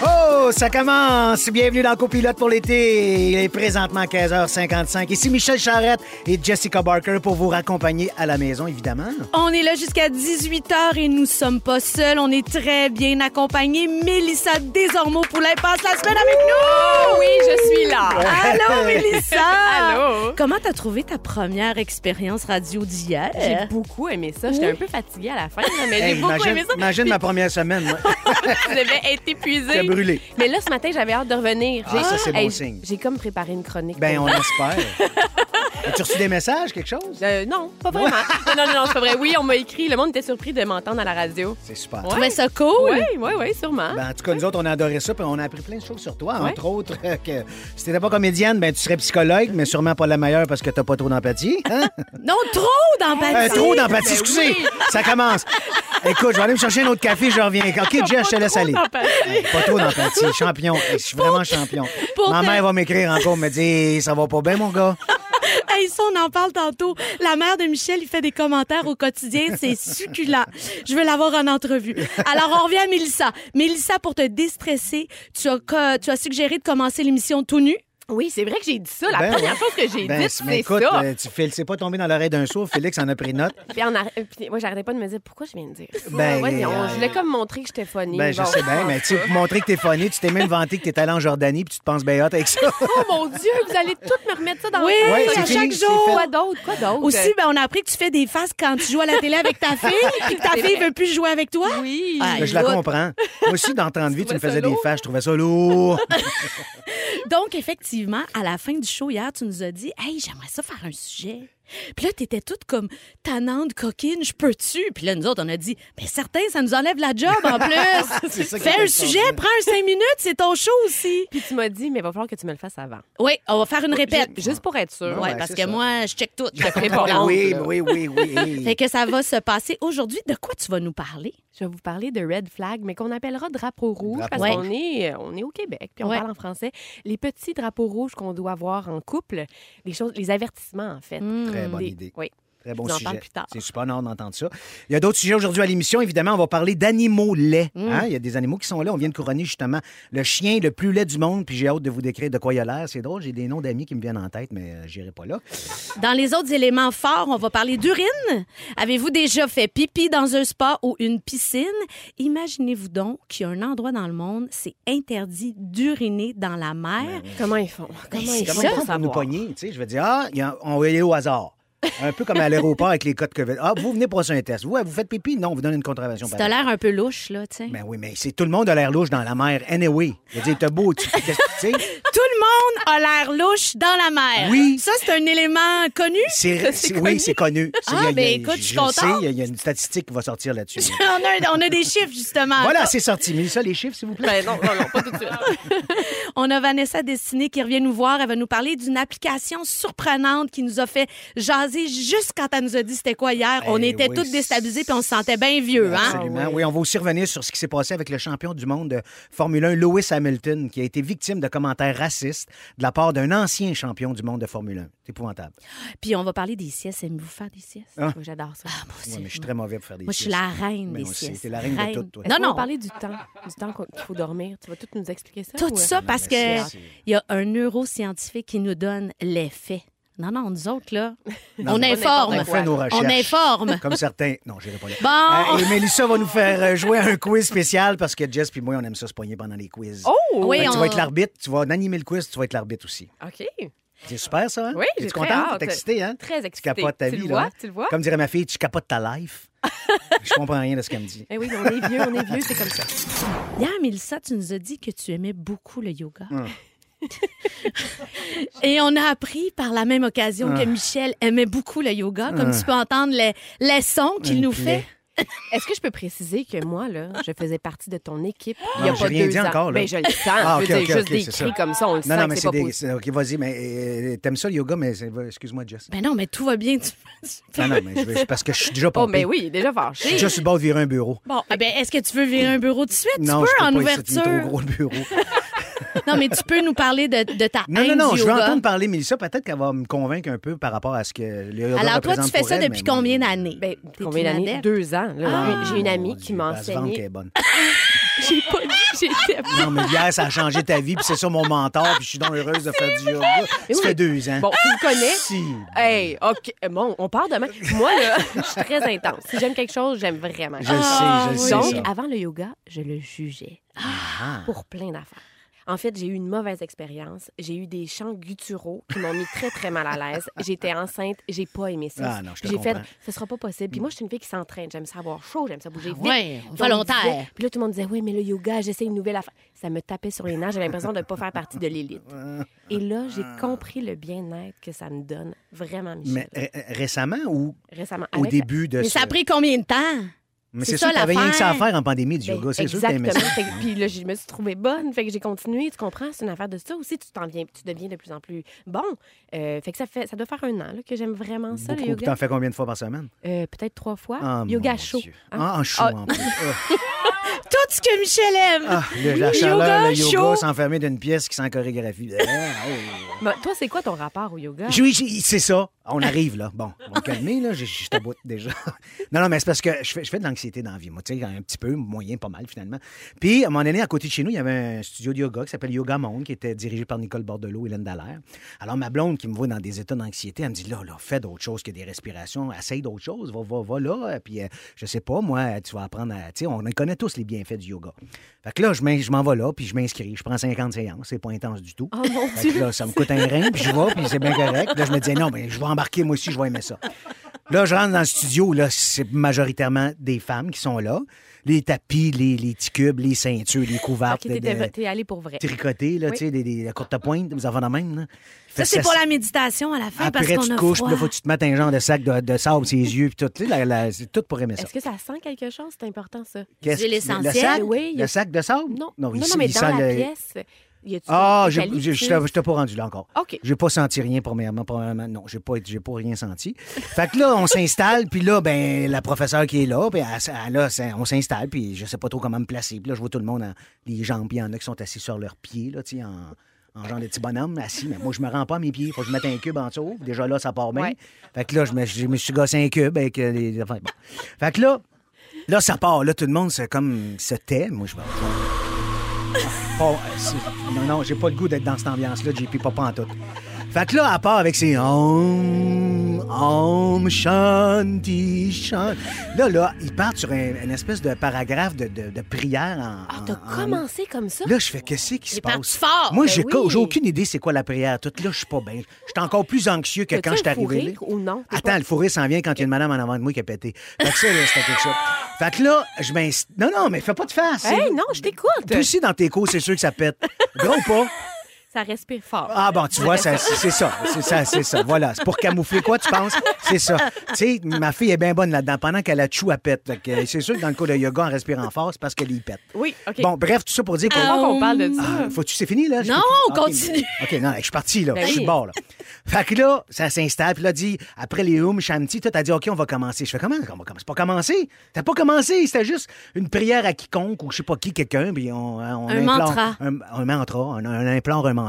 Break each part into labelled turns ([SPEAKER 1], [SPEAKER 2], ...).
[SPEAKER 1] Oh, ça commence! Bienvenue dans Copilote pour l'été. Il est présentement 15h55. Ici Michel Charrette et Jessica Barker pour vous raccompagner à la maison, évidemment.
[SPEAKER 2] On est là jusqu'à 18h et nous sommes pas seuls. On est très bien accompagnés. Mélissa Desormeaux-Poulin passe la semaine avec nous!
[SPEAKER 3] Oh Oui, je suis là.
[SPEAKER 2] Allô, Mélissa!
[SPEAKER 3] Allô.
[SPEAKER 2] Comment t'as trouvé ta première expérience radio
[SPEAKER 3] Ah, J'ai
[SPEAKER 2] d'hier?
[SPEAKER 3] beaucoup aimé ça. J'étais un peu fatiguée à la fin, là, mais
[SPEAKER 1] Hey,
[SPEAKER 3] j'ai beaucoup
[SPEAKER 1] imagine,
[SPEAKER 3] aimé ça.
[SPEAKER 1] imagine ma première semaine. moi.
[SPEAKER 3] Je devais être épuisée.
[SPEAKER 1] J'étais brûlé.
[SPEAKER 3] Mais là, ce matin, j'avais hâte de revenir.
[SPEAKER 1] Ah, ça, c'est bon signe.
[SPEAKER 3] J'ai comme préparé une chronique.
[SPEAKER 1] Ben,
[SPEAKER 3] pour-
[SPEAKER 1] on espère. As-tu reçu des messages, quelque chose?
[SPEAKER 3] Euh, non, pas vraiment. non, non, non, c'est pas vrai. Oui, on m'a écrit. Le monde était surpris de m'entendre à la radio.
[SPEAKER 1] C'est super.
[SPEAKER 3] Ouais.
[SPEAKER 2] Mais ça cool!
[SPEAKER 3] Oui, oui, oui, sûrement.
[SPEAKER 1] Ben, en tout cas, nous autres, on a adoré ça, puis on a appris plein de choses sur toi. Entre autres, euh, que si t'étais pas comédienne, ben, tu serais psychologue, mais sûrement pas la meilleure parce que t'as pas trop d'empathie. hein?
[SPEAKER 2] Non, trop
[SPEAKER 1] Euh,
[SPEAKER 3] Ben
[SPEAKER 2] d'empathie!
[SPEAKER 1] trop d'empathie, excusez. Ça commence. Écoute, je vais aller me chercher un autre café, je reviens. OK, Jess, je te laisse aller. Hey, pas trop d'empathie. Champion. Hey, Je suis vraiment champion.
[SPEAKER 2] pour
[SPEAKER 1] Ma
[SPEAKER 2] te-
[SPEAKER 1] mère va m'écrire encore, me dire ça va pas bien, mon gars.
[SPEAKER 2] Hey, ça, on en parle tantôt. La mère de Michel, il fait des commentaires au quotidien. C'est succulent. Je veux l'avoir en entrevue. Alors, on revient à Mélissa. Mélissa, pour te déstresser, tu as, co- tu as suggéré de commencer l'émission tout nu.
[SPEAKER 3] Oui, c'est vrai que j'ai dit ça. La
[SPEAKER 1] Ben,
[SPEAKER 3] première
[SPEAKER 1] ouais.
[SPEAKER 3] chose que j'ai
[SPEAKER 1] Ben,
[SPEAKER 3] dite,
[SPEAKER 1] mais
[SPEAKER 3] c'est
[SPEAKER 1] écoute,
[SPEAKER 3] ça.
[SPEAKER 1] euh, tu fais- c'est pas tombé dans l'oreille d'un sourd. Félix en a pris note.
[SPEAKER 3] Puis, on arr- puis moi, j'arrêtais pas de me dire pourquoi je viens de dire ça.
[SPEAKER 1] Ben,
[SPEAKER 3] Ouais, on-
[SPEAKER 1] euh,
[SPEAKER 3] Je voulais comme montrer que j'étais funny.
[SPEAKER 1] Ben, je
[SPEAKER 3] Bon.
[SPEAKER 1] sais bien, mais tu sais, pour montrer que t'es phoné, tu t'es même vanté que t'es allé en Jordanie puis tu te penses bien hot avec ça.
[SPEAKER 3] Oh mon Dieu, vous allez toutes me remettre ça dans
[SPEAKER 2] Oui,
[SPEAKER 3] le
[SPEAKER 1] Ouais,
[SPEAKER 2] à
[SPEAKER 1] c'est
[SPEAKER 2] chaque
[SPEAKER 1] fini, c'est
[SPEAKER 2] jour.
[SPEAKER 1] fait.
[SPEAKER 3] Quoi d'autre? Quoi d'autre?
[SPEAKER 2] Aussi, ben, on a appris que tu fais des faces quand tu joues à la télé avec ta fille, puis que ta
[SPEAKER 3] C'est
[SPEAKER 2] fille
[SPEAKER 3] vrai.
[SPEAKER 2] veut plus jouer avec toi.
[SPEAKER 3] Oui.
[SPEAKER 2] Ah,
[SPEAKER 1] Ben, je la
[SPEAKER 2] écoute.
[SPEAKER 1] comprends. Moi aussi, dans 30 vies, tu me
[SPEAKER 3] trouvais ça
[SPEAKER 1] faisais des
[SPEAKER 3] lourd?
[SPEAKER 1] fâches, je trouvais ça lourd.
[SPEAKER 2] Donc, effectivement, à la fin du show hier, tu nous as dit Hey, j'aimerais ça faire un sujet. Puis là, t'étais toute comme tannante, coquine, je peux-tu? Puis là, nous autres, on a dit Ben certain, ça nous enlève la job en plus.
[SPEAKER 1] C'est ça qui
[SPEAKER 2] Fais un
[SPEAKER 1] était
[SPEAKER 2] sujet,
[SPEAKER 1] tendu.
[SPEAKER 2] prends un cinq minutes, c'est ton show aussi.
[SPEAKER 3] Puis tu m'as dit, mais il va falloir que tu me le fasses avant.
[SPEAKER 2] Oui, on va faire une répète.
[SPEAKER 3] Ju- Juste pour être sûr.
[SPEAKER 1] Bon,
[SPEAKER 2] Oui,
[SPEAKER 1] ben,
[SPEAKER 2] parce
[SPEAKER 1] c'est
[SPEAKER 2] que
[SPEAKER 1] ça. Ah
[SPEAKER 2] moi, je check tout.
[SPEAKER 3] Je te fais pas honte,
[SPEAKER 1] oui,
[SPEAKER 3] là.
[SPEAKER 1] oui, oui, oui, oui.
[SPEAKER 2] Fait que ça va se passer aujourd'hui. De quoi tu vas nous parler?
[SPEAKER 3] Je vais vous parler de red flag, mais qu'on appellera drapeau rouge
[SPEAKER 1] Drapeau
[SPEAKER 3] parce
[SPEAKER 2] rouge.
[SPEAKER 3] qu'on est, euh, on est au Québec, puis on
[SPEAKER 2] Ouais.
[SPEAKER 3] parle en français. Les petits drapeaux rouges qu'on doit voir en couple, les choses, les avertissements en fait.
[SPEAKER 1] Très bonne
[SPEAKER 3] Des-
[SPEAKER 1] idée.
[SPEAKER 3] Oui.
[SPEAKER 1] Très bon
[SPEAKER 3] vous en
[SPEAKER 1] sujet.
[SPEAKER 3] parle plus tard.
[SPEAKER 1] C'est super non d'entendre ça. Il y a d'autres sujets aujourd'hui à l'émission. Évidemment, on va parler d'animaux laits.
[SPEAKER 3] Mm.
[SPEAKER 1] hein. Il y a des animaux qui sont là. On vient de couronner justement le chien le plus laid du monde. Puis j'ai hâte de vous décrire de quoi il a l'air. C'est drôle, j'ai des noms d'amis qui me viennent en tête, mais euh, j'irai pas là.
[SPEAKER 2] Dans les autres éléments forts, on va parler d'urine. Avez-vous déjà fait pipi dans un spa ou une piscine? Imaginez-vous donc qu'il y a un endroit dans le monde, c'est interdit d'uriner dans la
[SPEAKER 1] Ben
[SPEAKER 2] mer.
[SPEAKER 1] Hmm.
[SPEAKER 3] Comment ils font Comment
[SPEAKER 2] c'est
[SPEAKER 3] ils
[SPEAKER 2] ça,
[SPEAKER 3] font
[SPEAKER 1] Comment
[SPEAKER 3] pour
[SPEAKER 1] ils font pour nous
[SPEAKER 3] savoir?
[SPEAKER 1] pogner? Tu sais, je vais dire, ah, il y a- on va y aller au hasard. Un peu comme à l'aéroport avec les codes COVID. Ah, vous venez passer un test. Vous, vous faites pipi? Non, on vous donne une contravention.
[SPEAKER 2] Si
[SPEAKER 1] pareil.
[SPEAKER 2] t'as l'air un peu louche, là, tu sais.
[SPEAKER 1] Ben oui, mais c'est tout le monde a l'air louche dans la mer. Anyway, je veux dire, t'as beau, tu, qu'est-ce que tu sais?
[SPEAKER 2] Tout le monde a l'air louche dans la mer.
[SPEAKER 1] Oui.
[SPEAKER 2] Ça, c'est un élément connu.
[SPEAKER 1] C'est, c'est- oui, c'est connu. C'est-
[SPEAKER 2] Ah,
[SPEAKER 1] il y a-
[SPEAKER 2] ben,
[SPEAKER 1] il y a-
[SPEAKER 2] écoute, je suis
[SPEAKER 1] le
[SPEAKER 2] contente.
[SPEAKER 1] sais, Il y, a- il y a une statistique qui va sortir là-dessus.
[SPEAKER 2] on, a, on a des chiffres, justement.
[SPEAKER 1] voilà, c'est sorti. Mais ça, les chiffres, s'il vous plaît.
[SPEAKER 3] Ben non, non, non, pas tout de suite.
[SPEAKER 2] On a Vanessa Destiné qui revient nous voir. Elle va nous parler d'une application surprenante qui nous a fait jaser juste quand elle nous a dit c'était quoi hier. on
[SPEAKER 1] Eh
[SPEAKER 2] était
[SPEAKER 1] oui,
[SPEAKER 2] toutes déstabilisées puis on se sentait bien vieux, hein?
[SPEAKER 1] Absolument. oui. on va aussi revenir sur ce qui s'est passé avec le champion du monde de Formule 1, Lewis Hamilton, qui a été victime de commentaires racistes de la part d'un ancien champion du monde de Formule 1. C'est épouvantable.
[SPEAKER 2] Ah, Puis on va parler des siestes. Aimez-vous faire des siestes?
[SPEAKER 1] Ah.
[SPEAKER 3] Moi, Oh, J'adore ça.
[SPEAKER 2] Moi,
[SPEAKER 1] Ouais,
[SPEAKER 2] c'est-
[SPEAKER 1] mais je suis très mauvais pour faire des
[SPEAKER 2] Moi, je suis
[SPEAKER 1] siestes.
[SPEAKER 2] la reine
[SPEAKER 1] Mais
[SPEAKER 2] des
[SPEAKER 1] on sait,
[SPEAKER 2] siestes.
[SPEAKER 1] t'es la reine de toutes, toi.
[SPEAKER 2] Non,
[SPEAKER 3] Est-ce qu'on
[SPEAKER 2] non.
[SPEAKER 3] va parler du temps, du temps qu'on- qu'il faut dormir. Tu vas tout nous expliquer ça
[SPEAKER 2] Tout
[SPEAKER 3] ou, euh,
[SPEAKER 2] ça parce
[SPEAKER 1] mais
[SPEAKER 2] que
[SPEAKER 1] c'est-
[SPEAKER 2] il y a un neuroscientifique qui nous donne les faits. Non, non, nous autres, là, on
[SPEAKER 3] mais-
[SPEAKER 2] informe.
[SPEAKER 1] On fait nos recherches.
[SPEAKER 2] On informe.
[SPEAKER 1] Comme certains. Non, j'irai pas là.
[SPEAKER 2] Bon.
[SPEAKER 1] Euh, et Mélissa va nous faire euh, jouer à un quiz spécial parce que Jess puis moi, on aime ça se pogner pendant les quiz.
[SPEAKER 3] Oh!
[SPEAKER 2] Oui,
[SPEAKER 1] Fait que
[SPEAKER 2] on-
[SPEAKER 1] Ben, Tu vas être l'arbitre, tu vas en animer le quiz, tu vas être l'arbitre aussi.
[SPEAKER 3] OK.
[SPEAKER 1] C'est super, ça, hein?
[SPEAKER 3] Oui,
[SPEAKER 1] T'es-tu
[SPEAKER 3] j'ai très
[SPEAKER 1] contente?
[SPEAKER 3] hâte.
[SPEAKER 1] T'es excitée, hein?
[SPEAKER 3] Très
[SPEAKER 1] Tu
[SPEAKER 3] excitée.
[SPEAKER 1] capotes ta
[SPEAKER 3] Tu
[SPEAKER 1] vie,
[SPEAKER 3] le
[SPEAKER 1] là.
[SPEAKER 3] vois,
[SPEAKER 1] hein?
[SPEAKER 3] tu le vois.
[SPEAKER 1] Comme dirait ma fille, tu capotes ta life. Je comprends rien de ce qu'elle me dit.
[SPEAKER 3] Eh oui, mais on est vieux, on est vieux, c'est comme ça.
[SPEAKER 2] Hier, Mélissa, tu nous as dit que tu aimais beaucoup le yoga.
[SPEAKER 1] Hum.
[SPEAKER 2] Et on a appris par la même occasion
[SPEAKER 1] Hum.
[SPEAKER 2] que Michel aimait beaucoup le yoga, comme tu peux entendre les, les sons qu'il
[SPEAKER 1] Il
[SPEAKER 2] nous
[SPEAKER 1] me
[SPEAKER 2] fait.
[SPEAKER 1] plaît.
[SPEAKER 3] Est-ce que je peux préciser que moi, là, je faisais partie de ton équipe il n'y
[SPEAKER 1] Non,
[SPEAKER 3] a
[SPEAKER 1] j'ai
[SPEAKER 3] pas
[SPEAKER 1] rien
[SPEAKER 3] deux
[SPEAKER 1] dit
[SPEAKER 3] ans.
[SPEAKER 1] encore, là.
[SPEAKER 3] Ben, je le sens.
[SPEAKER 1] Ah,
[SPEAKER 3] je
[SPEAKER 1] ok,
[SPEAKER 3] veux
[SPEAKER 1] ok,
[SPEAKER 3] dire, juste
[SPEAKER 1] ok, c'est
[SPEAKER 3] des
[SPEAKER 1] ça.
[SPEAKER 3] cris comme ça, on le
[SPEAKER 1] Non,
[SPEAKER 3] sent
[SPEAKER 1] non,
[SPEAKER 3] que
[SPEAKER 1] mais
[SPEAKER 3] c'est
[SPEAKER 1] c'est
[SPEAKER 3] pas
[SPEAKER 1] des.
[SPEAKER 3] possible.
[SPEAKER 1] c'est- OK, vas-y, mais euh, t'aimes ça le yoga, mais c'est- excuse-moi, Jess.
[SPEAKER 2] Ben non, mais tout va bien. tu- tu-
[SPEAKER 1] Non, non, mais je vais- parce que je suis déjà
[SPEAKER 3] Oh,
[SPEAKER 1] pompé.
[SPEAKER 3] ben oui, déjà
[SPEAKER 1] Je suis
[SPEAKER 3] fâché.
[SPEAKER 1] déjà sur le bord de virer un bureau.
[SPEAKER 2] Bon, eh ben, est-ce que tu veux virer un bureau de suite?
[SPEAKER 1] non,
[SPEAKER 2] tu
[SPEAKER 1] je
[SPEAKER 2] peux
[SPEAKER 1] peux
[SPEAKER 2] en
[SPEAKER 1] pas ici,
[SPEAKER 2] ouverture.
[SPEAKER 1] il est trop gros le bureau.
[SPEAKER 2] Non, mais tu peux nous parler de, de ta
[SPEAKER 1] Non, non,
[SPEAKER 2] haine
[SPEAKER 1] non,
[SPEAKER 2] du
[SPEAKER 1] je veux
[SPEAKER 2] yoga.
[SPEAKER 1] entendre parler Mélissa. Peut-être qu'elle va me convaincre un peu par rapport à ce que le yoga
[SPEAKER 2] Alors, toi,
[SPEAKER 1] représente
[SPEAKER 2] tu fais
[SPEAKER 1] pour
[SPEAKER 2] ça
[SPEAKER 1] elle,
[SPEAKER 2] depuis
[SPEAKER 1] mais moi,
[SPEAKER 2] combien d'années?
[SPEAKER 3] Ben,
[SPEAKER 2] T'es
[SPEAKER 3] combien
[SPEAKER 2] une
[SPEAKER 3] d'années?
[SPEAKER 2] adepte?
[SPEAKER 3] Deux ans. là. J'ai j'ai une
[SPEAKER 1] mon
[SPEAKER 3] amie
[SPEAKER 1] Oh, Dieu,
[SPEAKER 3] qui m'a
[SPEAKER 1] Ah! elle se vante qu'elle
[SPEAKER 3] enseigné.
[SPEAKER 1] est bonne.
[SPEAKER 3] J'ai pas dit que j'étais bonne.
[SPEAKER 1] Non, mais hier, ça a changé ta vie, puis c'est ça mon mentor, puis je suis donc heureuse de faire du yoga. Ça
[SPEAKER 3] oui.
[SPEAKER 1] fait deux ans.
[SPEAKER 3] Bon, Euh, tu me connais.
[SPEAKER 1] Si.
[SPEAKER 3] Hey, OK. Bon, on part demain. Moi, là, je suis très intense. Si j'aime quelque chose, j'aime vraiment. Ah,
[SPEAKER 1] Je le sais, je le sais.
[SPEAKER 3] Donc,
[SPEAKER 1] ça.
[SPEAKER 3] avant le yoga, je le jugeais
[SPEAKER 1] Ah.
[SPEAKER 3] pour plein d'affaires. En fait, j'ai eu une mauvaise expérience. J'ai eu des chants gutturaux qui m'ont mis très, très mal à l'aise. J'étais enceinte. J'ai pas aimé ça.
[SPEAKER 1] Ah non, je te
[SPEAKER 3] j'ai fait,
[SPEAKER 1] comprends.
[SPEAKER 3] ce sera pas possible. Puis moi, je suis une fille qui s'entraîne. J'aime ça avoir chaud, j'aime ça bouger vite.
[SPEAKER 2] Ah Ouais,
[SPEAKER 3] Donc,
[SPEAKER 2] volontaire.
[SPEAKER 3] je disais- Puis là, tout le monde disait, oui, mais le yoga, j'essaie une nouvelle affaire. Ça me tapait sur les nerfs. J'avais l'impression de ne pas faire partie de l'élite. Et là, j'ai compris le bien-être que ça me donne vraiment, Michel.
[SPEAKER 1] Ah. Mais ré- ré- récemment ou
[SPEAKER 3] récemment.
[SPEAKER 1] au
[SPEAKER 3] avec-
[SPEAKER 1] début de
[SPEAKER 2] Mais ça a
[SPEAKER 1] ce-
[SPEAKER 2] pris combien de temps?
[SPEAKER 1] Mais
[SPEAKER 2] c'est
[SPEAKER 1] c'est
[SPEAKER 2] ça
[SPEAKER 1] sûr que t'avais rien que ça à
[SPEAKER 2] l'affaire.
[SPEAKER 1] faire en pandémie du
[SPEAKER 3] Ben,
[SPEAKER 1] yoga. C'est sûr que t'aimais
[SPEAKER 3] Exactement.
[SPEAKER 1] ça.
[SPEAKER 3] Fait que- Puis là, je me suis trouvée bonne. Fait que j'ai continué. Tu comprends? C'est une affaire de ça aussi. Tu t'en viens, tu deviens de plus en plus bon. Euh, fait que ça fait, ça doit faire un an là, que j'aime vraiment ça,
[SPEAKER 1] Beaucoup,
[SPEAKER 3] le
[SPEAKER 1] puis t'en
[SPEAKER 3] yoga.
[SPEAKER 1] fais combien de fois par semaine?
[SPEAKER 3] Euh, Peut-être trois fois.
[SPEAKER 1] Ah,
[SPEAKER 3] yoga
[SPEAKER 1] mon
[SPEAKER 3] chaud.
[SPEAKER 1] Dieu.
[SPEAKER 3] Hein?
[SPEAKER 1] Ah, en chaud,
[SPEAKER 3] Ah.
[SPEAKER 1] en plus. Ah,
[SPEAKER 2] Tout ce que Michel aime.
[SPEAKER 1] ah, le- la chaleur,
[SPEAKER 2] Yoga
[SPEAKER 1] le yoga,
[SPEAKER 2] chaud.
[SPEAKER 1] s'enfermer d'une pièce qui s'en chorégraphie. Ah, oh.
[SPEAKER 3] Ben, toi, c'est quoi ton rapport au yoga?
[SPEAKER 1] Oui, j'ai- c'est ça. On arrive, là. Bon, on va calmer, là. Je je suis à bout déjà. Non, non, mais c'est parce que je fais, je fais de l'anxiété dans la vie, moi. Tu sais, un petit peu, moyen, pas mal, finalement. Puis, à un moment donné, à côté de chez nous, il y avait un studio de yoga qui s'appelle Yoga Monde, qui était dirigé par Nicole Bordelot et Hélène Dallaire. Alors, ma blonde qui me voit dans des états d'anxiété, elle me dit, là, là, fais d'autres choses que des respirations, essaye d'autres choses, va, va, va là. Puis, euh, je sais pas, moi, tu vas apprendre à. Tu sais, on connaît tous les bienfaits du yoga. Fait que là, je m'in- je m'en vais là, puis je m'inscris. Je prends 50 séances. C'est pas intense du tout.
[SPEAKER 3] Oh mon
[SPEAKER 1] Fait que
[SPEAKER 3] Dieu!
[SPEAKER 1] là, ça me coûte un rein, puis je vais, puis c'est bien correct. Là, je me disais, non, mais je vais embarquer, moi aussi, je vais aimer ça. Là, je rentre dans le studio, là, c'est majoritairement des femmes qui sont là. Les tapis, les, les petits cubes, les ceintures, les couvertes,
[SPEAKER 3] Ok, t'es-
[SPEAKER 1] de- de-
[SPEAKER 3] t'es- t'es allé pour vrai.
[SPEAKER 1] tricotés, là,
[SPEAKER 3] Oui.
[SPEAKER 1] tu sais, des, des la courte pointe, vous avez la même, là. Fait
[SPEAKER 2] Ça, c'est
[SPEAKER 1] que
[SPEAKER 2] pour la méditation à la fin parce
[SPEAKER 1] Après,
[SPEAKER 2] qu'on
[SPEAKER 1] tu
[SPEAKER 2] a
[SPEAKER 1] te couches,
[SPEAKER 2] froid.
[SPEAKER 1] puis là, faut que tu te mettes un genre de sac de, de sable, ses yeux, puis tout. Tu sais, la- la- c'est tout pour aimer ça.
[SPEAKER 3] Est-ce que ça sent quelque chose? C'est important, ça.
[SPEAKER 1] Qu'est-ce
[SPEAKER 2] C'est
[SPEAKER 1] que- le- Le
[SPEAKER 2] l'essentiel.
[SPEAKER 1] sac,
[SPEAKER 3] Oui, il y
[SPEAKER 1] le
[SPEAKER 3] a-
[SPEAKER 1] sac de sable?
[SPEAKER 3] Non, non,
[SPEAKER 1] il-
[SPEAKER 3] non,
[SPEAKER 1] il
[SPEAKER 3] mais dans
[SPEAKER 1] sent
[SPEAKER 3] la
[SPEAKER 1] le-
[SPEAKER 3] pièce, y a-tu
[SPEAKER 1] Ah,
[SPEAKER 3] de
[SPEAKER 1] j'ai-
[SPEAKER 3] l'eucalyptus?
[SPEAKER 1] j'ai- je t'ai- je t'ai pas rendu là encore.
[SPEAKER 3] OK.
[SPEAKER 1] J'ai pas senti rien, premièrement. premièrement non, j'ai pas, j'ai pas rien senti. Fait que là, on s'installe, puis là, ben, la professeure qui est là, puis elle- elle- là, c'est- on s'installe, puis je sais pas trop comment me placer. Puis là, je vois tout le monde, en- les jambes, puis il y en a qui sont assis sur leurs pieds, là, tu sais, en, en genre de petit bonhomme, assis. Mais moi, je me rends pas à mes pieds. Faut que je mette un cube en dessous. Déjà là, ça part bien.
[SPEAKER 3] Ouais.
[SPEAKER 1] Fait que là, je me, je me suis gossé un cube avec euh, les. enfin, bon. Fait que là, là, ça part. Là, tout le monde se, comme, se tait. Moi, je me pas- Oh, c'est- non, non, j'ai pas le goût d'être dans cette ambiance-là, JP, pas en tout. Fait que là, à part avec ses Om, Om, Shanti, Shanti. Là, là, il part sur un- une espèce de paragraphe de, de- de prière en.
[SPEAKER 3] Ah,
[SPEAKER 1] en-
[SPEAKER 3] t'as
[SPEAKER 1] en-
[SPEAKER 3] commencé comme ça?
[SPEAKER 1] Là, je fais qu'est-ce qui se
[SPEAKER 2] est parti
[SPEAKER 1] passe?
[SPEAKER 2] fort,
[SPEAKER 1] Moi,
[SPEAKER 3] ben
[SPEAKER 1] j'ai co-
[SPEAKER 3] oui.
[SPEAKER 1] j'ai aucune idée c'est quoi la prière. Toute là, je suis pas bien. J'étais encore plus anxieux que
[SPEAKER 3] T'as-tu
[SPEAKER 1] quand je suis
[SPEAKER 3] un fou
[SPEAKER 1] arrivé. là.
[SPEAKER 3] rire ou non? T'es
[SPEAKER 1] Attends,
[SPEAKER 3] pas-
[SPEAKER 1] le fourré s'en vient quand il y a une madame en avant de moi qui a pété. Fait que ça, là, c'était quelque chose. Fait que là, je m'inst... Non, non, mais fais pas de face.
[SPEAKER 3] Hey, non, je t'écoute.
[SPEAKER 1] Toi aussi, dans tes cours, c'est sûr que ça pète. Gros ou pas?
[SPEAKER 3] Ça respire fort.
[SPEAKER 1] Ah bon, tu vois, ça- c'est ça. C'est ça, c'est ça. Voilà. C'est pour camoufler quoi, tu penses? C'est ça. Tu sais, ma fille est bien bonne là-dedans pendant qu'elle a chou à pète. Fait que, euh, C'est sûr que dans le cours de yoga, en respirant fort, c'est parce qu'elle y pète.
[SPEAKER 3] Oui, OK.
[SPEAKER 1] Bon, bref, tout ça pour dire que.
[SPEAKER 3] Pourquoi qu'on parle de ça?
[SPEAKER 1] Ah, Faut-tu, c'est fini, là? Je
[SPEAKER 2] Non,
[SPEAKER 1] peux plus-
[SPEAKER 2] continue.
[SPEAKER 1] OK, non, je suis parti, là.
[SPEAKER 3] Ben
[SPEAKER 1] je suis
[SPEAKER 3] oui.
[SPEAKER 1] de bord, là. Fait que là, ça s'installe. Puis là, dit, après les Hum Shanti, toi, t'as dit, OK, on va commencer. Je fais comment? On va commencer. C'est pas commencé. T'as pas commencé. C'était juste une prière à quiconque ou je sais pas qui, quelqu'un. Puis on, on
[SPEAKER 2] Un
[SPEAKER 1] implore-
[SPEAKER 2] mantra.
[SPEAKER 1] Un, un mantra. Un, un implore, un mantra.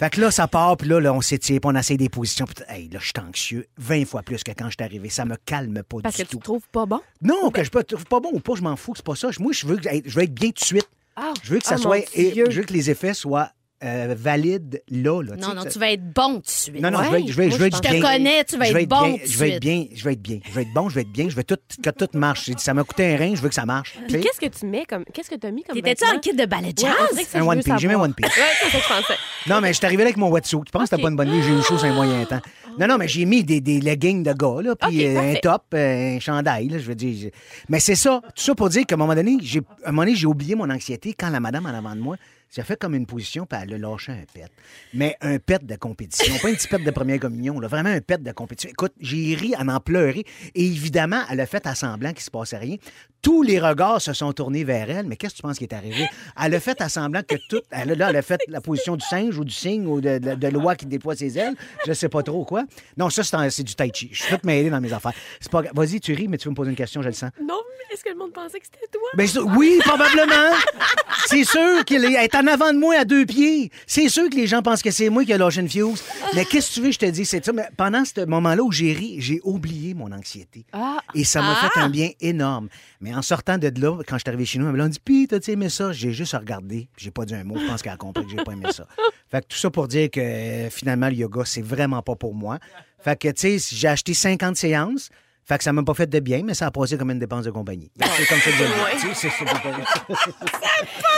[SPEAKER 1] Fait que là, ça part. Puis là, là, on s'étire. Puis on essaie des positions. Puis hey, là, je suis anxieux 20 fois plus que quand je suis arrivé. Ça me calme pas
[SPEAKER 3] Parce que
[SPEAKER 1] du
[SPEAKER 3] tu
[SPEAKER 1] tout.
[SPEAKER 3] te trouves pas bon?
[SPEAKER 1] Non, que je peux- trouve pas bon ou pas, je m'en fous, c'est pas ça. Je- Moi, je veux, que- je veux être bien tout de suite.
[SPEAKER 3] Ah,
[SPEAKER 1] Je veux que ça
[SPEAKER 3] ah, mon
[SPEAKER 1] soit. et-
[SPEAKER 3] Dieu.
[SPEAKER 1] je veux que les effets soient euh, valides là. là,
[SPEAKER 2] Non, non,
[SPEAKER 1] sais,
[SPEAKER 2] tu vas être bon tout de suite.
[SPEAKER 1] Non, non, je
[SPEAKER 3] Ouais,
[SPEAKER 1] veux être- je veux,
[SPEAKER 3] moi,
[SPEAKER 1] je veux
[SPEAKER 3] je
[SPEAKER 1] être
[SPEAKER 3] te
[SPEAKER 1] bien.
[SPEAKER 2] connais, tu vas
[SPEAKER 1] Je
[SPEAKER 2] être
[SPEAKER 1] veux
[SPEAKER 2] bon
[SPEAKER 1] bien,
[SPEAKER 2] tout de
[SPEAKER 1] Je veux être
[SPEAKER 2] suite.
[SPEAKER 1] bien, je veux être bien. Je veux être bon, je veux être bien. Je veux tout, que tout marche. J'ai dit, Ça m'a coûté un rein, je veux que ça marche. tu sais.
[SPEAKER 3] Puis qu'est-ce que tu mets comme. Qu'est-ce que t'as mis comme.
[SPEAKER 2] T'étais-tu en kit de ballet jazz?
[SPEAKER 1] Un one piece, j'ai mis un one piece.
[SPEAKER 3] Ouais, c'est ça que je pensais.
[SPEAKER 1] Non, mais je suis arrivé là avec mon wetsuit. Tu penses que t'as
[SPEAKER 3] Ok.
[SPEAKER 1] pas une bonne nuit? J'ai eu chaud sur un moyen temps. Non, non, mais j'ai mis des, des leggings de gars, là, puis
[SPEAKER 3] Ok,
[SPEAKER 1] euh, un
[SPEAKER 3] parfait.
[SPEAKER 1] top, euh, un chandail, là, je veux dire. j'ai- Mais c'est ça. Tout ça pour dire qu'à un moment donné, j'ai, à un moment donné, j'ai oublié mon anxiété quand la madame en avant de moi, j'ai fait comme une position, puis elle a lâché un pet. Mais un pet de compétition, pas un petit pet de première communion, là, vraiment un pet de compétition. Écoute, j'ai ri à en pleurer, et évidemment, elle a fait à semblant qu'il se passait rien. Tous les regards se sont tournés vers elle, mais qu'est-ce que tu penses qui est arrivé? Elle a fait à semblant que tout. Elle, a- là, elle a fait la position du singe ou du cygne ou de, de, de l'oie qui déploie ses ailes. Je sais pas trop quoi. Non, ça, c'est, en- c'est du tai chi. Je suis tout mêlé dans mes affaires. C'est pas, gra- vas-y, tu ris, mais tu veux me poser une question, je le sens.
[SPEAKER 3] Non, mais est-ce que le monde pensait que c'était toi?
[SPEAKER 1] Ben, c'est- oui, probablement. C'est sûr qu'elle est, elle est en avant de moi à deux pieds. C'est sûr que les gens pensent que c'est moi qui ai lâché une fuse. Mais qu'est-ce que tu veux, que je te dis, c'est ça. Mais pendant ce moment-là où j'ai ri, j'ai oublié mon anxiété.
[SPEAKER 3] Ah.
[SPEAKER 1] Et ça m'a
[SPEAKER 2] Ah.
[SPEAKER 1] fait un bien énorme. Mais en sortant de là, quand je suis arrivé chez nous, elle m'a dit Puis, t'as-tu aimé ça J'ai juste regardé. puis J'ai pas dit un mot. Je pense qu'elle a compris que j'ai pas aimé ça. Fait que tout ça pour dire que euh, finalement, le yoga, c'est vraiment pas pour moi. Fait que, tu sais, j'ai acheté 50 séances. Fait que ça m'a pas fait de bien, mais ça a passé comme une dépense de compagnie. C'est comme ça que je le dis. Tu sais, c'est- c'est-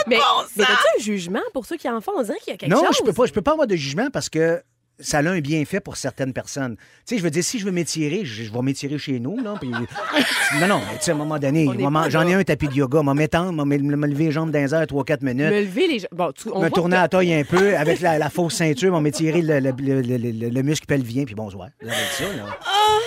[SPEAKER 3] Mais, mais as-tu un jugement pour ceux qui en font? On dirait qu'il y a quelque
[SPEAKER 1] non,
[SPEAKER 3] chose.
[SPEAKER 1] je peux pas, je peux pas avoir de jugement parce que ça a un bienfait pour certaines personnes. Tu sais, je veux dire, si je veux m'étirer, je, je vais m'étirer chez nous, là. puis- non, non, mais tu sais, à un moment donné,
[SPEAKER 3] n'est
[SPEAKER 1] moi,
[SPEAKER 3] pas
[SPEAKER 1] j'en ai
[SPEAKER 3] là.
[SPEAKER 1] un tapis de yoga, m'a m'étendre, m'a me me lever les jambes dans les airs 3-4 minutes.
[SPEAKER 3] Me lever les gens. Bon, tu, on
[SPEAKER 1] me
[SPEAKER 3] voit
[SPEAKER 1] tourner
[SPEAKER 3] que-
[SPEAKER 1] à la taille un peu avec la, la fausse ceinture, m'a m'étirer le, le, le- le- le- le muscle pelvien, puis bonsoir. Là, avec ça, là,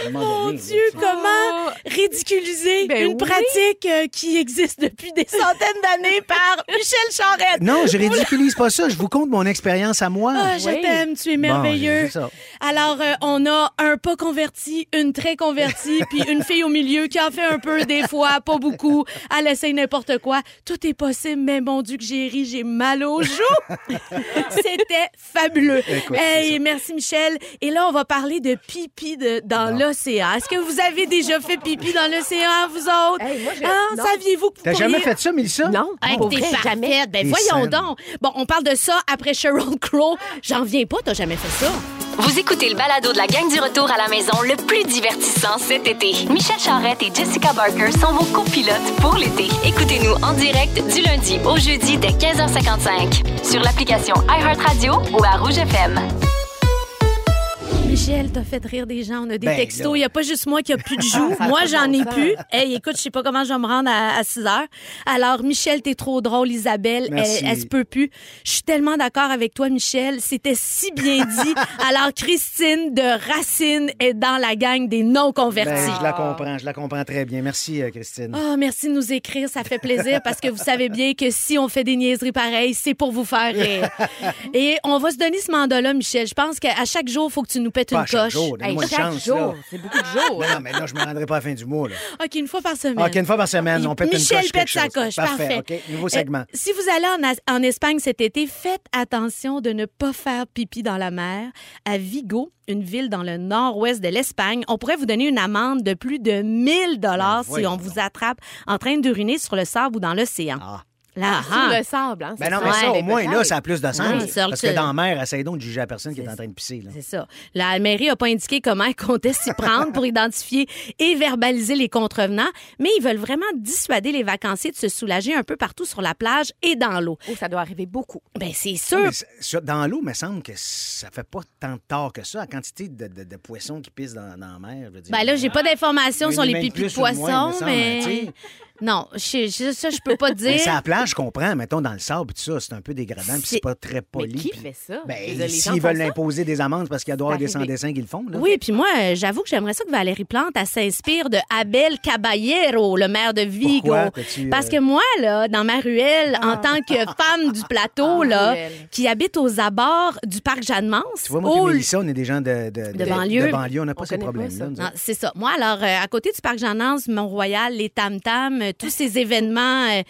[SPEAKER 3] Oh,
[SPEAKER 1] à un moment
[SPEAKER 2] Mon
[SPEAKER 1] donné, là,
[SPEAKER 2] Dieu,
[SPEAKER 1] tu-
[SPEAKER 3] Ah!
[SPEAKER 2] comment ridiculiser
[SPEAKER 3] Ben
[SPEAKER 2] une
[SPEAKER 3] oui.
[SPEAKER 2] pratique euh, qui existe depuis des centaines d'années par Michel Charette.
[SPEAKER 1] Non, je ridiculise pas ça. Je vous compte mon expérience à moi.
[SPEAKER 2] Ah, je
[SPEAKER 3] Oui.
[SPEAKER 2] t'aime, tu es
[SPEAKER 1] Bon,
[SPEAKER 2] merveilleux.
[SPEAKER 1] c'est ça.
[SPEAKER 2] Alors, euh, on a un pas converti, une très convertie, puis une fille au milieu qui en fait un peu des fois, pas beaucoup. Elle essaye n'importe quoi. Tout est possible, mais mon Dieu que j'ai ri, j'ai mal aux joues. C'était fabuleux. hey, merci Michel. Et là, on va parler de pipi de- dans l'océan. Est-ce que vous avez déjà fait pipi dans l'océan, vous autres?
[SPEAKER 3] Hey, moi, j'ai-
[SPEAKER 2] Hein,
[SPEAKER 3] non.
[SPEAKER 2] saviez-vous que vous
[SPEAKER 1] T'as jamais
[SPEAKER 2] pourriez-
[SPEAKER 1] fait ça, Mélissa?
[SPEAKER 3] Non,
[SPEAKER 2] Hey,
[SPEAKER 3] pour
[SPEAKER 2] t'es
[SPEAKER 3] vrai,
[SPEAKER 2] parfaite.
[SPEAKER 3] jamais.
[SPEAKER 2] Ben
[SPEAKER 1] Des scènes.
[SPEAKER 2] voyons donc. Bon, on parle de ça après Sheryl Crow. J'en viens pas, t'as jamais fait ça.
[SPEAKER 4] Vous écoutez le balado de la gang du retour à la maison le plus divertissant cet été. Michel Charrette et Jessica Barker sont vos copilotes pour l'été. Écoutez-nous en direct du lundi au jeudi dès 15h55 sur l'application iHeartRadio ou à Rouge FM.
[SPEAKER 2] Michel, t'as fait rire des gens. On a des
[SPEAKER 1] Ben,
[SPEAKER 2] textos.
[SPEAKER 1] là.
[SPEAKER 2] Il n'y a pas juste moi qui a plus de joues.
[SPEAKER 3] Ça a
[SPEAKER 2] moi,
[SPEAKER 3] pas de
[SPEAKER 2] j'en
[SPEAKER 3] bon
[SPEAKER 2] ai
[SPEAKER 3] sens.
[SPEAKER 2] plus. Hey, écoute, je sais pas comment je vais me rendre à, à 6 heures. Alors, Michel, t'es trop drôle. Isabelle,
[SPEAKER 1] Merci.
[SPEAKER 2] elle, elle se peut plus. Je suis tellement d'accord avec toi, Michel. C'était si bien dit. Alors, Christine de Racine est dans la gang des non-convertis.
[SPEAKER 1] Ben, je la comprends, je la comprends très bien. Merci, euh, Christine.
[SPEAKER 2] Ah, merci de nous écrire, ça fait plaisir parce que vous savez bien que si on fait des niaiseries pareilles, c'est pour vous faire rire. Et on va se donner ce mandat-là, Michel. Je pense qu'à chaque jour, il faut que tu nous pètes
[SPEAKER 1] Pas
[SPEAKER 2] une
[SPEAKER 1] à chaque
[SPEAKER 2] coche.
[SPEAKER 1] jour,
[SPEAKER 3] Hey,
[SPEAKER 1] donne-moi une
[SPEAKER 3] chaque
[SPEAKER 1] chance. là.
[SPEAKER 3] jour, c'est beaucoup de jours.
[SPEAKER 1] Non, mais là, je me rendrai pas à la fin du mois. Là.
[SPEAKER 2] OK, une fois par semaine.
[SPEAKER 1] OK, une fois par semaine, on pète
[SPEAKER 2] Michel
[SPEAKER 1] une coche.
[SPEAKER 2] pète
[SPEAKER 1] quelque
[SPEAKER 2] sa
[SPEAKER 1] chose.
[SPEAKER 2] coche. Parfait.
[SPEAKER 1] OK, nouveau segment.
[SPEAKER 2] Euh, si vous allez en, As- en Espagne cet été, faites attention de ne pas faire pipi dans la mer. À Vigo, une ville dans le nord-ouest de l'Espagne, on pourrait vous donner une amende de plus de 1000 dollars si
[SPEAKER 1] Ben voyons
[SPEAKER 2] on
[SPEAKER 1] donc.
[SPEAKER 2] vous attrape en train d'uriner sur le sable ou dans l'océan.
[SPEAKER 1] Ah.
[SPEAKER 2] Là,
[SPEAKER 3] Sur
[SPEAKER 2] hein.
[SPEAKER 3] le sable, hein,
[SPEAKER 1] Ben
[SPEAKER 3] c'est
[SPEAKER 1] non, mais ça,
[SPEAKER 3] Ouais,
[SPEAKER 1] au moins, là,
[SPEAKER 3] peut-être.
[SPEAKER 1] ça a plus de sens.
[SPEAKER 2] Ouais, sur
[SPEAKER 1] parce
[SPEAKER 2] le-
[SPEAKER 1] que dans la mer, essaye donc de juger la personne qui est
[SPEAKER 2] C'est
[SPEAKER 1] en train de pisser. Là.
[SPEAKER 2] C'est ça. La mairie n'a pas indiqué comment elle comptait s'y prendre pour identifier et verbaliser les contrevenants, mais ils veulent vraiment dissuader les vacanciers de se soulager un peu partout sur la plage et dans l'eau.
[SPEAKER 3] Oh, ça doit arriver beaucoup.
[SPEAKER 2] Ben c'est sûr.
[SPEAKER 1] Mais c'est- sur- dans l'eau, il me semble que ça fait pas tant de tort que ça, la quantité de, de- de poissons qui pissent dans, dans la mer. Je veux dire.
[SPEAKER 2] Ben là, j'ai pas d'informations
[SPEAKER 1] Mais
[SPEAKER 2] sur les
[SPEAKER 1] même
[SPEAKER 2] pipis de
[SPEAKER 1] plus ou moins, il me
[SPEAKER 2] poisson,
[SPEAKER 1] semble,
[SPEAKER 2] mais...
[SPEAKER 1] tu sais.
[SPEAKER 2] Non, je- je- ça, je peux pas
[SPEAKER 1] Mais c'est à
[SPEAKER 2] dire.
[SPEAKER 1] la plage, je comprends. Mettons, dans le sable, tout ça, c'est un peu dégradant, puis
[SPEAKER 2] C'est-
[SPEAKER 1] c'est pas très poli.
[SPEAKER 3] qui
[SPEAKER 1] puis-
[SPEAKER 3] fait
[SPEAKER 2] Ah,
[SPEAKER 3] ça? Je veux dire,
[SPEAKER 1] Ben,
[SPEAKER 3] les gens
[SPEAKER 1] s'ils
[SPEAKER 3] font
[SPEAKER 1] veulent
[SPEAKER 3] ça?
[SPEAKER 1] imposer des amendes parce qu'il y a droit à des
[SPEAKER 3] arrivé.
[SPEAKER 1] sans-dessins qu'ils font, là.
[SPEAKER 2] Oui, puis moi, euh, j'avoue que j'aimerais ça que Valérie Plante, elle s'inspire de Abel Caballero, le maire de Vigo.
[SPEAKER 1] Pourquoi? T'as-tu, euh,
[SPEAKER 2] Parce que moi, là, dans ma ruelle, en tant que femme du plateau,
[SPEAKER 3] Ah,
[SPEAKER 2] là,
[SPEAKER 3] ruelle.
[SPEAKER 2] qui habite aux abords du parc Jeanne-Mance,
[SPEAKER 1] Tu vois, moi, puis
[SPEAKER 2] au-
[SPEAKER 1] Mélissa, on est des gens de, de, de-
[SPEAKER 2] oh, banlieue.
[SPEAKER 1] de banlieue, on n'a pas
[SPEAKER 3] On
[SPEAKER 1] ces
[SPEAKER 3] connaît pas ça.
[SPEAKER 1] problèmes-là. nous
[SPEAKER 2] Non, c'est ça. Ah, Moi, alors, euh, à côté du parc Jeannance, Mont-Royal, les tam-tams, euh, tous ces événements euh,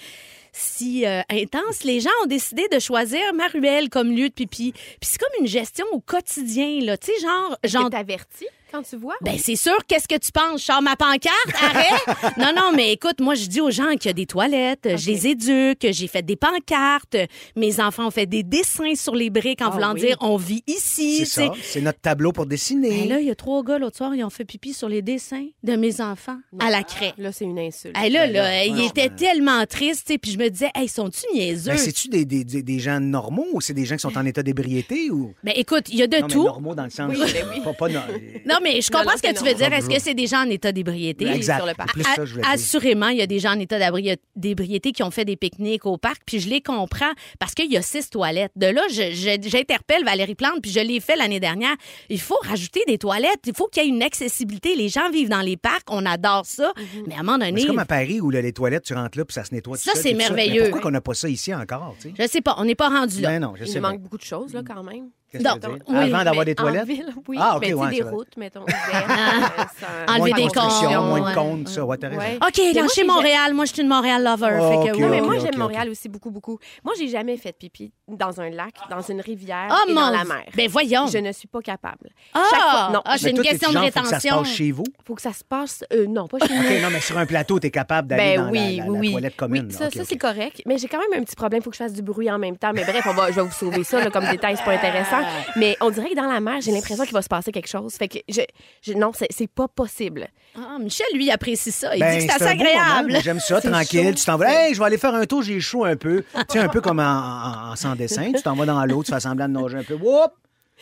[SPEAKER 2] si euh, intenses, les gens ont décidé de choisir ma ruelle comme lieu de pipi. Puis c'est comme une gestion au quotidien, là. Tu sais, genre... genre
[SPEAKER 3] J'en t'avertis quand tu vois.
[SPEAKER 2] ben c'est sûr, qu'est-ce que tu penses? Je sors ma pancarte, arrête! non, non, mais écoute, moi, je dis aux gens qu'il y a des toilettes, je les éduque, j'ai fait des pancartes, mes enfants ont fait des dessins sur les briques en
[SPEAKER 3] Ah
[SPEAKER 2] voulant
[SPEAKER 3] oui.
[SPEAKER 2] dire on vit
[SPEAKER 1] C'est
[SPEAKER 2] ici. tu sais.
[SPEAKER 1] ça, c'est notre tableau pour dessiner.
[SPEAKER 2] Ben là, il y a trois gars l'autre soir, ils ont fait pipi sur les dessins de mes enfants à la craie.
[SPEAKER 3] Là, c'est une insulte.
[SPEAKER 2] Hey, là,
[SPEAKER 1] Ben
[SPEAKER 2] là,
[SPEAKER 1] là,
[SPEAKER 2] il
[SPEAKER 1] franchement.
[SPEAKER 2] était tellement triste, tu sais, puis je me disais, hey, sont-tu niaiseux?
[SPEAKER 1] Ben,
[SPEAKER 2] Ben,
[SPEAKER 1] c'est-tu des, des, des- des gens normaux ou c'est des gens qui sont en état d'ébriété ou.
[SPEAKER 2] Ben, écoute, il y a de
[SPEAKER 1] non,
[SPEAKER 2] tout.
[SPEAKER 1] mais normaux dans le sens. euh,
[SPEAKER 3] Oui, ben oui.
[SPEAKER 1] Pas, pas no-
[SPEAKER 2] Non, mais je
[SPEAKER 3] Non,
[SPEAKER 2] comprends
[SPEAKER 3] non,
[SPEAKER 2] ce que
[SPEAKER 3] c'est
[SPEAKER 2] tu veux dire.
[SPEAKER 1] normal.
[SPEAKER 2] Est-ce que c'est des gens en état d'ébriété?
[SPEAKER 3] Ben,
[SPEAKER 1] exact.
[SPEAKER 3] sur le parc.
[SPEAKER 1] Plus ça, je voulais
[SPEAKER 2] A-
[SPEAKER 1] dire.
[SPEAKER 2] Assurément, il y a des gens en état d'abri- d'ébriété qui ont fait des pique-niques au parc, puis je les comprends parce qu'il y a six toilettes. De là, je- je- j'interpelle Valérie Plante, puis je l'ai fait l'année dernière. Il faut rajouter des toilettes, il faut qu'il y ait une accessibilité. Les gens vivent dans les parcs, on adore ça,
[SPEAKER 3] Mhm.
[SPEAKER 2] mais à un moment
[SPEAKER 1] Mais
[SPEAKER 2] donné,
[SPEAKER 1] C'est comme à Paris où là, les toilettes, tu rentres là puis ça se nettoie tout
[SPEAKER 2] Ça,
[SPEAKER 1] seul,
[SPEAKER 2] c'est
[SPEAKER 1] puis tout
[SPEAKER 2] merveilleux.
[SPEAKER 1] Mais pourquoi qu'on n'a pas ça ici encore? tu sais?
[SPEAKER 2] je sais pas, on n'est pas rendu là.
[SPEAKER 1] Ben non, je
[SPEAKER 3] Il
[SPEAKER 1] sais
[SPEAKER 3] nous manque
[SPEAKER 1] pas.
[SPEAKER 3] beaucoup de choses, là, quand même.
[SPEAKER 1] Qu'est-ce
[SPEAKER 2] Non,
[SPEAKER 1] que ça veut dire?
[SPEAKER 2] oui,
[SPEAKER 3] Mais
[SPEAKER 1] Avant d'avoir des
[SPEAKER 3] en
[SPEAKER 1] toilettes?
[SPEAKER 3] ville, oui.
[SPEAKER 1] Ah, ok,
[SPEAKER 3] Mais tu sais,
[SPEAKER 1] ouais,
[SPEAKER 3] des
[SPEAKER 1] c'est vrai.
[SPEAKER 3] routes, mettons, ouvertes, euh, sans-
[SPEAKER 1] Moins
[SPEAKER 2] Enlever
[SPEAKER 1] de
[SPEAKER 2] des
[SPEAKER 1] construction,
[SPEAKER 2] cons,
[SPEAKER 1] moins
[SPEAKER 2] ouais.
[SPEAKER 1] de comptes, ça. Ouais, t'as raison.
[SPEAKER 3] Ouais.
[SPEAKER 2] OK,
[SPEAKER 3] moi,
[SPEAKER 2] lâchez
[SPEAKER 3] j'ai-
[SPEAKER 2] Montréal. Moi, je suis une Montréal lover. fait
[SPEAKER 1] Ok,
[SPEAKER 2] que oui.
[SPEAKER 3] Non, mais
[SPEAKER 1] ok,
[SPEAKER 3] moi,
[SPEAKER 1] ok,
[SPEAKER 3] j'aime
[SPEAKER 1] ok.
[SPEAKER 3] Montréal aussi beaucoup, beaucoup. Moi, j'ai jamais fait pipi dans un lac, dans une rivière
[SPEAKER 2] Oh
[SPEAKER 3] et
[SPEAKER 2] mon
[SPEAKER 3] dans la mer.
[SPEAKER 2] Ben voyons.
[SPEAKER 3] Je ne suis pas capable.
[SPEAKER 2] Ah,
[SPEAKER 3] Chaque fois, non.
[SPEAKER 2] ah,
[SPEAKER 3] Mais
[SPEAKER 2] c'est une
[SPEAKER 1] toi, t'es
[SPEAKER 2] question
[SPEAKER 1] du
[SPEAKER 2] de
[SPEAKER 1] genre, faut que ça se
[SPEAKER 2] rétention.
[SPEAKER 1] passe chez vous?
[SPEAKER 3] Faut que ça se passe. euh, non, pas chez nous.
[SPEAKER 1] OK, non, mais sur un plateau, t'es capable d'aller
[SPEAKER 3] Ben
[SPEAKER 1] dans
[SPEAKER 3] oui,
[SPEAKER 1] la, la-
[SPEAKER 3] oui,
[SPEAKER 1] la
[SPEAKER 3] oui.
[SPEAKER 1] toilette
[SPEAKER 3] Oui,
[SPEAKER 1] commune. là.
[SPEAKER 3] ça,
[SPEAKER 1] OK,
[SPEAKER 3] ça,
[SPEAKER 1] OK.
[SPEAKER 3] c'est correct. Mais j'ai quand même un petit problème. Il faut que je fasse du bruit en même temps. Mais bref, on va, je vais vous sauver ça. là, comme détail, c'est pas intéressant.
[SPEAKER 1] Ah.
[SPEAKER 3] Mais on dirait que dans la mer, j'ai l'impression qu'il va se passer quelque chose. Fait que je, je- non, c'est, c'est pas possible.
[SPEAKER 2] Ah, Michel, lui, apprécie ça. Il
[SPEAKER 1] Ben,
[SPEAKER 2] dit que c'est assez
[SPEAKER 1] un beau moment.
[SPEAKER 2] agréable.
[SPEAKER 1] Moi, J'aime ça,
[SPEAKER 3] C'est
[SPEAKER 1] tranquille.
[SPEAKER 3] chaud.
[SPEAKER 1] Tu t'en vas, hey, je vais aller faire un tour, j'ai chaud un peu. tu sais, un peu comme en, en- en sans dessin. Tu t'en vas dans l'eau, tu fais semblant de nager un peu. Whoop!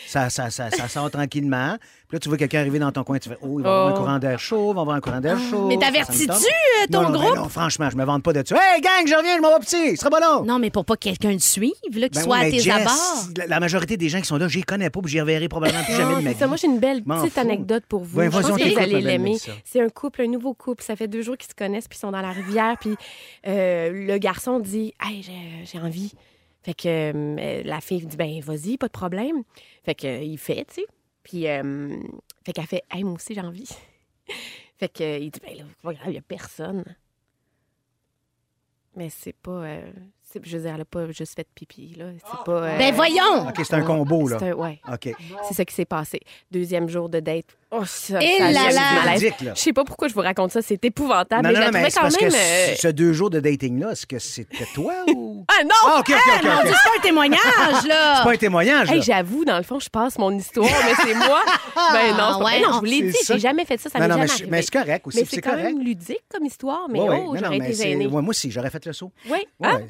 [SPEAKER 1] Ça, ça, ça, ça sort tranquillement. Puis là, tu vois quelqu'un arriver dans ton coin, tu fais Oh, il va y avoir un
[SPEAKER 3] Oh. Ah.
[SPEAKER 1] courant d'air chaud, il va y avoir un courant d'air chaud.
[SPEAKER 2] mais
[SPEAKER 1] Ça, ça me
[SPEAKER 2] t'avertis-tu,
[SPEAKER 1] tente.
[SPEAKER 2] euh, ton
[SPEAKER 1] Non, non, ben
[SPEAKER 2] groupe?
[SPEAKER 1] non, franchement, je me vante pas de ça. Hey, gang, je reviens, je m'en vais petit, ce sera pas long.
[SPEAKER 2] Non, mais pour pas que quelqu'un le suive,
[SPEAKER 1] Ben
[SPEAKER 2] là, qu'il
[SPEAKER 1] oui,
[SPEAKER 2] soit à
[SPEAKER 1] mais
[SPEAKER 2] tes
[SPEAKER 1] Jess,
[SPEAKER 2] abords.
[SPEAKER 1] La, la majorité des gens qui sont là, je les connais pas, puis j'y reverrai probablement plus jamais
[SPEAKER 3] Non,
[SPEAKER 1] de ma
[SPEAKER 3] Ah, c'est ça.
[SPEAKER 1] vie.
[SPEAKER 3] Moi, j'ai une belle
[SPEAKER 1] M'en
[SPEAKER 3] petite
[SPEAKER 1] fous.
[SPEAKER 3] anecdote pour vous.
[SPEAKER 1] Ben,
[SPEAKER 3] je pense
[SPEAKER 1] vas-y, on
[SPEAKER 3] que vous
[SPEAKER 1] t'écoute,
[SPEAKER 3] allez
[SPEAKER 1] ma belle
[SPEAKER 3] l'aimer.
[SPEAKER 1] Mélissa.
[SPEAKER 3] C'est un couple, un nouveau couple. Ça fait deux jours qu'ils se connaissent, puis ils sont dans la rivière. Puis euh, le garçon dit Hey, j'ai- j'ai envie. Fait que euh, la fille dit Ben, vas-y, pas de problème. Fait que euh, il fait, tu sais. Puis euh, fait qu'elle fait Hey, moi aussi, j'ai envie. fait que euh, il dit Ben, là, c'est pas grave, il n'y a personne. Mais c'est pas. euh, c'est- je veux dire, elle n'a pas juste fait pipi, là. C'est pas. euh,
[SPEAKER 2] Ben voyons!
[SPEAKER 1] OK, c'est un combo, là.
[SPEAKER 3] c'est un- ouais.
[SPEAKER 1] OK.
[SPEAKER 3] C'est ça qui s'est passé. Deuxième jour de date. Oh, ça,
[SPEAKER 2] Et
[SPEAKER 3] ça a
[SPEAKER 2] là
[SPEAKER 3] mis
[SPEAKER 2] là.
[SPEAKER 3] du malaise.
[SPEAKER 1] Dick, là.
[SPEAKER 3] Je sais pas pourquoi je vous raconte ça, c'est épouvantable,
[SPEAKER 1] Non,
[SPEAKER 3] mais
[SPEAKER 1] non,
[SPEAKER 3] je
[SPEAKER 1] non,
[SPEAKER 3] la
[SPEAKER 1] mais
[SPEAKER 3] trouvais
[SPEAKER 1] c'est
[SPEAKER 3] quand
[SPEAKER 1] parce que
[SPEAKER 3] même. euh,
[SPEAKER 1] ce- ce deux jours de dating-là, est-ce que c'était toi ou...
[SPEAKER 3] Ah non!
[SPEAKER 1] Ah, OK, OK, OK.
[SPEAKER 2] Mon
[SPEAKER 1] ok.
[SPEAKER 2] Dieu, c'est pas un témoignage, là!
[SPEAKER 1] C'est pas un témoignage,
[SPEAKER 3] Hey,
[SPEAKER 1] là.
[SPEAKER 3] j'avoue, dans le fond, je passe mon histoire, mais c'est moi. ben non, c'est pas-
[SPEAKER 2] ouais,
[SPEAKER 3] ben non, je vous l'ai
[SPEAKER 1] c'est
[SPEAKER 3] dit,
[SPEAKER 1] ça.
[SPEAKER 3] j'ai jamais fait ça, ça
[SPEAKER 1] non,
[SPEAKER 3] m'est
[SPEAKER 1] non,
[SPEAKER 3] jamais
[SPEAKER 1] mais, je-
[SPEAKER 3] arrivé.
[SPEAKER 1] mais c'est correct aussi.
[SPEAKER 3] Mais
[SPEAKER 1] puis
[SPEAKER 3] c'est
[SPEAKER 1] C'est
[SPEAKER 3] quand
[SPEAKER 1] correct.
[SPEAKER 3] même ludique comme histoire, mais
[SPEAKER 1] Ouais, ouais,
[SPEAKER 3] oh,
[SPEAKER 1] non, non,
[SPEAKER 3] j'aurais
[SPEAKER 1] mais
[SPEAKER 3] été
[SPEAKER 1] c'est-
[SPEAKER 3] gênée.
[SPEAKER 1] ouais, moi aussi, j'aurais fait le saut.
[SPEAKER 3] Oui,
[SPEAKER 1] Ouais,
[SPEAKER 3] hein?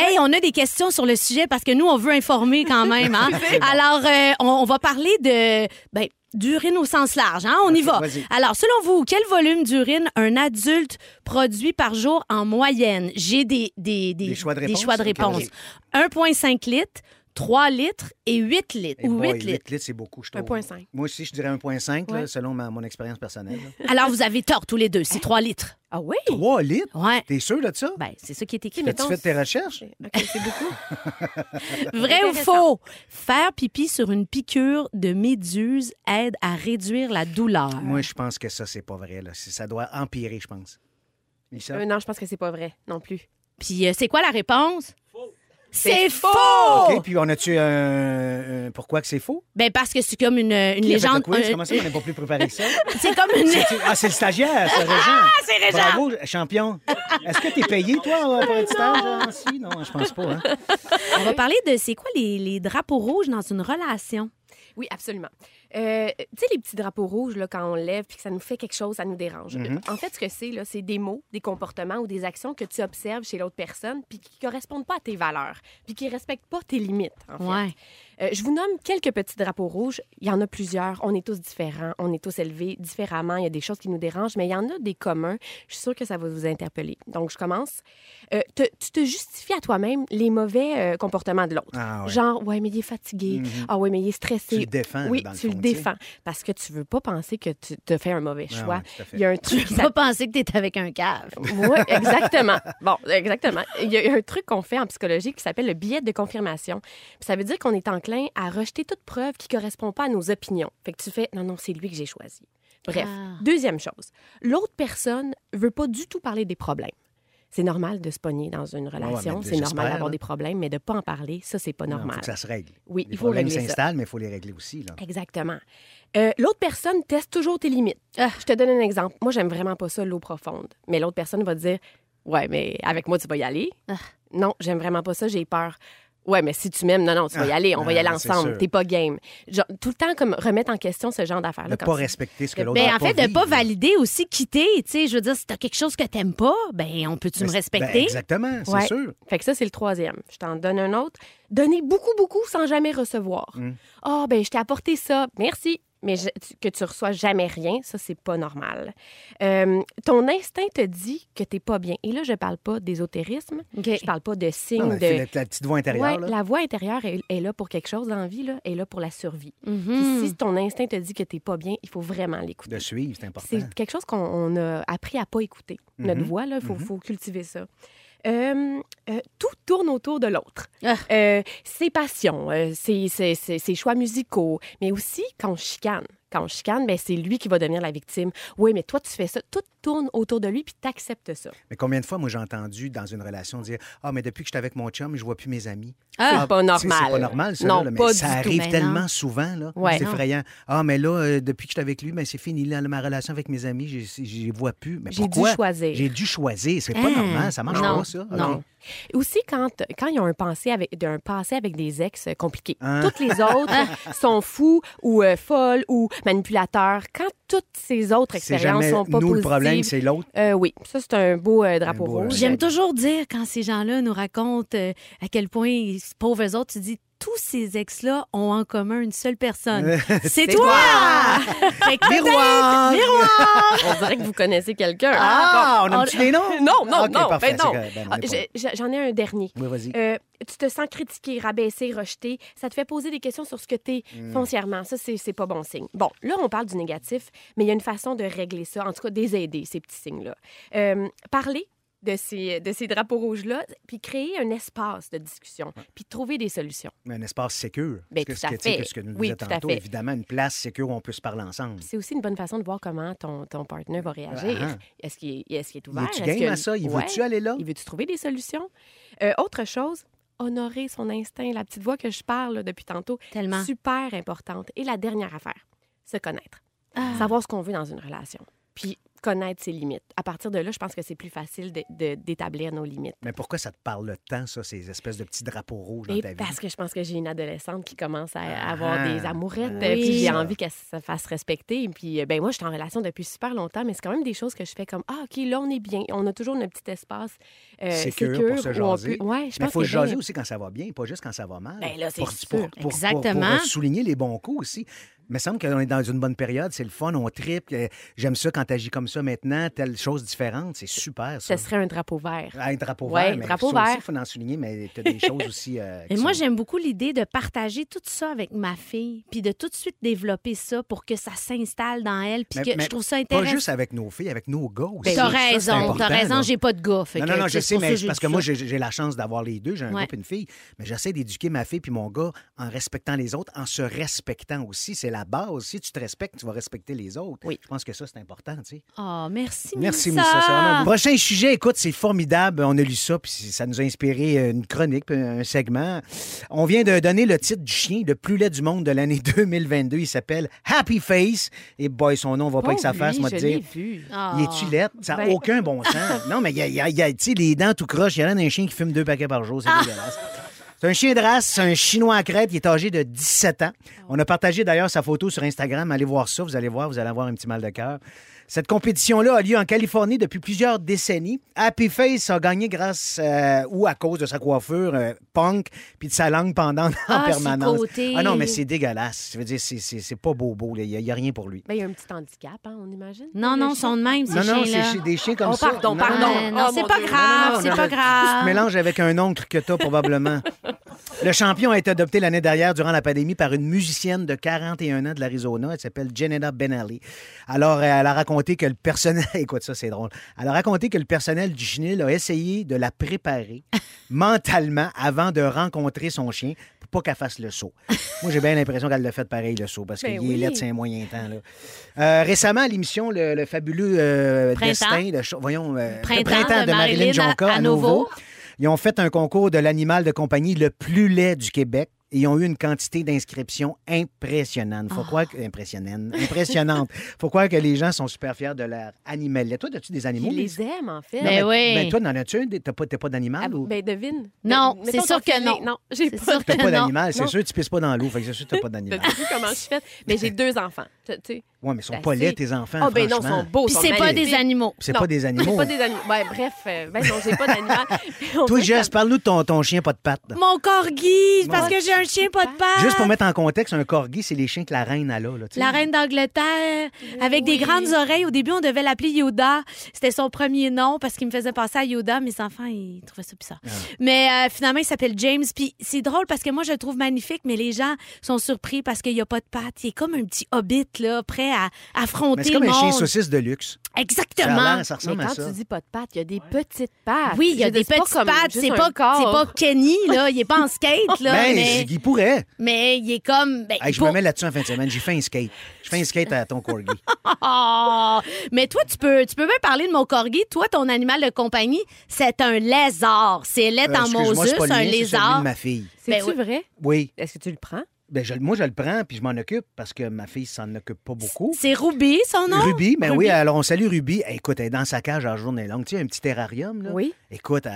[SPEAKER 2] Hey, on a des questions sur le sujet parce que nous, on veut informer quand même. hein. Alors, euh, on, on va parler de ben, d'urine au sens large. Hein? On y
[SPEAKER 1] Ok,
[SPEAKER 2] va.
[SPEAKER 1] vas-y.
[SPEAKER 2] Alors, selon vous, quel volume d'urine un adulte produit par jour en moyenne? J'ai des, des,
[SPEAKER 1] Des choix de réponse? Ok,
[SPEAKER 2] réponse. 1,5 litres, 3 litres et 8 litres.
[SPEAKER 1] Eh
[SPEAKER 2] ou
[SPEAKER 1] boy,
[SPEAKER 2] 8 litres.
[SPEAKER 1] litres, c'est beaucoup, je trouve.
[SPEAKER 3] 1,5.
[SPEAKER 1] Moi aussi, je dirais 1,5, là,
[SPEAKER 3] Ouais.
[SPEAKER 1] selon ma, mon expérience personnelle. là.
[SPEAKER 2] Alors, vous avez tort tous les deux.
[SPEAKER 1] Eh.
[SPEAKER 2] C'est 3 litres.
[SPEAKER 3] Ah oui?
[SPEAKER 1] 3 litres?
[SPEAKER 2] Ouais.
[SPEAKER 1] T'es sûr de ça?
[SPEAKER 2] Ben, c'est ça qui est écrit.
[SPEAKER 3] Mais
[SPEAKER 1] As-tu
[SPEAKER 3] mettons,
[SPEAKER 1] fait tes recherches?
[SPEAKER 3] Ok, c'est beaucoup.
[SPEAKER 2] Vrai ou
[SPEAKER 3] Intéressant.
[SPEAKER 2] faux? Faire pipi sur une piqûre de méduse aide à réduire la douleur.
[SPEAKER 1] Moi, je pense que ça, c'est pas vrai. Là. C'est- Ça doit empirer, je pense. Mélissa?
[SPEAKER 3] Euh, non, je pense que c'est pas vrai non plus.
[SPEAKER 2] Puis euh, c'est quoi la réponse? C'est
[SPEAKER 3] C'est
[SPEAKER 2] faux!
[SPEAKER 1] OK, puis on a-tu un- un- Pourquoi que c'est faux?
[SPEAKER 2] Ben parce que c'est comme une, une
[SPEAKER 1] Qui a fait le
[SPEAKER 2] légende.
[SPEAKER 1] quiz?
[SPEAKER 2] un-
[SPEAKER 1] Comment ça, on n'est pas plus préparé que ça?
[SPEAKER 2] c'est comme une.
[SPEAKER 1] C'est- Ah, c'est le stagiaire, c'est Régent. Ah,
[SPEAKER 2] c'est Régent.
[SPEAKER 1] Bravo, champion. Est-ce que t'es payé, toi, pour un stage? hein? Si, non, je pense pas. hein.
[SPEAKER 2] On va parler de c'est quoi les, les drapeaux rouges dans une relation.
[SPEAKER 3] Oui, absolument. Euh, tu sais, les petits drapeaux rouges, là, quand on lève, puis que ça nous fait quelque chose, ça nous dérange.
[SPEAKER 1] Mhm.
[SPEAKER 3] En fait, ce que c'est, là, c'est des mots, des comportements ou des actions que tu observes chez l'autre personne, puis qui correspondent pas à tes valeurs, puis qui respectent pas tes limites, en fait.
[SPEAKER 2] Ouais.
[SPEAKER 3] Euh, je vous nomme quelques petits drapeaux rouges. Il y en a plusieurs. On est tous différents. On est tous élevés différemment. Il y a des choses qui nous dérangent, mais il y en a des communs. Je suis sûre que ça va vous interpeller. Donc, je commence. Euh, te- tu te justifies à toi-même les mauvais euh, comportements de l'autre.
[SPEAKER 1] Ah ouais. Mhm.
[SPEAKER 3] Genre, ouais, mais il est fatigué. Ah, ouais, mais il est stressé.
[SPEAKER 1] Tu le défends, là,
[SPEAKER 3] Oui,
[SPEAKER 1] dans le
[SPEAKER 3] tu le
[SPEAKER 1] fond, tu sais.
[SPEAKER 3] défends. Parce que tu veux pas penser que tu te fais un mauvais
[SPEAKER 1] Ah
[SPEAKER 3] choix.
[SPEAKER 1] ouais, tout à fait.
[SPEAKER 3] il y a un truc qui
[SPEAKER 2] Faut pas penser que t'es avec un cave.
[SPEAKER 3] oui, exactement. Bon, exactement. Il y a un truc qu'on fait en psychologie qui s'appelle le billet de confirmation. Puis ça veut dire qu'on est enclin à rejeter toute preuve qui correspond pas à nos opinions. Fait que tu fais non non, c'est lui que j'ai choisi. Bref,
[SPEAKER 2] Ah.
[SPEAKER 3] deuxième chose, l'autre personne veut pas du tout parler des problèmes. C'est normal de se pogner dans une relation,
[SPEAKER 1] mais
[SPEAKER 3] c'est
[SPEAKER 1] j'espère,
[SPEAKER 3] normal d'avoir
[SPEAKER 1] là.
[SPEAKER 3] des problèmes, mais de pas en parler, ça c'est pas
[SPEAKER 1] Non,
[SPEAKER 3] normal.
[SPEAKER 1] faut que ça se règle.
[SPEAKER 3] Oui,
[SPEAKER 1] les
[SPEAKER 3] il faut
[SPEAKER 1] problèmes
[SPEAKER 3] régler ça. Eh,
[SPEAKER 1] s'installent, mais il faut les régler aussi. Là.
[SPEAKER 3] Exactement. Euh, l'autre personne teste toujours tes limites.
[SPEAKER 2] Ah.
[SPEAKER 3] Je te donne un exemple. Moi, j'aime vraiment pas ça, l'eau profonde. Mais l'autre personne va te dire Ouais, mais avec moi, tu vas y aller.
[SPEAKER 2] Ah.
[SPEAKER 3] Non, j'aime vraiment pas ça, j'ai peur. Ouais, mais si tu m'aimes, non, non, tu vas y
[SPEAKER 1] Ah,
[SPEAKER 3] aller, on va y
[SPEAKER 1] non,
[SPEAKER 3] aller
[SPEAKER 1] non, c'est
[SPEAKER 3] ensemble.
[SPEAKER 1] sûr.
[SPEAKER 3] T'es pas game. Genre, tout le temps, comme remettre en question ce genre
[SPEAKER 1] De
[SPEAKER 3] d'affaires-là. quand
[SPEAKER 1] pas
[SPEAKER 3] tu-
[SPEAKER 1] respecter ce que
[SPEAKER 3] Ben,
[SPEAKER 1] l'autre
[SPEAKER 2] Ben,
[SPEAKER 1] a
[SPEAKER 2] en fait,
[SPEAKER 1] pas
[SPEAKER 2] de pas
[SPEAKER 1] vivre.
[SPEAKER 2] valider aussi, quitter. Tu sais, je veux dire, si t'as quelque chose que t'aimes pas, ben, on peut-tu me
[SPEAKER 1] Ben,
[SPEAKER 2] respecter?
[SPEAKER 1] ben, exactement, c'est
[SPEAKER 3] Ouais.
[SPEAKER 1] sûr.
[SPEAKER 3] Fait que ça, c'est le troisième. Je t'en donne un autre. Donner beaucoup, beaucoup sans jamais recevoir.
[SPEAKER 1] Mm.
[SPEAKER 3] Ah, ben, je t'ai apporté ça. Merci. Mais je- tu- que tu reçois jamais rien, ça, c'est pas normal. Euh, ton instinct te dit que t'es pas bien. Et là, je parle pas d'ésotérisme.
[SPEAKER 2] OK.
[SPEAKER 3] Je parle pas de signes
[SPEAKER 1] Non, mais
[SPEAKER 3] de.
[SPEAKER 1] c'est la, la petite voix intérieure.
[SPEAKER 3] Ouais,
[SPEAKER 1] là.
[SPEAKER 3] la voix intérieure est, est là pour quelque chose dans la vie, là, est là pour la survie.
[SPEAKER 2] Mhm.
[SPEAKER 3] Puis si ton instinct te dit que t'es pas bien, il faut vraiment l'écouter.
[SPEAKER 1] De suivre, c'est important.
[SPEAKER 3] C'est quelque chose qu'on on a appris à pas écouter. Notre
[SPEAKER 1] Mhm.
[SPEAKER 3] voix, là, il faut, faut cultiver ça. euh, euh, tout tourne autour de l'autre.
[SPEAKER 2] Ah.
[SPEAKER 3] Euh, ses passions, euh, ses, ses- ses- ses choix musicaux, mais aussi quand on chicane. Quand on chicane, ben, c'est lui qui va devenir la victime. Oui, mais toi, tu fais ça. Tout tourne autour de lui, puis t'acceptes ça.
[SPEAKER 1] Mais combien de fois, moi, j'ai entendu dans une relation dire Ah, mais depuis que je suis avec mon chum, je vois plus mes amis.
[SPEAKER 2] Ah,
[SPEAKER 3] pas
[SPEAKER 1] tu sais, C'est
[SPEAKER 3] normal.
[SPEAKER 1] pas normal, ça.
[SPEAKER 3] Non,
[SPEAKER 1] là, mais
[SPEAKER 3] pas
[SPEAKER 1] ça
[SPEAKER 3] du tout. Ben,
[SPEAKER 1] arrive
[SPEAKER 2] Mais
[SPEAKER 1] tellement
[SPEAKER 2] non.
[SPEAKER 1] souvent, là.
[SPEAKER 3] Ouais.
[SPEAKER 1] c'est
[SPEAKER 3] Non.
[SPEAKER 1] effrayant. Ah, mais là, euh, depuis que je suis avec lui, mais c'est fini. Là, ma relation avec mes amis, je les vois plus. Mais
[SPEAKER 3] J'ai dû
[SPEAKER 1] pourquoi?
[SPEAKER 3] choisir.
[SPEAKER 1] J'ai dû choisir. C'est
[SPEAKER 2] Hein?
[SPEAKER 1] pas normal. Ça marche
[SPEAKER 2] Non,
[SPEAKER 1] pas, ça.
[SPEAKER 2] non.
[SPEAKER 1] OK.
[SPEAKER 3] Aussi, quand, quand ils ont un passé avec, d'un passé avec des ex euh, compliqués,
[SPEAKER 1] Hein?
[SPEAKER 3] toutes les autres sont fous ou euh, folles ou manipulateurs. Quand toutes ces autres
[SPEAKER 1] C'est
[SPEAKER 3] expériences
[SPEAKER 1] jamais
[SPEAKER 3] sont pas
[SPEAKER 1] nous le
[SPEAKER 3] positives,
[SPEAKER 1] problème, c'est l'autre.
[SPEAKER 3] euh, oui, ça c'est un beau euh, drapeau
[SPEAKER 1] Un beau,
[SPEAKER 3] rouge.
[SPEAKER 1] euh,
[SPEAKER 2] J'aime toujours dire, quand ces gens-là nous racontent euh, à quel point ils se pauvres eux autres, tu dis tous ces ex-là ont en commun une seule personne. C'est toi! Fait que peut-être-
[SPEAKER 1] Miroir!
[SPEAKER 3] On dirait que vous connaissez quelqu'un.
[SPEAKER 1] Ah, on
[SPEAKER 3] Bon,
[SPEAKER 1] a un petit des noms?
[SPEAKER 3] Non, non,
[SPEAKER 1] OK,
[SPEAKER 3] non,
[SPEAKER 1] parfait,
[SPEAKER 3] ben non.
[SPEAKER 1] c'est correct. Ben, on
[SPEAKER 3] Ah,
[SPEAKER 1] est pas-
[SPEAKER 3] j'ai- j'ai- J'en ai un dernier.
[SPEAKER 1] Oui, vas-y.
[SPEAKER 3] Euh, tu te sens critiqué, rabaissé, rejeté. Ça te fait poser des questions sur ce que tu es
[SPEAKER 1] Mm.
[SPEAKER 3] foncièrement. Ça, c'est c'est pas bon signe. Bon, là, on parle du négatif, mais il y a une façon de régler ça, en tout cas, des aider, ces petits signes-là. Euh, parler de ces, de ces drapeaux rouges-là, puis créer un espace de discussion, puis trouver des solutions.
[SPEAKER 1] un espace sécur.
[SPEAKER 3] Euh, Ben,
[SPEAKER 1] Parce que
[SPEAKER 3] tout
[SPEAKER 1] ce
[SPEAKER 3] à
[SPEAKER 1] que, tu sais,
[SPEAKER 3] fait.
[SPEAKER 1] que ce que nous
[SPEAKER 3] Oui,
[SPEAKER 1] disait
[SPEAKER 3] tout à
[SPEAKER 1] tantôt,
[SPEAKER 3] fait.
[SPEAKER 1] évidemment, une place sécure où on peut se parler ensemble.
[SPEAKER 3] C'est aussi une bonne façon de voir comment ton, ton partenaire va réagir.
[SPEAKER 1] Ah, ah.
[SPEAKER 3] Est-ce qu'il est, est, qu'il est
[SPEAKER 1] Il
[SPEAKER 3] ouvert?
[SPEAKER 1] est-tu
[SPEAKER 3] Est-ce
[SPEAKER 1] game
[SPEAKER 3] que-
[SPEAKER 1] à ça? Il
[SPEAKER 3] Ouais.
[SPEAKER 1] veut-tu aller là?
[SPEAKER 3] Il veut-tu trouver des solutions? Euh, autre chose, honorer son instinct, la petite voix que je parle là, depuis tantôt,
[SPEAKER 2] Tellement.
[SPEAKER 3] super importante. Et la dernière affaire, se connaître.
[SPEAKER 2] Ah.
[SPEAKER 3] Savoir ce qu'on veut dans une relation. Puis connaître ses limites. À partir de là, je pense que c'est plus facile de- de- d'établir nos limites.
[SPEAKER 1] Mais pourquoi ça te parle tant, ça, ces espèces de petits drapeaux rouges dans
[SPEAKER 3] Et
[SPEAKER 1] ta vie?
[SPEAKER 3] parce que je pense que j'ai une adolescente qui commence à avoir
[SPEAKER 1] Ah,
[SPEAKER 3] des amourettes,
[SPEAKER 1] oui.
[SPEAKER 3] puis j'ai
[SPEAKER 1] Ça.
[SPEAKER 3] envie qu'elle se fasse respecter. Puis euh, ben moi, je suis en relation depuis super longtemps, mais c'est quand même des choses que je fais comme ah ok, là on est bien, on a toujours notre petit espace euh,
[SPEAKER 1] Sécure
[SPEAKER 3] sécure
[SPEAKER 1] pour se
[SPEAKER 3] où on
[SPEAKER 1] jaser.
[SPEAKER 3] peut- Ouais, je
[SPEAKER 1] Mais
[SPEAKER 3] pense
[SPEAKER 1] il faut
[SPEAKER 3] que
[SPEAKER 1] se jaser
[SPEAKER 3] ben-
[SPEAKER 1] aussi quand ça va bien, pas juste quand ça va mal.
[SPEAKER 3] Ben là, c'est
[SPEAKER 1] Pour-
[SPEAKER 3] sûr.
[SPEAKER 1] pour- pour- pour-
[SPEAKER 2] Exactement.
[SPEAKER 1] pour, euh, souligner les bons coups aussi. Il me semble qu'on est dans une bonne période, c'est le fun, on tripe. J'aime ça quand t'agis comme ça maintenant, telle chose différente, c'est super ça.
[SPEAKER 3] ce serait un drapeau vert.
[SPEAKER 1] Ah, Un drapeau
[SPEAKER 3] Ouais,
[SPEAKER 1] vert, mais
[SPEAKER 3] drapeau
[SPEAKER 1] ça aussi,
[SPEAKER 3] vert.
[SPEAKER 1] faut en souligner, mais t'as des choses aussi. euh, qui
[SPEAKER 2] Et moi,
[SPEAKER 1] sont-
[SPEAKER 2] j'aime beaucoup l'idée de partager tout ça avec ma fille, puis de tout de suite développer ça pour que ça s'installe dans elle, puis
[SPEAKER 1] Mais-
[SPEAKER 2] que
[SPEAKER 1] mais
[SPEAKER 2] je trouve ça
[SPEAKER 1] Pas
[SPEAKER 2] intéressant.
[SPEAKER 1] juste avec nos filles, avec nos gars aussi. Ça,
[SPEAKER 2] T'as
[SPEAKER 1] c'est
[SPEAKER 2] raison,
[SPEAKER 1] important,
[SPEAKER 2] t'as raison,
[SPEAKER 1] là.
[SPEAKER 2] j'ai pas de gars. fait
[SPEAKER 1] Non,
[SPEAKER 2] que,
[SPEAKER 1] non, non,
[SPEAKER 2] tu sais,
[SPEAKER 1] je
[SPEAKER 2] c'est
[SPEAKER 1] sais,
[SPEAKER 2] pour ça
[SPEAKER 1] mais
[SPEAKER 2] que j'ai
[SPEAKER 1] parce
[SPEAKER 2] dit
[SPEAKER 1] que moi,
[SPEAKER 2] ça.
[SPEAKER 1] j'ai j'ai la chance d'avoir les deux, j'ai un
[SPEAKER 2] Ouais.
[SPEAKER 1] gars et une fille, mais j'essaie d'éduquer ma fille puis mon gars en respectant les autres, en se respectant aussi. C'est la base. Si tu te respectes, tu vas respecter les autres.
[SPEAKER 3] Oui.
[SPEAKER 1] Je pense que ça, c'est important, tu sais.
[SPEAKER 2] Ah, merci,
[SPEAKER 1] Merci,
[SPEAKER 2] Mélissa.
[SPEAKER 1] Moussa. C'est vraiment beau. Prochain sujet, écoute, c'est formidable. On a lu ça, puis ça nous a inspiré euh, une chronique, puis un segment. On vient de donner le titre du chien le plus laid du monde de l'année 2022. Il s'appelle Happy Face. Et boy, son nom va pas avec sa
[SPEAKER 3] Pauvre
[SPEAKER 1] face,
[SPEAKER 3] lui,
[SPEAKER 1] moi,
[SPEAKER 3] Oh, je
[SPEAKER 1] te
[SPEAKER 3] l'ai
[SPEAKER 1] dire.
[SPEAKER 3] vu.
[SPEAKER 2] Ah.
[SPEAKER 1] Il est-tu laid? Ça n'a
[SPEAKER 3] Ben-
[SPEAKER 1] aucun bon sens. non, mais il y a, il y a- il y a, tu sais, les dents tout croche. Il y a l'air d'un chien qui fume deux paquets par jour. C'est
[SPEAKER 2] Ah.
[SPEAKER 1] dégueulasse. C'est un chien de race, c'est un Chinois à crête. Il est âgé de 17 ans.
[SPEAKER 2] Ah.
[SPEAKER 1] On a partagé d'ailleurs sa photo sur Instagram. Allez voir ça. Vous allez voir, vous allez avoir un petit mal de cœur. Cette compétition-là a lieu en Californie depuis plusieurs décennies. Happy Face a gagné grâce euh, ou à cause de sa coiffure euh, punk puis de sa langue pendant en
[SPEAKER 2] Ah, ses
[SPEAKER 1] permanence.
[SPEAKER 2] côtés.
[SPEAKER 1] Ah non, mais c'est dégueulasse. Je veux dire, c'est- c'est c'est pas beau, beau. là. Il n'y a, rien pour lui.
[SPEAKER 3] Ben, il y a un petit handicap, hein, on imagine.
[SPEAKER 2] Non, non, ils sont de même, ces
[SPEAKER 1] Non, non, c'est
[SPEAKER 2] chiens-là.
[SPEAKER 1] chi- des chiens comme
[SPEAKER 3] Oh,
[SPEAKER 1] ça.
[SPEAKER 3] pardon,
[SPEAKER 1] Non,
[SPEAKER 3] pardon.
[SPEAKER 2] Ouais, non,
[SPEAKER 3] Oh,
[SPEAKER 2] c'est
[SPEAKER 3] mon
[SPEAKER 2] pas
[SPEAKER 3] Dieu.
[SPEAKER 2] grave,
[SPEAKER 1] Non, non,
[SPEAKER 2] c'est
[SPEAKER 1] non,
[SPEAKER 2] pas
[SPEAKER 1] non. Tu te
[SPEAKER 2] grave.
[SPEAKER 1] mélanges avec un oncle que t'as probablement. Le champion a été adopté l'année dernière durant la pandémie par une musicienne de 41 ans de l'Arizona. Elle s'appelle Jenna Benally. Alors, elle a raconté que le personnel... Écoute, ça, c'est drôle. Elle a raconté que le personnel du chenil a essayé de la préparer mentalement avant de rencontrer son chien pour pas qu'elle fasse le saut. Moi, j'ai bien l'impression qu'elle l'a fait pareil, le saut, parce qu'il
[SPEAKER 3] Ben
[SPEAKER 1] est
[SPEAKER 3] oui.
[SPEAKER 1] laid, c'est un moyen temps. là. Euh, récemment, à l'émission, le, le fabuleux euh,
[SPEAKER 2] Printemps.
[SPEAKER 1] destin, le cho- voyons, euh, le
[SPEAKER 2] Printemps
[SPEAKER 1] printemps de, Marilyn Jonca à nouveau. Ils ont fait un concours de l'animal de compagnie le plus laid du Québec. et Ils ont eu une quantité d'inscriptions impressionnante.
[SPEAKER 3] Ah.
[SPEAKER 1] Faut croire que... Impressionnante. Impressionnante. Faut croire que les gens sont super fiers de leur animal. Toi, as-tu des
[SPEAKER 3] Je
[SPEAKER 1] animaux?
[SPEAKER 3] les aime, en fait.
[SPEAKER 2] Ben
[SPEAKER 1] mais-
[SPEAKER 2] oui.
[SPEAKER 1] mais toi, n'en as-tu un? des- T'as pas, t'as pas
[SPEAKER 3] Ah,
[SPEAKER 1] d'animal? ou...
[SPEAKER 3] ben, devine.
[SPEAKER 2] Non,
[SPEAKER 3] Mettons
[SPEAKER 2] c'est sûr
[SPEAKER 3] ton
[SPEAKER 2] que
[SPEAKER 3] filet.
[SPEAKER 2] non.
[SPEAKER 3] Non, j'ai
[SPEAKER 2] C'est
[SPEAKER 3] pas
[SPEAKER 2] sûr
[SPEAKER 3] de-
[SPEAKER 1] T'as pas
[SPEAKER 2] Non.
[SPEAKER 1] d'animal,
[SPEAKER 3] Non.
[SPEAKER 1] c'est
[SPEAKER 3] Ben,
[SPEAKER 1] sûr, tu pisses pas dans l'eau. Fait que c'est sûr, t'as pas d'animal.
[SPEAKER 3] T'as vu comment je suis faite? Mais j'ai deux enfants. Tu tu sais.
[SPEAKER 1] Ouais, mais ils sont
[SPEAKER 3] Ben,
[SPEAKER 1] pas
[SPEAKER 3] c'est-
[SPEAKER 1] laids, tes enfants.
[SPEAKER 3] Oh, ben non, ils
[SPEAKER 1] franchement.
[SPEAKER 3] sont beaux.
[SPEAKER 2] Puis
[SPEAKER 3] ils sont
[SPEAKER 2] c'est pas des
[SPEAKER 3] magnifiques.
[SPEAKER 2] animaux.
[SPEAKER 1] C'est
[SPEAKER 3] Non,
[SPEAKER 1] pas des animaux.
[SPEAKER 3] C'est pas des animaux. Ouais, bref, euh, ben non, j'ai pas d'animal. On
[SPEAKER 1] Toi,
[SPEAKER 3] fait
[SPEAKER 1] Jess,
[SPEAKER 3] comme-
[SPEAKER 1] parle-nous de ton, ton chien pas de pattes. là.
[SPEAKER 2] Mon corgi,
[SPEAKER 1] Bon.
[SPEAKER 2] parce que j'ai un chien pas de pattes.
[SPEAKER 1] Juste pour mettre en contexte, un corgi, c'est les chiens que la reine a là. là, tu sais.
[SPEAKER 2] La reine d'Angleterre, avec des grandes oreilles. Au début, on devait l'appeler Yoda. C'était son premier nom parce qu'il me faisait penser à Yoda. Mes enfants, ils trouvaient ça bizarre.
[SPEAKER 1] Ah.
[SPEAKER 2] Mais euh, finalement, il s'appelle James. Puis c'est drôle parce que moi, je le trouve magnifique, mais les gens sont surpris parce qu'il n'y a pas de pattes. Il est comme un petit hobbit, là, prêt prêt à
[SPEAKER 1] Mais
[SPEAKER 2] affronter
[SPEAKER 1] c'est comme
[SPEAKER 2] le
[SPEAKER 1] un chien
[SPEAKER 2] monde.
[SPEAKER 1] saucisse de luxe. Ça, a
[SPEAKER 2] Exactement.
[SPEAKER 1] l'air- ça
[SPEAKER 3] Mais
[SPEAKER 1] ressemble à
[SPEAKER 3] quand
[SPEAKER 1] ça.
[SPEAKER 3] tu dis pas de pattes, il y a des petites pattes.
[SPEAKER 2] Oui, il y a
[SPEAKER 3] Je veux
[SPEAKER 2] des
[SPEAKER 3] dire,
[SPEAKER 2] petites
[SPEAKER 3] comme
[SPEAKER 2] pattes.
[SPEAKER 3] juste
[SPEAKER 2] C'est
[SPEAKER 3] un
[SPEAKER 2] pas, Ben c'est
[SPEAKER 3] corps.
[SPEAKER 2] pas Kenny, là. Il est pas en skate, là.
[SPEAKER 1] Ben,
[SPEAKER 2] mais,
[SPEAKER 1] il pourrait.
[SPEAKER 2] mais il est comme. ben,
[SPEAKER 1] Hey, je
[SPEAKER 2] pour-
[SPEAKER 1] me mets là-dessus en fin de semaine. J'ai fait un skate. Je fais un skate à ton corgi.
[SPEAKER 2] Ah! mais toi, tu peux, tu peux bien parler de mon corgi. Toi, ton animal de compagnie, c'est un lézard. C'est laid
[SPEAKER 1] Euh,
[SPEAKER 2] en
[SPEAKER 1] excuse-moi,
[SPEAKER 2] Moses,
[SPEAKER 1] c'est pas le
[SPEAKER 2] un
[SPEAKER 1] mien, c'est celui
[SPEAKER 2] lézard.
[SPEAKER 1] de ma fille.
[SPEAKER 3] C'est-tu
[SPEAKER 2] Ben oui.
[SPEAKER 3] vrai?
[SPEAKER 1] Oui.
[SPEAKER 3] Est-ce que tu le prends?
[SPEAKER 1] Ben, je- moi, je le prends puis je m'en occupe parce que ma fille s'en occupe pas beaucoup.
[SPEAKER 2] C'est Ruby, son nom?
[SPEAKER 1] Ruby, ben
[SPEAKER 2] Ruby.
[SPEAKER 1] oui, alors on salue Ruby. Elle, Écoute, elle est dans sa cage en journée longue. Tu sais, un petit terrarium, là. Ah,
[SPEAKER 3] Oui.
[SPEAKER 1] Écoute, elle,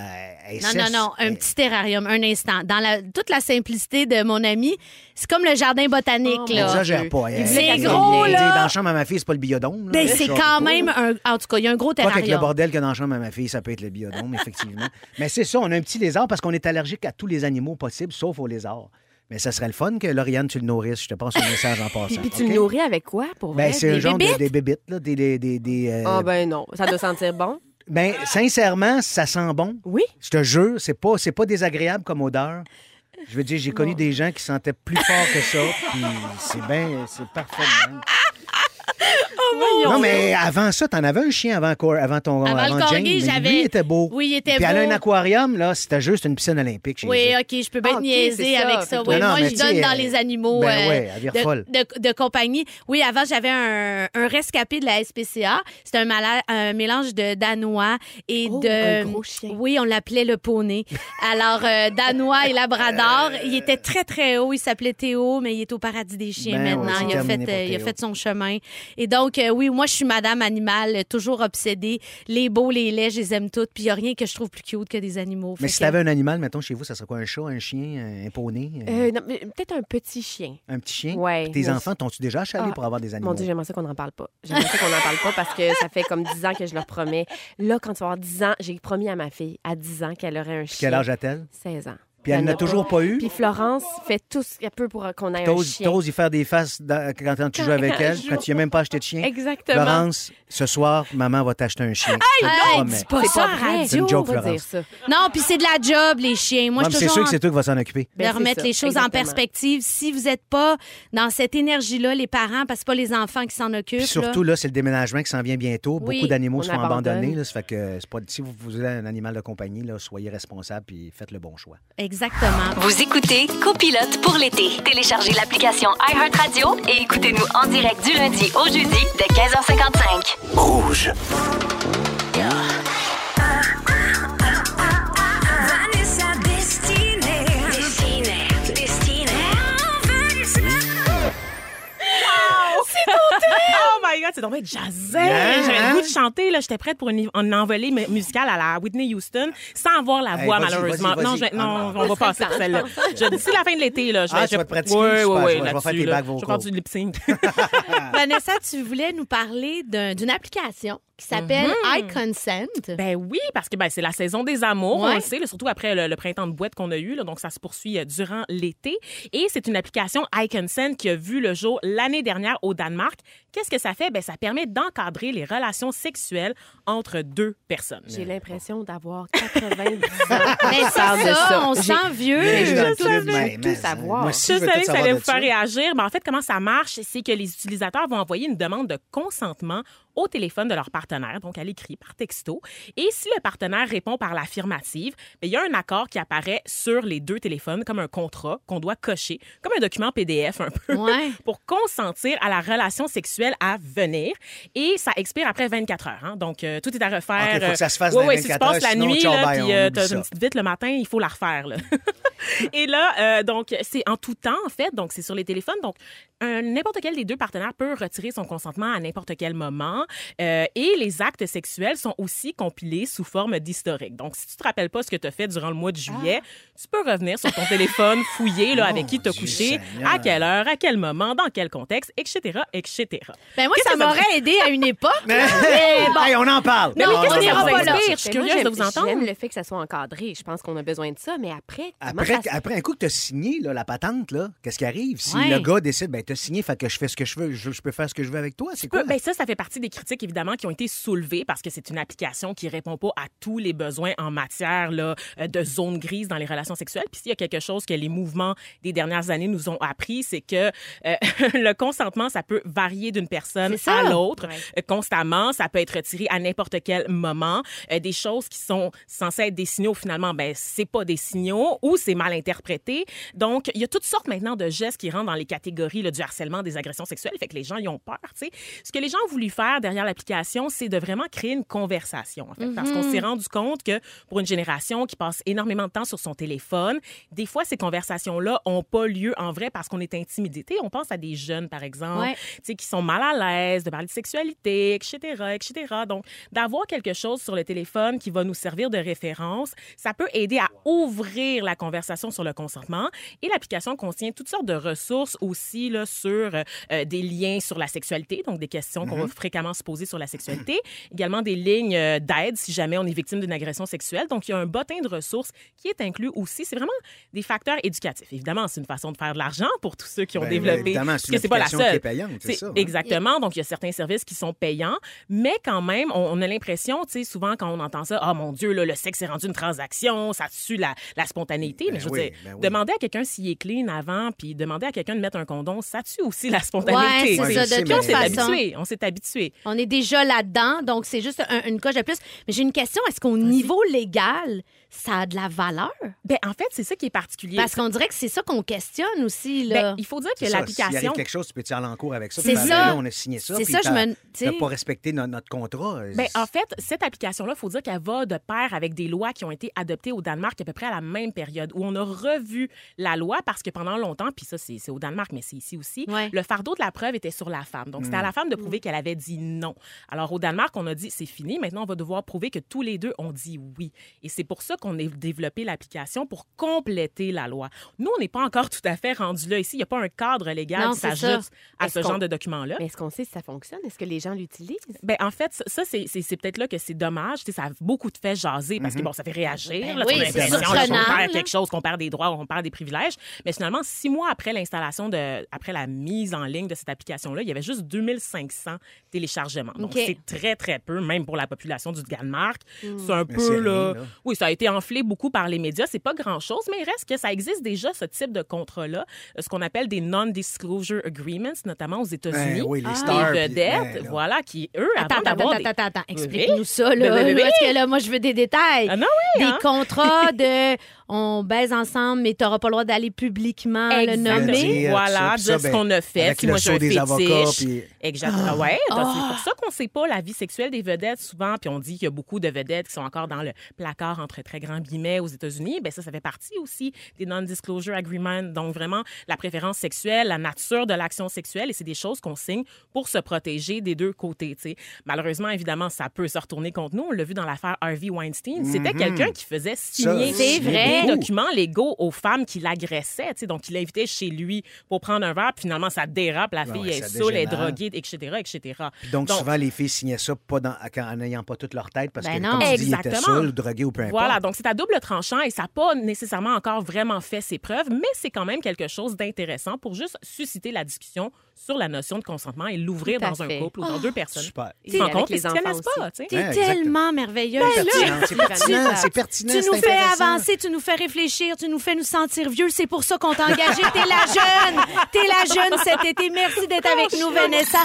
[SPEAKER 1] elle
[SPEAKER 2] Non, non,
[SPEAKER 1] cesse-
[SPEAKER 2] non, un
[SPEAKER 1] elle-
[SPEAKER 2] petit terrarium, un instant. Dans la- toute la simplicité de mon ami, c'est comme le jardin botanique,
[SPEAKER 3] Oh,
[SPEAKER 1] Elle
[SPEAKER 2] là.
[SPEAKER 1] exagère pas. elle-
[SPEAKER 2] C'est
[SPEAKER 1] elle-
[SPEAKER 2] gros,
[SPEAKER 1] elle-
[SPEAKER 2] là.
[SPEAKER 1] tu sais, Dans la chambre à ma fille, c'est pas le biodôme. là.
[SPEAKER 2] Ben,
[SPEAKER 1] Je
[SPEAKER 2] c'est
[SPEAKER 1] sors
[SPEAKER 2] quand
[SPEAKER 1] pas.
[SPEAKER 2] même un. En tout cas, il y a un gros
[SPEAKER 1] Pas avec le
[SPEAKER 2] terrarium.
[SPEAKER 1] bordel que dans la chambre à ma fille, ça peut être le biodôme, effectivement. Mais c'est ça, on a un petit lézard parce qu'on est allergique à tous les animaux possibles, sauf aux lézards. Mais ça serait le fun que Lauriane, tu le nourrisses. Je te passe un message en passant.
[SPEAKER 3] Puis, puis tu
[SPEAKER 1] OK?
[SPEAKER 3] le nourris avec quoi pour vrai?
[SPEAKER 1] Ben, c'est
[SPEAKER 3] Des
[SPEAKER 1] un genre de-
[SPEAKER 3] bébites?
[SPEAKER 1] des bébites, là, des... des, des- des, euh,
[SPEAKER 3] Ah ben non, ça doit sentir bon.
[SPEAKER 1] ben, sincèrement, ça sent bon.
[SPEAKER 3] Oui.
[SPEAKER 1] Je te jure, c'est pas, c'est pas désagréable comme odeur. Je veux dire, j'ai connu des gens qui sentaient plus fort que ça, puis c'est bien, c'est parfait. de même.
[SPEAKER 2] Oh
[SPEAKER 1] non, mais avant ça, t'en avais un chien avant, Cor- avant ton
[SPEAKER 2] Avant le corgi,
[SPEAKER 1] Jane, mais
[SPEAKER 2] j'avais-
[SPEAKER 1] Lui, il était beau.
[SPEAKER 2] Oui, il était
[SPEAKER 1] Puis elle a
[SPEAKER 2] beau.
[SPEAKER 1] un aquarium, là, c'était juste une piscine olympique chez
[SPEAKER 2] Oui,
[SPEAKER 1] eux.
[SPEAKER 2] OK, je peux bien
[SPEAKER 3] Ah,
[SPEAKER 2] te
[SPEAKER 3] ok,
[SPEAKER 2] niaiser
[SPEAKER 3] c'est ça.
[SPEAKER 2] avec ça.
[SPEAKER 3] Fait que
[SPEAKER 2] Oui,
[SPEAKER 1] toi, non,
[SPEAKER 2] moi,
[SPEAKER 1] mais
[SPEAKER 2] je
[SPEAKER 1] tu sais,
[SPEAKER 2] donne
[SPEAKER 1] euh,
[SPEAKER 2] dans les animaux
[SPEAKER 1] ben
[SPEAKER 2] euh,
[SPEAKER 1] ouais, elle vire folle.
[SPEAKER 2] de, de- de compagnie. Oui, avant, j'avais un, un rescapé de la SPCA. C'était un, mala- un mélange de Danois et
[SPEAKER 3] Oh,
[SPEAKER 2] de...
[SPEAKER 3] un gros chien.
[SPEAKER 2] Oui, on l'appelait le poney. Alors, euh, Danois et Labrador.
[SPEAKER 1] Euh.
[SPEAKER 2] Il était très, très haut. Il s'appelait Théo, mais il est au paradis des chiens
[SPEAKER 1] Ben ouais,
[SPEAKER 2] maintenant.
[SPEAKER 1] c'est
[SPEAKER 2] il, a fait,
[SPEAKER 1] terminé pour
[SPEAKER 2] euh, il a
[SPEAKER 1] Théo.
[SPEAKER 2] fait son chemin. Et donc, euh, oui, moi, je suis madame animale, euh, toujours obsédée. Les beaux, les laids, je les aime toutes. Puis, il n'y a rien que je trouve plus cute que des animaux.
[SPEAKER 1] Mais
[SPEAKER 2] Fait
[SPEAKER 1] si
[SPEAKER 2] que-
[SPEAKER 1] t'avais un animal, mettons, chez vous, ça serait quoi? Un chat, un chien, un poney, un-
[SPEAKER 3] Euh, non, mais peut-être un petit chien.
[SPEAKER 1] un petit chien?
[SPEAKER 3] ouais,
[SPEAKER 1] Puis tes
[SPEAKER 3] moi
[SPEAKER 1] enfants, t'ont-tu déjà achalé
[SPEAKER 3] Ah,
[SPEAKER 1] pour avoir des animaux?
[SPEAKER 3] Mon Dieu, j'aimerais ça qu'on n'en parle pas. J'aimerais ça qu'on n'en parle pas parce que ça fait comme 10 ans que je leur promets. Là, quand tu vas avoir 10 ans, j'ai promis à ma fille à 10 ans qu'elle aurait un chien.
[SPEAKER 1] Quel âge a-t-elle?
[SPEAKER 3] 16 ans.
[SPEAKER 1] Puis elle n'a toujours pas eu?
[SPEAKER 3] Puis Florence fait tout ce qu'elle peut pour qu'on ait un
[SPEAKER 1] T'oses
[SPEAKER 3] chien.
[SPEAKER 1] t'oses y faire des faces dans- quand, quand tu joues avec elle, quand tu n'as même pas acheté de chien.
[SPEAKER 3] Exactement.
[SPEAKER 1] Florence, ce soir, maman va t'acheter un chien. je te le
[SPEAKER 2] Hey,
[SPEAKER 1] promets.
[SPEAKER 2] dis pas
[SPEAKER 3] C'est
[SPEAKER 2] ça à
[SPEAKER 3] pas vrai.
[SPEAKER 2] radio.
[SPEAKER 1] C'est une joke,
[SPEAKER 3] On va dire
[SPEAKER 1] Florence.
[SPEAKER 3] ça.
[SPEAKER 2] Non, puis c'est de la job, les chiens. Moi,
[SPEAKER 1] Non,
[SPEAKER 2] je
[SPEAKER 1] mais c'est
[SPEAKER 2] suis
[SPEAKER 1] sûr
[SPEAKER 2] toujours
[SPEAKER 1] que
[SPEAKER 2] en
[SPEAKER 1] c'est toi qui vas s'en occuper.
[SPEAKER 2] de
[SPEAKER 3] Ben, c'est
[SPEAKER 2] remettre
[SPEAKER 3] ça,
[SPEAKER 2] les choses en
[SPEAKER 3] exactement.
[SPEAKER 2] perspective. Si vous n'êtes pas dans cette énergie-là, les parents, parce que c'est pas les enfants qui s'en occupent.
[SPEAKER 1] Puis surtout, là, c'est le déménagement qui s'en vient bientôt.
[SPEAKER 2] Oui,
[SPEAKER 1] Beaucoup d'animaux
[SPEAKER 3] on
[SPEAKER 1] sont abandonnés.
[SPEAKER 3] abandonne.
[SPEAKER 1] là. ça fait que c'est pas, si vous voulez un animal de compagnie, là, soyez responsable et faites le bon choix.
[SPEAKER 2] là. Exactement.
[SPEAKER 4] Vous écoutez Copilote pour l'été. Téléchargez l'application iHeartRadio et écoutez-nous en direct du lundi au jeudi de 15h55.
[SPEAKER 5] Rouge.
[SPEAKER 6] Vanessa destinée. Destinée. Destinée.
[SPEAKER 7] Oh my God, c'est donc bien jazzé.
[SPEAKER 1] Yeah,
[SPEAKER 7] J'avais
[SPEAKER 1] hein?
[SPEAKER 7] le goût de chanter. Là. J'étais prête pour une, une envolée mu- musicale à la Whitney Houston sans avoir la
[SPEAKER 1] Hey,
[SPEAKER 7] voix,
[SPEAKER 1] vas-y,
[SPEAKER 7] malheureusement.
[SPEAKER 1] vas-y,
[SPEAKER 7] Non,
[SPEAKER 1] vas-y.
[SPEAKER 7] je vais-
[SPEAKER 1] Ah,
[SPEAKER 7] non, on va passer pour celle-là. Je- D'ici la fin de l'été, là, je vais...
[SPEAKER 1] Ah,
[SPEAKER 7] je-
[SPEAKER 1] tu vas te pratiquer,
[SPEAKER 7] Oui,
[SPEAKER 1] super, je
[SPEAKER 7] oui, oui,
[SPEAKER 1] vais- je vais
[SPEAKER 7] là-dessus,
[SPEAKER 1] faire tes
[SPEAKER 7] là.
[SPEAKER 1] bacs
[SPEAKER 7] Je vais
[SPEAKER 1] vocaux.
[SPEAKER 7] faire du lip-sync.
[SPEAKER 2] Vanessa, tu voulais nous parler d'un- d'une application qui s'appelle iConsent.
[SPEAKER 7] Ben oui, parce que ben, c'est la saison des amours,
[SPEAKER 2] Ouais.
[SPEAKER 7] on le sait, là, surtout après le, le printemps de boîte qu'on a eu. là, donc, ça se poursuit euh, durant l'été. Et c'est une application iConsent qui a vu le jour l'année dernière au Danemark. Qu'est-ce que ça fait? Ben, ça permet d'encadrer les relations sexuelles entre deux personnes.
[SPEAKER 3] J'ai l'impression d'avoir 90 ans.
[SPEAKER 2] Mais
[SPEAKER 3] Je
[SPEAKER 2] Ben, ça,
[SPEAKER 3] parle de
[SPEAKER 2] ça,
[SPEAKER 3] ça.
[SPEAKER 2] on
[SPEAKER 3] J'ai-
[SPEAKER 2] sent
[SPEAKER 1] Mais
[SPEAKER 2] vieux.
[SPEAKER 1] dans
[SPEAKER 7] je
[SPEAKER 1] tout le
[SPEAKER 7] savais
[SPEAKER 1] même,
[SPEAKER 3] tout
[SPEAKER 1] hein,
[SPEAKER 3] savoir.
[SPEAKER 1] moi aussi,
[SPEAKER 7] Je
[SPEAKER 1] veux tout
[SPEAKER 7] savais que ça
[SPEAKER 1] savoir
[SPEAKER 7] allait
[SPEAKER 1] de
[SPEAKER 7] vous
[SPEAKER 1] ça.
[SPEAKER 7] faire réagir. Mais en fait, comment ça marche, c'est que les utilisateurs vont envoyer une demande de consentement au téléphone de leur partenaire, donc à l'écrit, par texto. Et si le partenaire répond par l'affirmative, bien, il y a un accord qui apparaît sur les deux téléphones comme un contrat qu'on doit cocher, comme un document PDF un peu,
[SPEAKER 2] Ouais.
[SPEAKER 7] pour consentir à la relation sexuelle à venir. Et ça expire après 24 heures. hein. Donc, euh, tout est à refaire.
[SPEAKER 1] Ok, faut que ça se fasse
[SPEAKER 7] Oui,
[SPEAKER 1] dans
[SPEAKER 7] oui,
[SPEAKER 1] 24
[SPEAKER 7] si tu passes
[SPEAKER 1] heures,
[SPEAKER 7] la
[SPEAKER 1] sinon,
[SPEAKER 7] nuit,
[SPEAKER 1] ciao,
[SPEAKER 7] là,
[SPEAKER 1] bye, on
[SPEAKER 7] puis euh,
[SPEAKER 1] oublie
[SPEAKER 7] t'as
[SPEAKER 1] ça.
[SPEAKER 7] une petite vite le matin, il faut la refaire. là. Et là, euh, donc, c'est en tout temps, en fait. Donc, c'est sur les téléphones. Donc, un- n'importe quel des deux partenaires peut retirer son consentement à n'importe quel moment. Euh, et les actes sexuels sont aussi compilés sous forme d'historique. Donc, si tu te rappelles pas ce que tu as fait durant le mois de juillet, tu peux revenir sur ton téléphone, fouiller là, avec qui tu
[SPEAKER 1] Ah.
[SPEAKER 7] as
[SPEAKER 1] Dieu
[SPEAKER 7] couché,
[SPEAKER 1] Seigneur.
[SPEAKER 7] à quelle heure, à quel moment, dans quel contexte, etc., etc.
[SPEAKER 2] Ben moi,
[SPEAKER 7] Qu'est-ce
[SPEAKER 2] ça
[SPEAKER 7] que ça
[SPEAKER 2] m'aurait aidé à une époque.
[SPEAKER 1] Mais-
[SPEAKER 2] Mais bon.
[SPEAKER 1] Hey, on en parle.
[SPEAKER 2] Mais
[SPEAKER 1] On
[SPEAKER 2] qu'est-ce
[SPEAKER 1] en
[SPEAKER 2] qu'on
[SPEAKER 1] parle.
[SPEAKER 2] ira pas là?
[SPEAKER 7] Je suis
[SPEAKER 3] Mais moi,
[SPEAKER 7] curieuse de
[SPEAKER 3] j'aime-
[SPEAKER 7] vous entendre.
[SPEAKER 3] J'aime le fait que ça soit encadré. Je pense qu'on a besoin de ça. Mais après, comment
[SPEAKER 1] Après,
[SPEAKER 3] Ah, ça se-
[SPEAKER 1] après un coup que tu as signé là, la patente, là, qu'est-ce qui arrive? Si
[SPEAKER 2] Ouais.
[SPEAKER 1] le gars décide, ben, tu te signer, fait que je fais ce que je veux, je, je peux faire ce que je veux avec toi. C'est quoi?
[SPEAKER 7] Ben, ça, ça fait partie des critiques, évidemment, qui ont été soulevées parce que c'est une application qui répond pas à tous les besoins en matière là, euh, de zone grise dans les relations sexuelles. Puis s'il y a quelque chose que les mouvements des dernières années nous ont appris, c'est que euh, le consentement, ça peut varier d'une personne
[SPEAKER 2] C'est ça.
[SPEAKER 7] à l'autre
[SPEAKER 3] Ouais.
[SPEAKER 7] euh, constamment. Ça peut être retiré à n'importe quel moment. Euh, des choses qui sont censées être des signaux, finalement, ben c'est pas des signaux ou c'est mal interprété. Donc, il y a toutes sortes maintenant de gestes qui rentrent dans les catégories là, du harcèlement, des agressions sexuelles. Fait que les gens, ils ont peur, tu sais. Ce que les gens ont voulu faire derrière l'application, c'est de vraiment créer une conversation, en fait. Parce qu'on s'est rendu compte que pour une génération qui passe énormément de temps sur son téléphone, des fois, ces conversations-là ont pas lieu en vrai parce qu'on est intimidé. Tu sais, On pense à des jeunes, par exemple,
[SPEAKER 2] Ouais.
[SPEAKER 7] tu sais, qui sont mal à l'aise de parler de sexualité, etc., etc. Donc, d'avoir quelque chose sur le téléphone qui va nous servir de référence, ça peut aider à ouvrir la conversation sur le consentement. Et l'application contient toutes sortes de ressources aussi là, sur euh, euh, des liens sur la sexualité, donc des questions qu'on va fréquemment se poser sur la sexualité. Également des lignes euh, d'aide si jamais on est victime d'une agression sexuelle. Donc, il y a un bottin de ressources qui est inclus aussi. C'est vraiment des facteurs éducatifs. Évidemment, c'est une façon de faire de l'argent pour tous ceux qui ont
[SPEAKER 1] Ben,
[SPEAKER 7] développé.
[SPEAKER 1] évidemment,
[SPEAKER 7] Parce
[SPEAKER 1] c'est une
[SPEAKER 7] que c'est pas la
[SPEAKER 1] application qui
[SPEAKER 7] seule.
[SPEAKER 1] est payante, c'est ça, hein.
[SPEAKER 7] Exactement. Donc, il y a certains services qui sont payants, mais quand même, on, on a l'impression, tu sais, souvent quand on entend ça, oh mon Dieu, là, le sexe est rendu une transaction, ça tue la, la spontanéité.
[SPEAKER 1] Ben
[SPEAKER 7] mais je veux
[SPEAKER 1] oui,
[SPEAKER 7] dire,
[SPEAKER 1] ben oui.
[SPEAKER 7] demander à quelqu'un s'il est clean avant, puis demander à quelqu'un de mettre un condom, ça tue aussi la
[SPEAKER 2] Ouais,
[SPEAKER 7] spontanéité.
[SPEAKER 1] Ouais,
[SPEAKER 2] c'est
[SPEAKER 1] je
[SPEAKER 2] ça.
[SPEAKER 1] sais,
[SPEAKER 2] De
[SPEAKER 1] mais-
[SPEAKER 7] on
[SPEAKER 2] toute
[SPEAKER 7] s'est
[SPEAKER 2] façon,
[SPEAKER 7] habitué, on s'est habitué.
[SPEAKER 2] on est déjà là-dedans, donc c'est juste un- une coche de plus. Mais j'ai une question. Est-ce qu'au niveau légal, ça a de la valeur?
[SPEAKER 7] Ben, en fait, c'est ça qui est particulier.
[SPEAKER 2] Parce qu'on dirait que c'est ça qu'on questionne aussi, là.
[SPEAKER 7] Ben, il faut dire que
[SPEAKER 1] C'est ça, S'il arrive
[SPEAKER 7] l'application.
[SPEAKER 1] quelque chose, tu peux tirer en cours avec ça.
[SPEAKER 2] C'est
[SPEAKER 1] puis faire,
[SPEAKER 2] ça.
[SPEAKER 1] Là, on a signé ça.
[SPEAKER 2] C'est
[SPEAKER 1] puis
[SPEAKER 2] ça, je
[SPEAKER 1] t'as-
[SPEAKER 2] me- tu sais.
[SPEAKER 1] T'as pas respecté no- notre contrat.
[SPEAKER 7] Ben, en fait, cette application-là, il faut dire qu'elle va de pair avec des lois qui ont été adoptées au Danemark à peu près à la même période, où on a revu la loi parce que pendant longtemps, puis ça, c'est c'est au Danemark, mais c'est ici aussi,
[SPEAKER 2] Ouais. Mm.
[SPEAKER 7] le fardeau de la preuve était sur la femme. Donc, c'était à la femme de prouver qu'elle avait dit non. Alors, au Danemark, on a dit, c'est fini, maintenant, on va devoir prouver que tous les deux ont dit oui. Et c'est pour ça qu'on a développé l'application pour compléter la loi. Nous, on n'est pas encore tout à fait rendu là ici. Il n'y a pas un cadre légal
[SPEAKER 2] Non,
[SPEAKER 7] qui
[SPEAKER 2] c'est ça.
[SPEAKER 7] s'ajoute à
[SPEAKER 3] Est-ce
[SPEAKER 7] ce genre
[SPEAKER 3] qu'on-
[SPEAKER 7] de document-là.
[SPEAKER 3] Mais est-ce qu'on sait si ça fonctionne? Est-ce que les gens l'utilisent?
[SPEAKER 7] Ben, en fait, ça- ça, c'est- c'est c'est peut-être là que c'est dommage. Tu sais, ça a beaucoup de fait jaser parce que,
[SPEAKER 1] Mm-hmm.
[SPEAKER 7] bon, ça fait réagir.
[SPEAKER 2] Ben
[SPEAKER 7] là,
[SPEAKER 2] oui,
[SPEAKER 7] tu as
[SPEAKER 2] c'est
[SPEAKER 7] l'impression là, qu'on
[SPEAKER 2] surprenant,
[SPEAKER 7] perd
[SPEAKER 2] là.
[SPEAKER 7] quelque chose, qu'on perd des droits, on perd des privilèges. Mais finalement, six mois après l'installation, de, après la mise en ligne de cette application-là, il y avait juste 2500 téléchargements. Donc,
[SPEAKER 2] OK. Mm.
[SPEAKER 7] c'est très, très peu, même pour la population du Danemark. C'est un
[SPEAKER 1] Mais c'est
[SPEAKER 7] peu, là,
[SPEAKER 1] rien, là.
[SPEAKER 7] Oui, ça a été enflé beaucoup par les médias. C'est pas grand-chose, mais il reste que ça existe déjà, ce type de contrat-là, ce qu'on appelle des non-disclosure agreements, notamment aux États-Unis.
[SPEAKER 1] Ben oui, les
[SPEAKER 7] Ah. Les
[SPEAKER 1] stars, puis-
[SPEAKER 7] vedettes,
[SPEAKER 1] ben, là.
[SPEAKER 7] voilà, qui, eux,
[SPEAKER 2] Attends,
[SPEAKER 7] avant
[SPEAKER 2] attends,
[SPEAKER 7] d'avoir des-
[SPEAKER 2] attends, attends, attends,
[SPEAKER 7] Oui.
[SPEAKER 2] explique-nous ça,
[SPEAKER 7] Ben,
[SPEAKER 2] là.
[SPEAKER 7] ben, ben,
[SPEAKER 2] Parce que là, moi, je veux des détails.
[SPEAKER 7] Ah non, oui,
[SPEAKER 2] des
[SPEAKER 7] hein?
[SPEAKER 2] contrats de on baise ensemble, mais t'auras pas le droit d'aller publiquement le
[SPEAKER 7] Exactement.
[SPEAKER 2] nommer.
[SPEAKER 1] Dire,
[SPEAKER 7] Voilà,
[SPEAKER 1] ça, puis ça,
[SPEAKER 7] dire ce
[SPEAKER 1] ben,
[SPEAKER 7] qu'on a fait.
[SPEAKER 1] avec
[SPEAKER 7] Si
[SPEAKER 1] le
[SPEAKER 7] moi, j'ai
[SPEAKER 1] show
[SPEAKER 7] un
[SPEAKER 1] des
[SPEAKER 7] fétiche.
[SPEAKER 1] avocats, puis- Ah!
[SPEAKER 7] Exactement. Ouais, donc, c'est pour ça qu'on sait pas la vie sexuelle des vedettes souvent. Puis on dit qu'il y a beaucoup de vedettes qui sont encore dans le placard entre très grands guillemets aux États-Unis. Ben ça, ça fait partie aussi des non-disclosure agreements. Donc vraiment la préférence sexuelle, la nature de l'action sexuelle, et c'est des choses qu'on signe pour se protéger des deux côtés. tu sais. Malheureusement, évidemment, ça peut se retourner contre nous. On l'a vu dans l'affaire Harvey Weinstein. C'était quelqu'un qui faisait signer
[SPEAKER 1] Mhm. c'est
[SPEAKER 7] des
[SPEAKER 1] vrai.
[SPEAKER 7] documents légaux aux femmes qui l'agressaient. tu sais. Donc, il l'invitait chez lui pour prendre un verre. Puis finalement, ça dérape. La
[SPEAKER 1] Ouais,
[SPEAKER 7] fille
[SPEAKER 1] ouais, ça
[SPEAKER 7] est saoule, elle est
[SPEAKER 1] dégénère.
[SPEAKER 7] droguée, etc., etc.
[SPEAKER 1] Donc, souvent, les filles signaient ça pas dans- quand- en n'ayant pas toute leur tête parce
[SPEAKER 2] Ben
[SPEAKER 1] que,
[SPEAKER 2] non.
[SPEAKER 1] comme tu dis, ils étaient
[SPEAKER 7] Exactement.
[SPEAKER 1] seuls, drogués ou peu importe.
[SPEAKER 7] Voilà, donc c'est à double tranchant et ça n'a pas nécessairement encore vraiment fait ses preuves, mais c'est quand même quelque chose d'intéressant pour juste susciter la discussion sur la notion de consentement et l'ouvrir
[SPEAKER 3] Tout à
[SPEAKER 7] dans un
[SPEAKER 3] fait.
[SPEAKER 7] couple ou dans deux personnes.
[SPEAKER 1] Super.
[SPEAKER 7] Ils se
[SPEAKER 3] Avec
[SPEAKER 7] rencontrent
[SPEAKER 3] les
[SPEAKER 7] et ils se
[SPEAKER 3] enfants
[SPEAKER 7] connaissent pas. tu sais.
[SPEAKER 2] T'es
[SPEAKER 1] Ouais, exactement.
[SPEAKER 2] tellement merveilleuse.
[SPEAKER 7] Ben,
[SPEAKER 1] C'est pertinent, c'est pertinent,
[SPEAKER 3] Tu-
[SPEAKER 1] c'est pertinent.
[SPEAKER 2] Tu
[SPEAKER 1] c'est
[SPEAKER 2] nous fais
[SPEAKER 1] intéressant.
[SPEAKER 2] avancer, tu nous fais réfléchir, tu nous fais nous sentir vieux. C'est pour ça qu'on t'a engagé. T'es la jeune. T'es la jeune cet été. Merci d'être avec nous,
[SPEAKER 7] Ah,
[SPEAKER 2] Vanessa.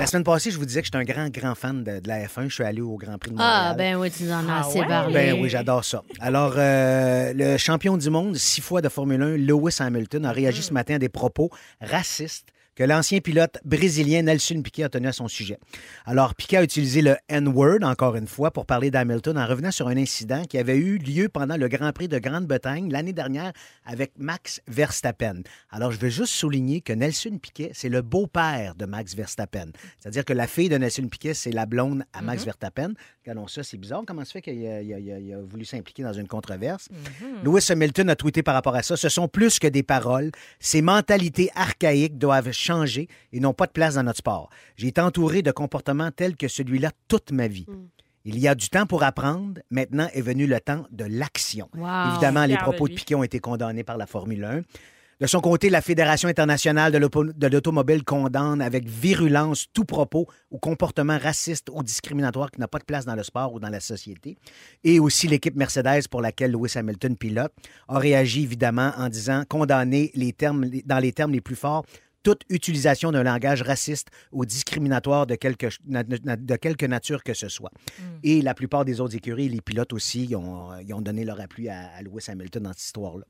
[SPEAKER 1] La semaine passée, je vous disais que j'étais un grand, grand fan de, de la F1. Je suis allé au Grand Prix de Montréal.
[SPEAKER 2] Ah, ben oui, tu nous en as assez
[SPEAKER 7] ouais?
[SPEAKER 2] parlé.
[SPEAKER 1] Ben oui, j'adore ça. Alors, euh, le champion du monde, six fois de Formule 1, Lewis Hamilton, a réagi ce matin à des propos racistes que l'ancien pilote brésilien Nelson Piquet a tenu à son sujet. Alors, Piquet a utilisé le N-word, encore une fois, pour parler d'Hamilton en revenant sur un incident qui avait eu lieu pendant le Grand Prix de Grande-Bretagne l'année dernière avec Max Verstappen. Alors, je veux juste souligner que Nelson Piquet, c'est le beau-père de Max Verstappen. C'est-à-dire que la fille de Nelson Piquet, c'est la blonde à Max Verstappen. Regardons ça, c'est bizarre. Comment ça fait qu'il a, il a- il a- il a voulu s'impliquer dans une controverse? Lewis Hamilton a tweeté par rapport à ça. Ce sont plus que des paroles. Ces mentalités archaïques doivent changer et n'ont pas de place dans notre sport. J'ai été entouré de comportements tels que celui-là toute ma vie. Il y a du temps pour apprendre. Maintenant est venu le temps de l'action.
[SPEAKER 2] Wow.
[SPEAKER 1] Évidemment, les
[SPEAKER 7] Fier de
[SPEAKER 1] propos de
[SPEAKER 7] lui.
[SPEAKER 1] Piquet ont été condamnés par la Formule 1. De son côté, la Fédération internationale de l'auto- de l'automobile condamne avec virulence tout propos ou comportement raciste ou discriminatoire qui n'a pas de place dans le sport ou dans la société. Et aussi l'équipe Mercedes pour laquelle Lewis Hamilton pilote a réagi évidemment en disant condamner les termes, dans les termes les plus forts toute utilisation d'un langage raciste ou discriminatoire de quelque, na- na- de quelque nature que ce soit.
[SPEAKER 3] Hmm.
[SPEAKER 1] Et la plupart des autres écuries, les pilotes aussi, ils ont, ils ont donné leur appui à, à Lewis Hamilton dans cette histoire-là.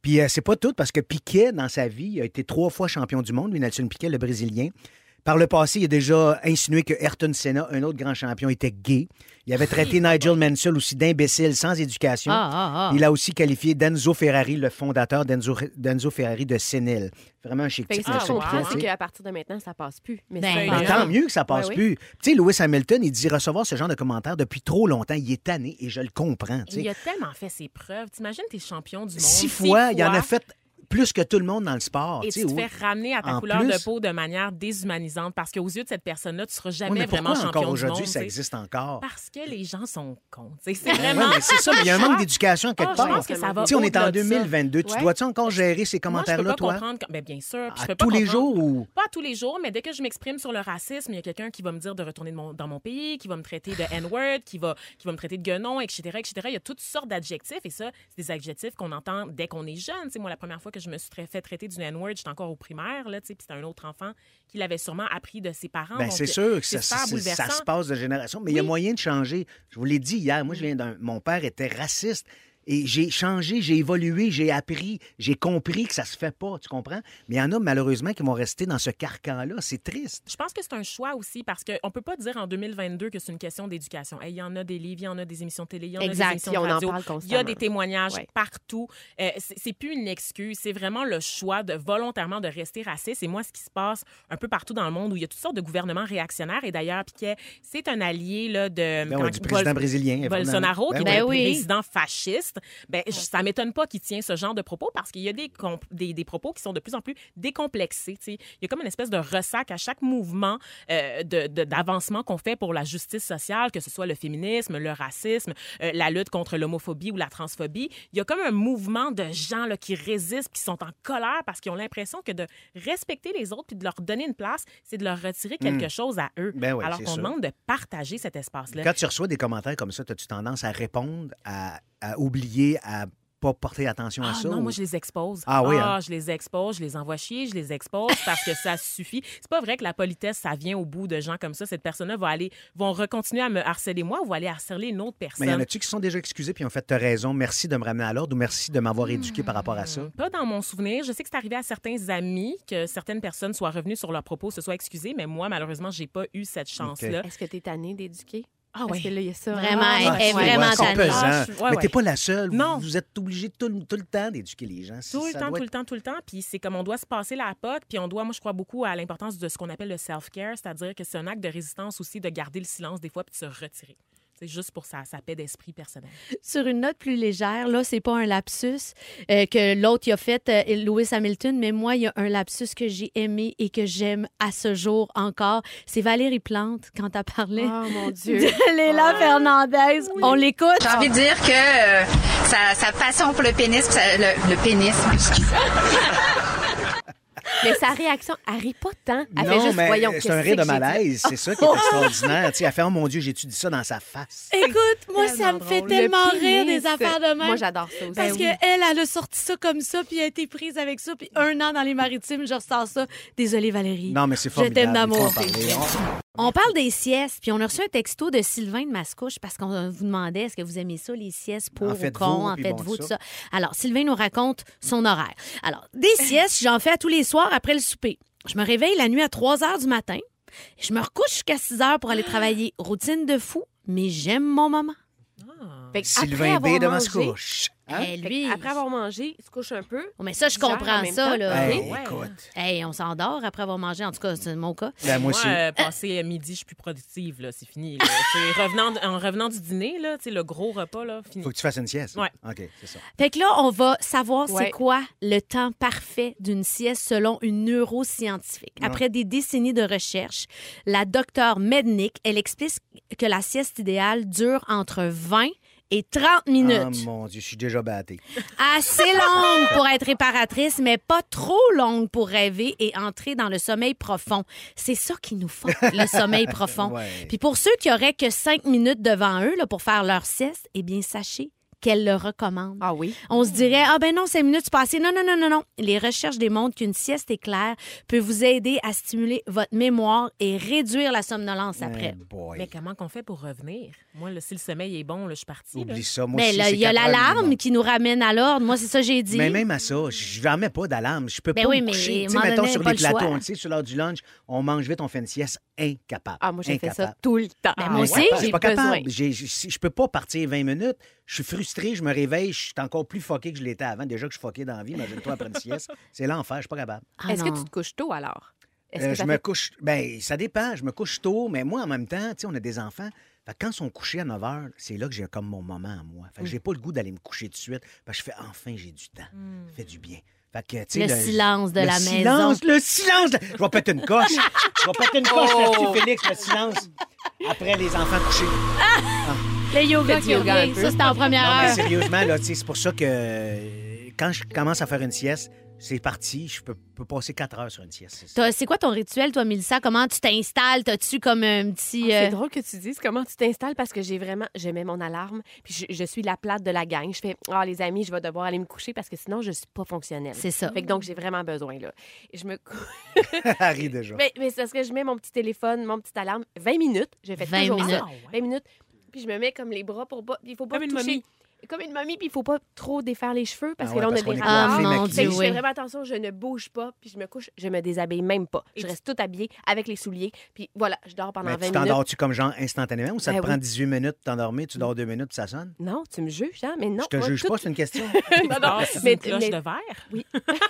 [SPEAKER 1] Puis euh, c'est pas tout, parce que Piquet, dans sa vie, il a été trois fois champion du monde, lui, Nelson Piquet, le Brésilien. Par le passé, il a déjà insinué que Ayrton Senna, un autre grand champion, était gay. Il avait traité Nigel Mansell aussi d'imbécile, sans éducation.
[SPEAKER 3] Ah,
[SPEAKER 1] Il a aussi qualifié Denzo Ferrari, le fondateur Denzo, Denzo Ferrari, de sénile. Vraiment un chic
[SPEAKER 3] Fait que
[SPEAKER 1] type,
[SPEAKER 3] ce que
[SPEAKER 7] Ah,
[SPEAKER 1] Nelson
[SPEAKER 3] je
[SPEAKER 7] wow.
[SPEAKER 3] comprends,
[SPEAKER 1] Piquet,
[SPEAKER 3] c'est
[SPEAKER 1] tu sais.
[SPEAKER 3] qu'à partir de maintenant, ça passe plus. Mais
[SPEAKER 8] Ben,
[SPEAKER 3] c'est
[SPEAKER 8] ben,
[SPEAKER 3] pas
[SPEAKER 1] Mais
[SPEAKER 3] grave.
[SPEAKER 1] tant mieux que ça passe
[SPEAKER 3] Ouais,
[SPEAKER 1] plus. Tu sais, Lewis Hamilton, il dit recevoir ce genre de commentaires depuis trop longtemps. Il est tanné et je le comprends. tu sais.
[SPEAKER 7] Il a tellement fait ses preuves. T'imagines, t'es champion du monde.
[SPEAKER 1] Six fois, il y en a fait plus que tout le monde dans le sport.
[SPEAKER 7] Et
[SPEAKER 1] tu
[SPEAKER 7] tu
[SPEAKER 1] sais,
[SPEAKER 7] te
[SPEAKER 1] oui.
[SPEAKER 7] fais ramener à ta
[SPEAKER 1] En
[SPEAKER 7] couleur
[SPEAKER 1] plus-
[SPEAKER 7] de peau de manière déshumanisante parce qu'aux yeux de cette personne-là, tu seras
[SPEAKER 1] Oui,
[SPEAKER 7] jamais
[SPEAKER 1] mais pourquoi
[SPEAKER 7] vraiment champion
[SPEAKER 1] encore
[SPEAKER 7] du monde.
[SPEAKER 1] aujourd'hui ça
[SPEAKER 7] t'sais.
[SPEAKER 1] existe encore?
[SPEAKER 7] Parce que les gens sont cons. t'sais. C'est
[SPEAKER 1] Ouais,
[SPEAKER 7] vraiment.
[SPEAKER 1] mais c'est ça, il y a un manque d'éducation à quelque
[SPEAKER 7] Ah, je
[SPEAKER 1] part.
[SPEAKER 7] pense que ça va
[SPEAKER 1] Tu sais, on est en
[SPEAKER 7] au-delà de ça.
[SPEAKER 1] 2022. Tu
[SPEAKER 3] Ouais.
[SPEAKER 1] dois-tu encore gérer ces
[SPEAKER 7] Moi, je peux
[SPEAKER 1] commentaires-là,
[SPEAKER 7] pas
[SPEAKER 1] toi?
[SPEAKER 7] comprendre quand- ben, bien sûr. puis
[SPEAKER 1] À
[SPEAKER 7] je peux pas
[SPEAKER 1] tous les
[SPEAKER 7] comprendre-
[SPEAKER 1] jours ou.
[SPEAKER 7] Pas à tous les jours, mais dès que je m'exprime sur le racisme, il y a quelqu'un qui va me dire de retourner de mon- dans mon pays, qui va me traiter de N-word, qui va, qui va me traiter de guenon, etc., etc. Il y a toutes sortes d'adjectifs et ça, c'est des adjectifs qu'on entend dès qu'on est jeune. Tu sais, moi, la première fois que je me suis tra- fait traiter du N-word, j'étais encore au primaire, là, tu sais, puis c'était un autre enfant qui l'avait sûrement appris de ses parents.
[SPEAKER 1] Ben,
[SPEAKER 7] Donc,
[SPEAKER 1] c'est sûr que ça,
[SPEAKER 7] c'est super
[SPEAKER 1] ça- ça
[SPEAKER 7] bouleversant.
[SPEAKER 1] se passe de génération, mais il y a
[SPEAKER 7] Oui. Mm.
[SPEAKER 1] moyen de changer. Je vous l'ai dit hier, moi, je viens d'un. Mon père était raciste. Et j'ai changé, j'ai évolué, j'ai appris, j'ai compris que ça se fait pas, tu comprends? Mais il y en a malheureusement qui vont rester dans ce carcan-là. C'est triste.
[SPEAKER 7] Je pense que c'est un choix aussi parce qu'on ne peut pas dire en 2022 que c'est une question d'éducation. Hey, Il y en a des livres, il y en a des émissions de télé, il y en a
[SPEAKER 3] Exact,
[SPEAKER 7] des émissions
[SPEAKER 3] puis
[SPEAKER 7] de
[SPEAKER 3] on en
[SPEAKER 7] radio,
[SPEAKER 3] parle
[SPEAKER 7] il y a
[SPEAKER 3] constamment.
[SPEAKER 7] des témoignages
[SPEAKER 3] Ouais.
[SPEAKER 7] partout. Euh, c'est c'est plus une excuse, c'est vraiment le choix de volontairement de rester raciste. Et moi, ce qui se passe un peu partout dans le monde où il y a toutes sortes de gouvernements réactionnaires, et d'ailleurs, Piquet, c'est un allié là, de...
[SPEAKER 1] Ben,
[SPEAKER 7] comment-
[SPEAKER 1] ouais, du président
[SPEAKER 7] Bol-
[SPEAKER 1] brésilien.
[SPEAKER 7] Bolsonaro,
[SPEAKER 1] évidemment.
[SPEAKER 7] qui
[SPEAKER 1] Ben
[SPEAKER 7] est un
[SPEAKER 1] oui.
[SPEAKER 8] oui.
[SPEAKER 7] président fasciste, ben, je- ça m'étonne pas qu'il tient ce genre de propos parce qu'il y a des, comp- des, des propos qui sont de plus en plus décomplexés. tu sais. Il y a comme une espèce de ressac à chaque mouvement euh, de- de- d'avancement qu'on fait pour la justice sociale, que ce soit le féminisme, le racisme, euh, la lutte contre l'homophobie ou la transphobie. Il y a comme un mouvement de gens là, qui résistent, qui sont en colère parce qu'ils ont l'impression que de respecter les autres puis de leur donner une place, c'est de leur retirer quelque chose à eux.
[SPEAKER 1] Ben oui,
[SPEAKER 7] alors
[SPEAKER 1] c'est
[SPEAKER 7] qu'on
[SPEAKER 1] sûr.
[SPEAKER 7] demande de partager cet espace-là.
[SPEAKER 1] Quand tu reçois des commentaires comme ça, as-tu tendance à répondre, à, à oublier, à pas porter attention à
[SPEAKER 7] Ah
[SPEAKER 1] ça?
[SPEAKER 7] non,
[SPEAKER 1] ou-
[SPEAKER 7] moi, je les expose.
[SPEAKER 1] Ah oui, hein?
[SPEAKER 7] je les expose, je les envoie chier, je les expose parce que ça suffit. C'est pas vrai que la politesse, ça vient au bout de gens comme ça. Cette personne-là va aller, vont recontinuer à me harceler moi ou va aller harceler une autre
[SPEAKER 1] Mais y en
[SPEAKER 7] personne.
[SPEAKER 1] a-tu qui se sont déjà excusés puis ont fait t'as raison, merci de me ramener à l'ordre ou merci de m'avoir éduqué par rapport à ça?
[SPEAKER 7] Pas dans mon souvenir. Je sais que c'est arrivé à certains amis que certaines personnes soient revenues sur leurs propos, se soient excusées, mais moi, malheureusement, j'ai pas eu cette chance-là.
[SPEAKER 3] Est-ce que t'es tannée d'éduquer?
[SPEAKER 7] Ah
[SPEAKER 3] Parce
[SPEAKER 7] oui.
[SPEAKER 3] que là, il y a ça.
[SPEAKER 8] hein. Vraiment,
[SPEAKER 3] Ah,
[SPEAKER 8] elle est
[SPEAKER 3] ouais.
[SPEAKER 8] vraiment
[SPEAKER 1] ouais, c'est
[SPEAKER 8] tannée.
[SPEAKER 1] pesant.
[SPEAKER 7] Ah, je- ouais,
[SPEAKER 1] Mais t'es
[SPEAKER 7] ouais.
[SPEAKER 1] pas la seule.
[SPEAKER 7] Non.
[SPEAKER 1] Vous, vous êtes obligé tout, le- tout le temps d'éduquer les gens.
[SPEAKER 7] Tout le temps, tout le temps, tout le temps. Puis c'est comme on doit se passer la POC, puis on doit, moi, je crois beaucoup à l'importance de ce qu'on appelle le self-care, c'est-à-dire que c'est un acte de résistance aussi de garder le silence des fois puis de se retirer. C'est juste pour sa, sa paix d'esprit personnel.
[SPEAKER 8] Sur une note plus légère, là, c'est pas un lapsus euh, que l'autre il a fait, euh, Lewis Hamilton, mais moi, il y a un lapsus que j'ai aimé et que j'aime à ce jour encore. C'est Valérie Plante, quand t'as parlé
[SPEAKER 3] Oh mon Dieu.
[SPEAKER 8] de Léla Fernandez. On l'écoute?
[SPEAKER 3] Ah.
[SPEAKER 9] J'ai envie de dire que euh, sa, sa passion pour le pénis, pis sa- le, le pénis,
[SPEAKER 3] Mais sa réaction, elle rit pas tant. Elle fait
[SPEAKER 1] non,
[SPEAKER 3] Ah, juste,
[SPEAKER 1] mais
[SPEAKER 3] voyons,
[SPEAKER 1] c'est un
[SPEAKER 3] qu'est-ce
[SPEAKER 1] rire de
[SPEAKER 3] que j'ai dit?
[SPEAKER 1] malaise. C'est ça qui est extraordinaire. Tu sais, elle fait, oh mon Dieu, j'ai-tu dit ça dans sa face?
[SPEAKER 2] Écoute, moi, ça me
[SPEAKER 7] Tellement
[SPEAKER 2] fait
[SPEAKER 7] drôle.
[SPEAKER 2] tellement
[SPEAKER 3] Le
[SPEAKER 2] rire
[SPEAKER 3] pénis.
[SPEAKER 2] des affaires de même.
[SPEAKER 3] Moi, j'adore ça aussi.
[SPEAKER 2] Ah, Parce
[SPEAKER 3] Ben oui.
[SPEAKER 2] qu'elle, elle a sorti ça comme ça, puis elle a été prise avec ça, puis un an dans les maritimes, je ressens ça. Désolée, Valérie.
[SPEAKER 1] Non, mais c'est
[SPEAKER 2] Je
[SPEAKER 1] formidable. Ah,
[SPEAKER 2] t'aime
[SPEAKER 1] il faut en
[SPEAKER 2] d'amour.
[SPEAKER 1] parler. On-
[SPEAKER 8] On parle des siestes, puis on a reçu un texto de Sylvain de Mascouche parce qu'on vous demandait est-ce que vous aimez ça, les siestes pour
[SPEAKER 1] En
[SPEAKER 8] ou
[SPEAKER 1] faites-vous,
[SPEAKER 8] contre, en
[SPEAKER 1] puis
[SPEAKER 8] faites-vous,
[SPEAKER 1] bon,
[SPEAKER 8] tout
[SPEAKER 1] ça.
[SPEAKER 8] ça. Alors, Sylvain nous raconte son horaire. Alors, des siestes, j'en fais à tous les soirs après le souper. Je me réveille la nuit à 3 heures du matin. Je me recouche jusqu'à 6 heures pour aller travailler. Routine de fou, mais j'aime mon moment.
[SPEAKER 3] Fait que
[SPEAKER 1] Sylvain
[SPEAKER 3] après
[SPEAKER 1] B. de
[SPEAKER 3] avoir mangé,
[SPEAKER 1] Mascouche. Hein?
[SPEAKER 8] Eh,
[SPEAKER 3] fait
[SPEAKER 8] lui,
[SPEAKER 3] que Après avoir mangé, il se couche un peu.
[SPEAKER 8] Oh, mais ça, je
[SPEAKER 3] Bizarre, en
[SPEAKER 8] comprends
[SPEAKER 3] même
[SPEAKER 8] ça.
[SPEAKER 3] temps.
[SPEAKER 2] Ah
[SPEAKER 8] Là.
[SPEAKER 1] Hey,
[SPEAKER 7] ouais.
[SPEAKER 1] écoute.
[SPEAKER 8] Hey, on s'endort après avoir mangé. En tout cas, c'est mon cas.
[SPEAKER 1] Ben, moi aussi.
[SPEAKER 7] Moi, euh, passé à midi, je suis plus productive, là, c'est fini. là. C'est revenant, en revenant du dîner, là, tu sais, le gros repas, là, fini.
[SPEAKER 1] Faut que tu fasses une sieste.
[SPEAKER 7] Ouais.
[SPEAKER 1] OK, c'est ça.
[SPEAKER 8] Fait que là, on va savoir c'est
[SPEAKER 3] Ouais.
[SPEAKER 8] quoi le temps parfait d'une sieste selon une neuroscientifique. Après des décennies de recherche, la docteure Mednick, elle explique que la sieste idéale dure entre 20 et 30 minutes.
[SPEAKER 1] Ah, mon Dieu, je suis déjà batté.
[SPEAKER 8] Assez longue pour être réparatrice, mais pas trop longue pour rêver et entrer dans le sommeil profond. C'est ça qui nous font, le sommeil profond.
[SPEAKER 1] Ouais.
[SPEAKER 8] Puis pour ceux qui auraient que cinq minutes devant eux là, pour faire leur sieste, eh bien, sachez qu'elle le recommande.
[SPEAKER 3] Ah oui.
[SPEAKER 8] On se dirait, ah ben non, cinq minutes c'est passé. Non, non, non, non, non. Les recherches démontrent qu'une sieste éclair peut vous aider à stimuler votre mémoire et réduire la somnolence après.
[SPEAKER 1] Eh boy.
[SPEAKER 7] Mais comment qu'on fait pour revenir? Moi, là, si le sommeil est bon, là, je suis partie. là.
[SPEAKER 1] Oublie ça. Moi,
[SPEAKER 8] Mais Ben
[SPEAKER 1] si
[SPEAKER 8] là,
[SPEAKER 1] c'est
[SPEAKER 8] il y a
[SPEAKER 1] quatre heures
[SPEAKER 8] l'alarme
[SPEAKER 1] minimum.
[SPEAKER 8] qui nous ramène à l'ordre. Moi, c'est ça que j'ai dit.
[SPEAKER 1] Mais même à ça, je n'en mets pas d'alarme. Je peux
[SPEAKER 8] Ben
[SPEAKER 1] pas
[SPEAKER 8] oui,
[SPEAKER 1] me
[SPEAKER 8] mais à un
[SPEAKER 1] coucher. Tu sais,
[SPEAKER 8] moment
[SPEAKER 1] mettons
[SPEAKER 8] donné,
[SPEAKER 1] sur
[SPEAKER 8] pas
[SPEAKER 1] les
[SPEAKER 8] le choix.
[SPEAKER 1] plateaux, tu sais, sur l'heure du lunch, on mange vite, on fait une sieste incapable.
[SPEAKER 3] Ah, moi, j'ai fait ça
[SPEAKER 1] Incapable. Ah,
[SPEAKER 3] tout le temps.
[SPEAKER 8] Ben, moi aussi,
[SPEAKER 1] Incapable. Je
[SPEAKER 3] j'ai
[SPEAKER 1] suis pas
[SPEAKER 3] besoin.
[SPEAKER 1] capable. J'ai- j'ai- si- Je peux pas partir 20 minutes. Je suis frustré, je me réveille, je suis encore plus foqué que je l'étais avant. Déjà que je suis foqué dans la vie, imagine-toi après une sieste. C'est l'enfer, je suis pas capable.
[SPEAKER 8] Ah
[SPEAKER 3] Est-ce que
[SPEAKER 8] non.
[SPEAKER 3] tu te couches tôt alors? Est-ce
[SPEAKER 1] Euh,
[SPEAKER 3] que
[SPEAKER 1] je
[SPEAKER 3] ça
[SPEAKER 1] me
[SPEAKER 3] fait-
[SPEAKER 1] couche. Ben, ça dépend. Je me couche tôt, mais moi, en même temps, tu sais, on a des enfants. Fait que quand ils sont couchés à 9 h, c'est là que j'ai comme mon moment à moi. Fait que j'ai pas le goût d'aller me coucher tout de suite. Fait que je fais enfin, j'ai du temps.
[SPEAKER 3] Hmm.
[SPEAKER 1] Ça fait du bien. Fait que, tu sais,
[SPEAKER 8] Le silence de
[SPEAKER 1] le
[SPEAKER 8] la
[SPEAKER 1] silence, Le silence, de- Je vais péter une coche. Je vais péter une coche
[SPEAKER 3] Oh!
[SPEAKER 1] là-dessus, Félix, le silence. Après les enfants couchés.
[SPEAKER 8] Le yoga
[SPEAKER 3] Fais du
[SPEAKER 8] qui
[SPEAKER 3] yoga un
[SPEAKER 8] revient.
[SPEAKER 3] peu.
[SPEAKER 8] Ça, c'était en première
[SPEAKER 1] Non, mais
[SPEAKER 3] Ah!
[SPEAKER 8] heure.
[SPEAKER 1] sérieusement, là, tu sais, c'est pour ça que euh, quand je commence à faire une sieste, c'est parti. Je peux, peux passer 4 heures sur une sieste. c'est ça.
[SPEAKER 8] T'as- C'est quoi ton rituel, toi, Mélissa? Comment tu t'installes? T'as-tu comme un
[SPEAKER 3] Ah,
[SPEAKER 8] petit...
[SPEAKER 3] C'est
[SPEAKER 8] euh,
[SPEAKER 3] drôle que tu dises comment tu t'installes parce que j'ai vraiment, je mets mon alarme, puis je, je suis la plate de la gang. Je fais, ah les amis, je vais devoir aller me coucher parce que sinon je suis pas fonctionnelle.
[SPEAKER 8] C'est ça.
[SPEAKER 3] Fait que donc j'ai vraiment besoin là. Et je me, cou-
[SPEAKER 1] Harry, déjà.
[SPEAKER 3] mais, mais c'est parce que je mets mon petit téléphone, mon petit alarme, 20 minutes. Je fais
[SPEAKER 8] 20
[SPEAKER 3] toujours ça.
[SPEAKER 8] minutes.
[SPEAKER 7] Ah, ouais.
[SPEAKER 3] 20 minutes. Puis je me mets comme les bras pour pas. Il faut pas
[SPEAKER 7] Comme une
[SPEAKER 3] toucher.
[SPEAKER 7] momie.
[SPEAKER 3] Comme une momie, puis il faut pas trop défaire les cheveux parce
[SPEAKER 1] Ah
[SPEAKER 3] que là,
[SPEAKER 1] ouais,
[SPEAKER 3] on a
[SPEAKER 1] parce qu'on
[SPEAKER 3] des
[SPEAKER 1] est
[SPEAKER 3] rapports.
[SPEAKER 8] coiffé, Ah, mon
[SPEAKER 3] Fait que
[SPEAKER 8] Dieu,
[SPEAKER 3] je
[SPEAKER 8] oui.
[SPEAKER 3] fais vraiment attention, je ne bouge pas, puis je me couche, je me déshabille même pas. Je reste tout habillée avec les souliers, puis voilà, je dors pendant
[SPEAKER 1] Mais
[SPEAKER 3] 20
[SPEAKER 1] tu
[SPEAKER 3] minutes.
[SPEAKER 1] t'endors-tu comme genre instantanément ou ça
[SPEAKER 3] Ben
[SPEAKER 1] te prend
[SPEAKER 3] oui.
[SPEAKER 1] 18 minutes de t'endormir, tu dors 2 minutes puis ça sonne?
[SPEAKER 3] Non, tu me juges, hein? Mais non.
[SPEAKER 1] Je te
[SPEAKER 3] moi,
[SPEAKER 1] juge
[SPEAKER 3] tout-
[SPEAKER 1] pas, c'est une question.
[SPEAKER 3] non, non,
[SPEAKER 7] Ah, c'est
[SPEAKER 3] mais-
[SPEAKER 7] une cloche
[SPEAKER 3] mais-
[SPEAKER 7] de verre.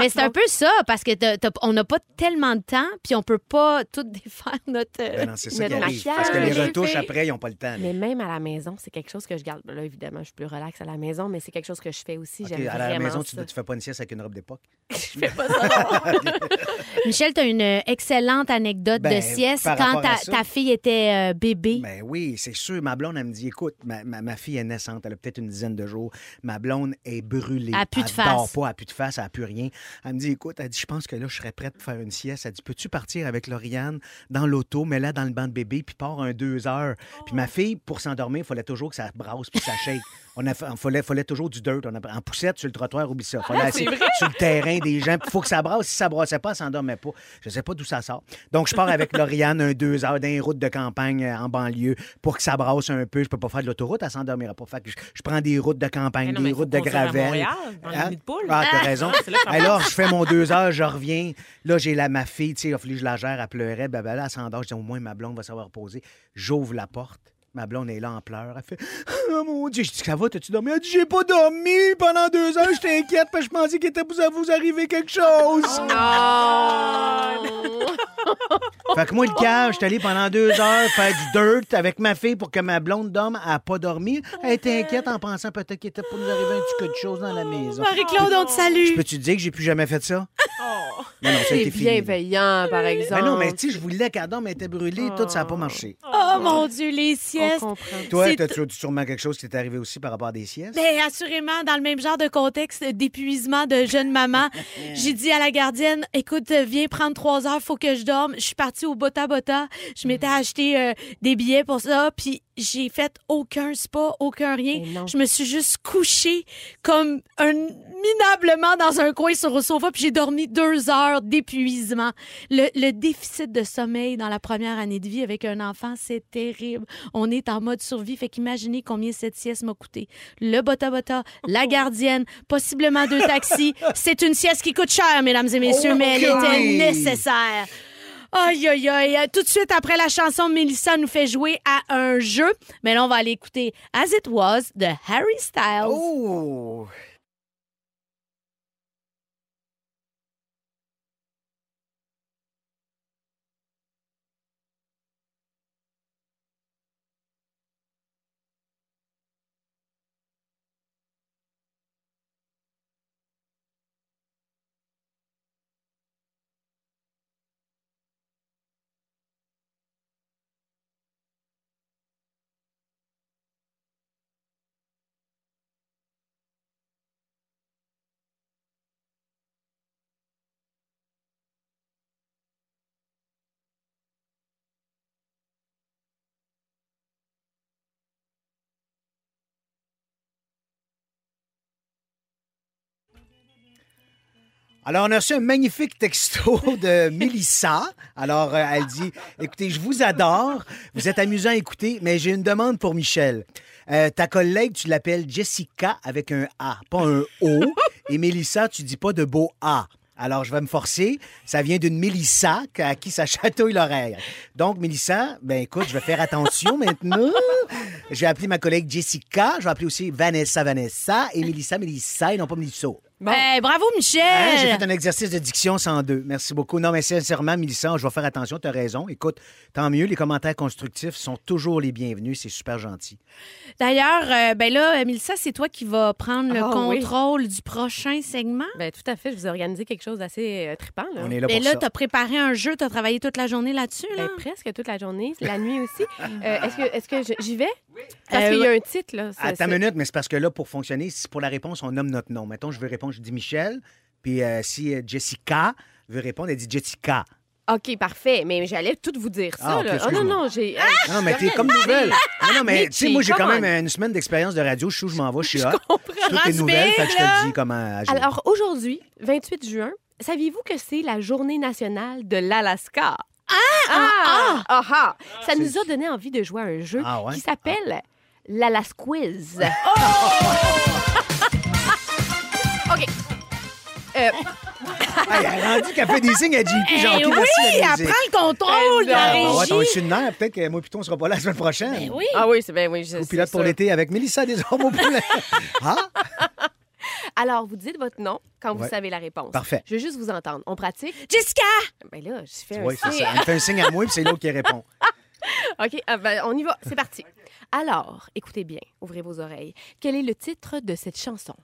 [SPEAKER 8] Mais c'est un peu ça, parce que t'as- t'as- on n'a pas tellement de temps, puis on peut pas tout défaire notre... euh,
[SPEAKER 1] Ben non, c'est ça qui
[SPEAKER 3] Notre
[SPEAKER 1] arrive. Parce que les
[SPEAKER 3] maquillage,
[SPEAKER 1] retouches
[SPEAKER 3] j'ai fait-
[SPEAKER 1] après, ils n'ont pas le temps. là.
[SPEAKER 3] Mais même à la maison, c'est quelque chose que je garde. Là, évidemment, je suis plus relax à la maison, mais c'est quelque chose que je fais aussi.
[SPEAKER 1] OK,
[SPEAKER 3] J'aime
[SPEAKER 1] à la
[SPEAKER 3] vraiment
[SPEAKER 1] maison, tu
[SPEAKER 3] ça.
[SPEAKER 1] ne fais pas une sieste avec une robe d'époque.
[SPEAKER 8] Michel, t'as une excellente anecdote
[SPEAKER 1] Ben,
[SPEAKER 8] de sieste
[SPEAKER 1] par
[SPEAKER 8] quand
[SPEAKER 1] rapport à
[SPEAKER 8] ta,
[SPEAKER 1] ça.
[SPEAKER 8] ta fille était euh, bébé.
[SPEAKER 1] Ben oui, c'est sûr. Ma blonde, elle me dit écoute, ma, ma- ma fille est naissante, elle a peut-être une dizaine de jours. Ma blonde est brûlée.
[SPEAKER 8] Elle a plus de
[SPEAKER 1] Elle dort
[SPEAKER 8] face.
[SPEAKER 1] pas, elle a plus de face, elle a plus rien. Elle me dit écoute, elle dit je pense que là, je serais prête pour faire une sieste. Elle dit peux-tu partir avec Lauriane dans l'auto, mais là, dans le banc de bébé, puis part un deux heures. Puis
[SPEAKER 7] Oh.
[SPEAKER 1] ma fille, pour s'endormir, il fallait toujours que ça brasse puis ça shake. On a, fait- on fallait, fallait toujours du dirt. On a- en poussette sur le trottoir, oublie
[SPEAKER 7] Ah,
[SPEAKER 1] ça. Fallait assis sur le terrain des gens. Il faut que ça brasse. Si ça brassait pas, elle s'endormait pas. Je sais pas d'où ça sort. Donc, je pars avec Lauriane un deux heures dans les routes de campagne euh, en banlieue pour que ça brasse un peu. Je peux pas faire de l'autoroute, elle s'endormira pas. Fait que je, je prends des routes de campagne,
[SPEAKER 7] Mais Eh non,
[SPEAKER 1] des
[SPEAKER 7] mais faut
[SPEAKER 1] routes de
[SPEAKER 7] conduire à
[SPEAKER 1] gravel.
[SPEAKER 7] Montréal, dans les nids de poules.
[SPEAKER 1] Ah, t'as raison.
[SPEAKER 7] c'est là que ça
[SPEAKER 1] Alors, je fais mon deux heures, je reviens. Là, j'ai la, ma fille, tu sais, il a fallu que je la gère, elle pleurait, blablabla, elle s'endort. Je dis, au moins, ma blonde va savoir poser. J'ouvre la porte. Ma blonde est là en pleurs. Elle fait Oh mon Dieu, je dis ça va, t'as-tu dormi? Elle dit J'ai pas dormi pendant deux heures, je t'inquiète, parce que je pensais qu'il était pour vous arriver quelque chose.
[SPEAKER 7] Oh,
[SPEAKER 1] Fait que moi, le cave, je suis allé pendant deux heures faire du dirt avec ma fille pour que ma blonde dorme. Elle n'a pas dormi. Elle était
[SPEAKER 7] Oh,
[SPEAKER 1] inquiète en pensant peut-être qu'il était pour nous arriver un petit peu de choses dans la maison.
[SPEAKER 2] Marie-Claude, on te salue.
[SPEAKER 1] Peux-tu dire que j'ai plus jamais fait ça? Non, non, ça a
[SPEAKER 3] C'est
[SPEAKER 1] été fini. Mais
[SPEAKER 3] bienveillant, par exemple.
[SPEAKER 1] Ben non, mais tu sais, je voulais qu'elle dorme, elle était brûlée, tout ça n'a pas marché.
[SPEAKER 2] Oh mon Dieu, les
[SPEAKER 3] On
[SPEAKER 2] siestes.
[SPEAKER 3] comprend.
[SPEAKER 1] Toi,
[SPEAKER 2] C'est-
[SPEAKER 1] t'as-tu sûrement quelque chose qui t'est arrivé aussi par rapport à des siestes?
[SPEAKER 2] Ben, assurément, dans le même genre de contexte d'épuisement de jeune maman, j'ai dit à la gardienne, écoute, euh, viens prendre trois heures, faut que je dorme. Je suis partie au Bota Bota. Je m'étais acheté euh, des billets pour ça, puis j'ai fait aucun spa, aucun rien.
[SPEAKER 3] Eh non.
[SPEAKER 2] Je me suis juste couchée comme un minablement dans un coin sur le sofa, puis j'ai dormi deux heures d'épuisement. Le, le déficit de sommeil dans la première année de vie avec un enfant, c'est terrible. On est en mode survie, fait qu'imaginez combien cette sieste m'a coûté. Le bota-bota, la gardienne, possiblement deux taxis. C'est une sieste qui coûte cher, mesdames et messieurs,
[SPEAKER 1] Oh,
[SPEAKER 2] mais elle
[SPEAKER 1] oui.
[SPEAKER 2] était nécessaire. Aïe, aïe,
[SPEAKER 8] Euh,
[SPEAKER 2] aïe. Tout de suite après la chanson, Mélissa nous fait jouer à un jeu. Mais là, on va aller écouter As It Was de Harry Styles.
[SPEAKER 1] Oh! Alors, on a reçu un magnifique texto de Mélissa. Alors, euh, elle dit Écoutez, je vous adore. Vous êtes amusant à écouter, mais j'ai une demande pour Michel. Euh, ta collègue, tu l'appelles Jessica avec un A, pas un O. Et Mélissa, tu dis pas de beau A. Alors, je vais me forcer. Ça vient d'une Mélissa à qui ça chatouille l'oreille. Donc, Mélissa, ben écoute, je vais faire attention maintenant. Je vais appeler ma collègue Jessica. Je vais appeler aussi Vanessa, Vanessa. Et Mélissa, Mélissa. Et non pas Mélissa.
[SPEAKER 8] Hey, Euh, bravo,
[SPEAKER 1] Hein, J'ai
[SPEAKER 8] Michel!
[SPEAKER 1] fait un exercice de diction sans deux. Merci beaucoup. Non, mais sincèrement, Mélissa, je vais faire attention, tu as raison. Écoute, tant mieux, les commentaires constructifs sont toujours les bienvenus, c'est super gentil.
[SPEAKER 8] D'ailleurs, euh, ben là, euh, Mélissa, c'est toi qui vas prendre le
[SPEAKER 3] Ah, oui.
[SPEAKER 8] contrôle du prochain segment.
[SPEAKER 3] Ben, tout à fait. Je vous ai organisé quelque chose d'assez euh, trippant. Là.
[SPEAKER 1] On est là
[SPEAKER 8] Ben
[SPEAKER 1] pour
[SPEAKER 8] là,
[SPEAKER 1] ça.
[SPEAKER 8] t'as préparé un jeu, t'as travaillé toute la journée là-dessus, là.
[SPEAKER 3] Ben, presque toute la journée, la nuit aussi. Euh, est-ce que, est-ce que je- j'y vais? Parce
[SPEAKER 8] Euh,
[SPEAKER 3] qu'il y a un titre. Là,
[SPEAKER 1] À
[SPEAKER 3] C'est-
[SPEAKER 1] ta
[SPEAKER 3] c'est-
[SPEAKER 1] minute, mais c'est parce que là, pour fonctionner, si pour la réponse, on nomme notre nom. Mettons, je veux répondre, je dis Michel. Puis euh, si euh, Jessica veut répondre, elle dit Jessica.
[SPEAKER 3] OK, parfait. Mais j'allais tout vous dire ça.
[SPEAKER 1] Ah, OK,
[SPEAKER 3] là. Oh, non,
[SPEAKER 1] excuse-moi.
[SPEAKER 3] non, j'ai.
[SPEAKER 1] Non, mais t'es comme nouvelle. Ah, Non, non, mais tu sais, moi, j'ai quand
[SPEAKER 3] come
[SPEAKER 1] même une semaine d'expérience de radio. Je suis où je m'en vais, je suis hot. Tout est
[SPEAKER 8] Rasbé,
[SPEAKER 1] nouvelle, fait que je
[SPEAKER 8] là.
[SPEAKER 1] te dis comment agir.
[SPEAKER 3] Alors, aujourd'hui, 28 juin, saviez-vous que c'est la journée nationale de l'Alaska? Ah! Ah! ah, ah. Ça nous a donné envie de jouer à un jeu
[SPEAKER 1] Ah, ouais?
[SPEAKER 3] qui s'appelle l'Alasquiz. OK. Euh,
[SPEAKER 1] Ah, elle a rendu qu'elle fait des signes à JP, genre,
[SPEAKER 8] Eh
[SPEAKER 1] OK, merci,
[SPEAKER 8] oui,
[SPEAKER 1] la
[SPEAKER 8] elle
[SPEAKER 1] musique.
[SPEAKER 8] prend le contrôle, la
[SPEAKER 1] Ah, ouais,
[SPEAKER 8] régie. Ben
[SPEAKER 1] t'en es sur une nerf. Peut-être que moi, plutôt, on sera pas là la semaine prochaine.
[SPEAKER 8] oui.
[SPEAKER 3] ah oui, c'est bien, oui. je-
[SPEAKER 1] Au
[SPEAKER 3] c'est
[SPEAKER 1] pilote pour
[SPEAKER 3] sûr.
[SPEAKER 1] l'été avec Mélissa des hommes au poulet. Ah,
[SPEAKER 3] Alors, vous dites votre nom quand
[SPEAKER 1] Ouais.
[SPEAKER 3] vous savez la réponse.
[SPEAKER 1] Parfait.
[SPEAKER 3] Je veux juste vous entendre. On pratique?
[SPEAKER 8] Jessica!
[SPEAKER 3] Ben là, je fais un
[SPEAKER 1] oui, c'est
[SPEAKER 3] signe.
[SPEAKER 1] ça. Elle me fait un signe à moi, puis c'est l'autre qui répond.
[SPEAKER 3] OK, ah ben, on y va. C'est parti. Alors, écoutez bien, ouvrez vos oreilles. Quel est le titre de cette chanson?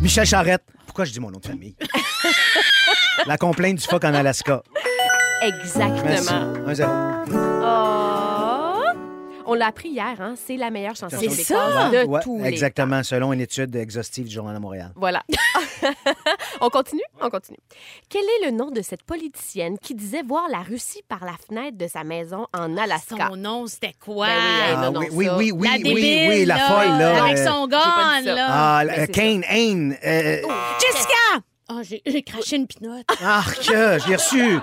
[SPEAKER 1] Michel Charrette. Pourquoi je dis mon nom de famille? La complainte du phoque en Alaska. Merci.
[SPEAKER 3] Exactement.
[SPEAKER 1] Un zéro.
[SPEAKER 3] Oh! On l'a appris hier, hein? C'est la meilleure chanson
[SPEAKER 1] C'est
[SPEAKER 3] québécoise
[SPEAKER 8] ça!
[SPEAKER 3] de
[SPEAKER 1] Ouais,
[SPEAKER 3] tous les
[SPEAKER 1] exactement, selon une étude exhaustive du Journal de Montréal.
[SPEAKER 3] Voilà. on continue? On continue. Quel est le nom de cette politicienne qui disait voir la Russie par la fenêtre de sa maison en Alaska?
[SPEAKER 8] Son nom, c'était quoi?
[SPEAKER 3] Ben oui, elle- non, non,
[SPEAKER 1] oui,
[SPEAKER 3] ça.
[SPEAKER 1] oui, oui, Ah, oui,
[SPEAKER 8] la
[SPEAKER 1] oui,
[SPEAKER 8] débile,
[SPEAKER 1] oui, la
[SPEAKER 8] là,
[SPEAKER 1] folle, là.
[SPEAKER 8] Avec
[SPEAKER 1] euh,
[SPEAKER 8] son
[SPEAKER 3] pas
[SPEAKER 8] gun,
[SPEAKER 3] dit ça.
[SPEAKER 8] là.
[SPEAKER 1] Ah,
[SPEAKER 3] Mais
[SPEAKER 1] euh,
[SPEAKER 3] c'est
[SPEAKER 1] Kane, Aine. euh,
[SPEAKER 8] Jessica! Oh, j'ai j'ai craché une pinotte.
[SPEAKER 1] Ah, que, je l'ai reçu.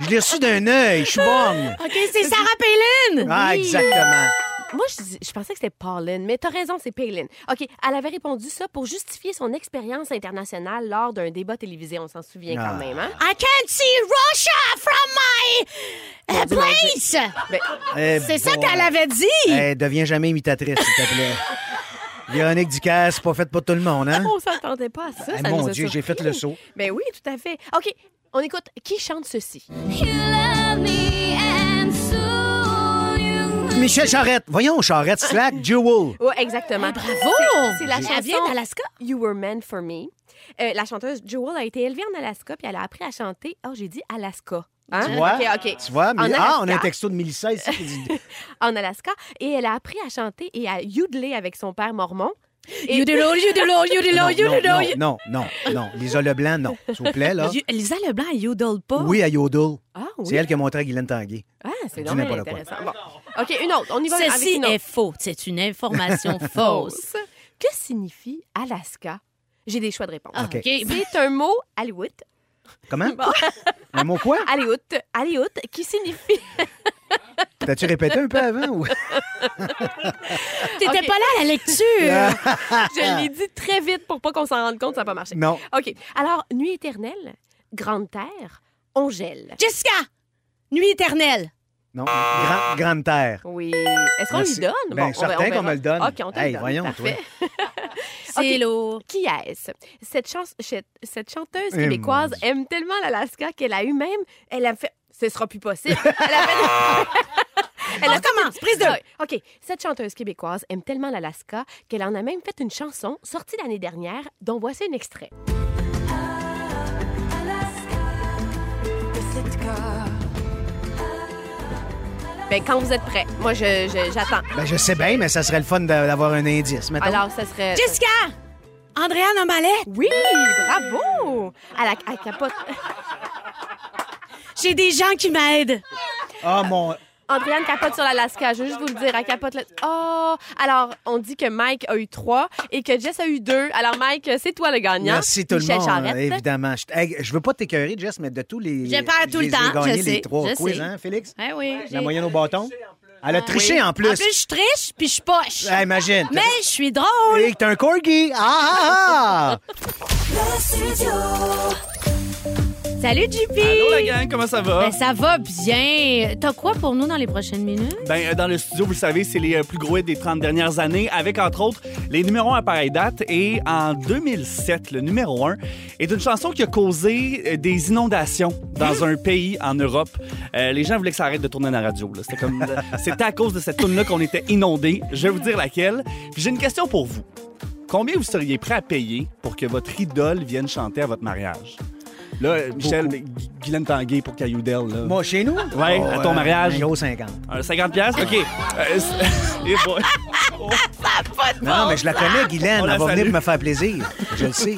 [SPEAKER 1] Je l'ai reçu d'un œil. Je suis bonne.
[SPEAKER 8] OK, c'est Sarah Palin!
[SPEAKER 1] Ah, exactement.
[SPEAKER 3] Moi, je, dis- je pensais que c'était Paulin, mais t'as raison, c'est Palin. OK, elle avait répondu ça pour justifier son expérience internationale lors d'un débat télévisé, on s'en souvient
[SPEAKER 1] Ah.
[SPEAKER 3] quand même, hein?
[SPEAKER 8] I can't see Russia from my euh,
[SPEAKER 3] Dieu, mon Dieu.
[SPEAKER 8] place!
[SPEAKER 3] Ben,
[SPEAKER 1] Eh,
[SPEAKER 8] C'est ça
[SPEAKER 1] bon. Eh.
[SPEAKER 8] qu'elle avait dit!
[SPEAKER 1] Hey, deviens jamais imitatrice, s'il te plaît. Véronique Ducasse, pas faite pour tout le monde, hein?
[SPEAKER 3] on s'attendait pas à ça.
[SPEAKER 1] Eh,
[SPEAKER 3] Ah, ça
[SPEAKER 1] mon
[SPEAKER 3] nous a
[SPEAKER 1] Dieu, j'ai fait
[SPEAKER 3] surpris.
[SPEAKER 1] le saut.
[SPEAKER 3] Ben oui, tout à fait. OK, on écoute. Qui chante ceci?
[SPEAKER 1] Michel Charrette. Voyons, Charrette, Slack, Jewel.
[SPEAKER 3] Oui,
[SPEAKER 1] Ah,
[SPEAKER 3] exactement.
[SPEAKER 8] Bravo!
[SPEAKER 3] C'est- C'est la
[SPEAKER 8] Elle vient
[SPEAKER 3] chanson
[SPEAKER 8] d'Alaska.
[SPEAKER 3] You Were Meant for Me. Euh, la chanteuse Jewel a été élevée en Alaska, puis elle a appris à chanter. Oh, j'ai dit Alaska. Hein?
[SPEAKER 1] Tu vois?
[SPEAKER 3] OK, OK.
[SPEAKER 1] Tu vois? mais-
[SPEAKER 3] En
[SPEAKER 1] Ah, on a un
[SPEAKER 3] Alaska.
[SPEAKER 1] texto de Mélissa ici qui dit...
[SPEAKER 3] En Alaska. Et elle a appris à chanter et à yodeler avec son père mormon. Et-
[SPEAKER 8] Yodelo, yodelo,
[SPEAKER 1] Non,
[SPEAKER 8] yodelo,
[SPEAKER 1] non,
[SPEAKER 8] yodelo.
[SPEAKER 1] non, non, non, non. Lisa Leblanc, non. S'il vous plaît, là.
[SPEAKER 8] Yo- Lisa Leblanc, elle yodel pas.
[SPEAKER 1] Oui, à Yodel.
[SPEAKER 3] Ah
[SPEAKER 1] C'est
[SPEAKER 3] oui.
[SPEAKER 1] elle qui a montré à Guylaine Tanguay.
[SPEAKER 3] Ah, c'est
[SPEAKER 1] Dis
[SPEAKER 3] normal
[SPEAKER 1] n'importe quoi.
[SPEAKER 3] intéressant. Bon. OK, une autre. On y va avec
[SPEAKER 8] Ceci
[SPEAKER 3] une
[SPEAKER 8] est
[SPEAKER 3] autre.
[SPEAKER 8] faux. C'est une information fausse.
[SPEAKER 3] Que signifie Alaska? J'ai des choix de réponse.
[SPEAKER 8] Ah,
[SPEAKER 1] OK.
[SPEAKER 3] C'est un mot Hollywood.
[SPEAKER 1] Comment? Un mot quoi?
[SPEAKER 3] Hollywood. Hollywood qui signifie
[SPEAKER 1] T'as-tu répété un peu avant? ou-
[SPEAKER 8] T'étais
[SPEAKER 3] OK.
[SPEAKER 8] pas là à la
[SPEAKER 1] Ah.
[SPEAKER 8] lecture.
[SPEAKER 3] Je l'ai dit très vite pour pas qu'on s'en rende compte, ça n'a pas marché.
[SPEAKER 1] Non.
[SPEAKER 3] OK. Alors, nuit éternelle, grande terre, on gèle.
[SPEAKER 8] Jessica, nuit éternelle.
[SPEAKER 1] Non. Grand- grande terre.
[SPEAKER 3] Oui. Est-ce qu'on
[SPEAKER 1] Merci.
[SPEAKER 3] lui donne?
[SPEAKER 1] Ben,
[SPEAKER 3] on va- on
[SPEAKER 1] certain qu'on
[SPEAKER 3] verra. Ah,
[SPEAKER 1] me le donne.
[SPEAKER 3] OK, on te
[SPEAKER 1] Hey,
[SPEAKER 3] le donne.
[SPEAKER 1] voyons,
[SPEAKER 3] Parfait.
[SPEAKER 8] C'est
[SPEAKER 3] OK.
[SPEAKER 8] lourd.
[SPEAKER 3] Qui est-ce? Cette, chance- cette- cette chanteuse
[SPEAKER 1] Eh, mon
[SPEAKER 3] québécoise
[SPEAKER 1] Dieu.
[SPEAKER 3] aime tellement l'Alaska qu'elle a eu même... Elle a fait... Ce sera plus possible. Elle a fait... Elle a commence, prise de... OK. Cette chanteuse québécoise aime tellement l'Alaska qu'elle en a même fait une chanson sortie l'année dernière dont voici un extrait. Ben, quand vous êtes prêts. Moi, je- je- j'attends.
[SPEAKER 1] Ben, je sais bien, mais ça serait le fun d'a- d'avoir un indice. mettons.
[SPEAKER 3] Alors, ça serait...
[SPEAKER 8] Jessica, Andrea Nomalette,
[SPEAKER 3] Oui, bravo! À la, à la capote.
[SPEAKER 8] j'ai des gens qui m'aident.
[SPEAKER 3] euh,
[SPEAKER 1] Ah, mon...
[SPEAKER 3] Andréane capote sur l'Alaska. Je veux juste vous le dire. Elle capote le. Oh! Alors, on dit que Mike a eu trois et que Jess a eu deux. Alors, Mike, c'est toi le gagnant.
[SPEAKER 1] Merci tout le
[SPEAKER 3] Michel
[SPEAKER 1] monde,
[SPEAKER 3] Charette.
[SPEAKER 1] évidemment. Je, hey, je veux pas t'écœurer, Jess, mais de tous les.
[SPEAKER 2] Je perds tout le
[SPEAKER 1] les ai
[SPEAKER 2] temps,
[SPEAKER 1] gagnés,
[SPEAKER 2] je
[SPEAKER 1] les
[SPEAKER 2] sais,
[SPEAKER 1] trois
[SPEAKER 2] je
[SPEAKER 1] quiz,
[SPEAKER 2] sais.
[SPEAKER 1] hein, Félix?
[SPEAKER 3] Eh
[SPEAKER 2] Ben oui.
[SPEAKER 1] La moyenne au bâton? Elle a triché en plus.
[SPEAKER 2] En plus, je triche puis je poche.
[SPEAKER 1] Hey, imagine.
[SPEAKER 2] Mais je suis drôle.
[SPEAKER 1] Hey, t'es un corgi! Ah, ah, ah!
[SPEAKER 2] Salut, JP.
[SPEAKER 10] Allô la gang, comment ça va?
[SPEAKER 2] Ben, ça va bien. T'as quoi pour nous dans les prochaines minutes?
[SPEAKER 10] Ben, euh, dans le studio, vous le savez, c'est les euh, plus gros hits des 30 dernières années, avec entre autres les numéros 1 à pareille date. Et en 2007, le numéro 1 est une chanson qui a causé euh, des inondations dans un pays en Europe. Euh, les gens voulaient que ça arrête de tourner à la radio. là. C'était comme, euh, c'était à cause de cette tune-là qu'on était inondés. Je vais vous dire laquelle. Puis j'ai une question pour vous. Combien vous seriez prêt à payer pour que votre idole vienne chanter à votre mariage? Là, euh, Michel, Gu- Guylaine Tanguay pour Cayoudel. Là.
[SPEAKER 1] Moi, chez nous? euh,
[SPEAKER 10] Ouais, à ton mariage.
[SPEAKER 1] Un gros 50.
[SPEAKER 10] Un 50 pièces, OK. Euh, c'est- Eh boy.
[SPEAKER 1] Non, mais je la connais, Guylaine.
[SPEAKER 10] On
[SPEAKER 1] Elle
[SPEAKER 10] la
[SPEAKER 1] va venir
[SPEAKER 10] salue.
[SPEAKER 1] me faire plaisir. Je le sais.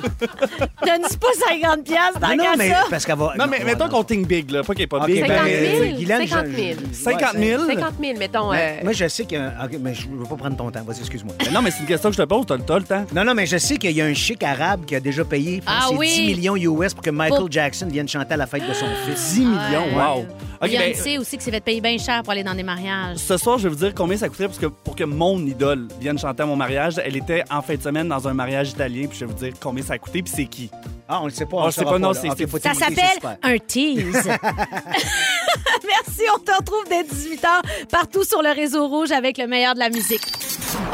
[SPEAKER 2] Donne-tu pas 50 pièces
[SPEAKER 1] Non, non, mais parce qu'elle va.
[SPEAKER 10] Non, mais mettons qu'on think big, là. Pas qu'il n'y ait pas de
[SPEAKER 1] Ok,
[SPEAKER 10] big.
[SPEAKER 1] ben,
[SPEAKER 3] 50 000.
[SPEAKER 1] euh, Guylaine,
[SPEAKER 3] 50
[SPEAKER 1] je-
[SPEAKER 3] 000.
[SPEAKER 1] je-
[SPEAKER 10] 50 000?
[SPEAKER 3] 50 000, mettons.
[SPEAKER 1] Mais-
[SPEAKER 3] euh,
[SPEAKER 1] Moi, je sais que. ok, mais je veux pas prendre ton temps. Vas-y, excuse-moi.
[SPEAKER 10] Ben non, mais c'est une question que je te pose. T'as le, t'as le temps.
[SPEAKER 1] Non, non, mais je sais qu'il y a un chic arabe qui a déjà payé pour
[SPEAKER 2] Ah
[SPEAKER 1] ses
[SPEAKER 2] oui.
[SPEAKER 1] 10 millions US pour que Michael
[SPEAKER 2] Pour-
[SPEAKER 1] Jackson vienne chanter à la fête de son fils.
[SPEAKER 10] 10 millions, wow. OK, ben,
[SPEAKER 2] Beyoncé aussi qui s'est fait payer bien cher pour aller dans des mariages.
[SPEAKER 10] ce soir, je vais vous dire combien ça coûterait parce que pour que mon idole vienne chanter à mon mariage. Elle était en fin de semaine dans un mariage italien, puis je vais vous dire combien ça a coûté, puis c'est qui.
[SPEAKER 1] Ah, on le sait
[SPEAKER 10] Ah,
[SPEAKER 1] pas. on
[SPEAKER 10] je
[SPEAKER 1] le
[SPEAKER 10] sais
[SPEAKER 1] saura
[SPEAKER 10] pas, non,
[SPEAKER 1] là.
[SPEAKER 10] c'est-
[SPEAKER 1] Ok,
[SPEAKER 10] c'est-
[SPEAKER 1] faut
[SPEAKER 2] Ça
[SPEAKER 1] t'écouter, c'est
[SPEAKER 2] s'appelle
[SPEAKER 1] super.
[SPEAKER 2] un tease.
[SPEAKER 11] Merci, on te retrouve dès 18h partout sur le réseau rouge avec le meilleur de la musique.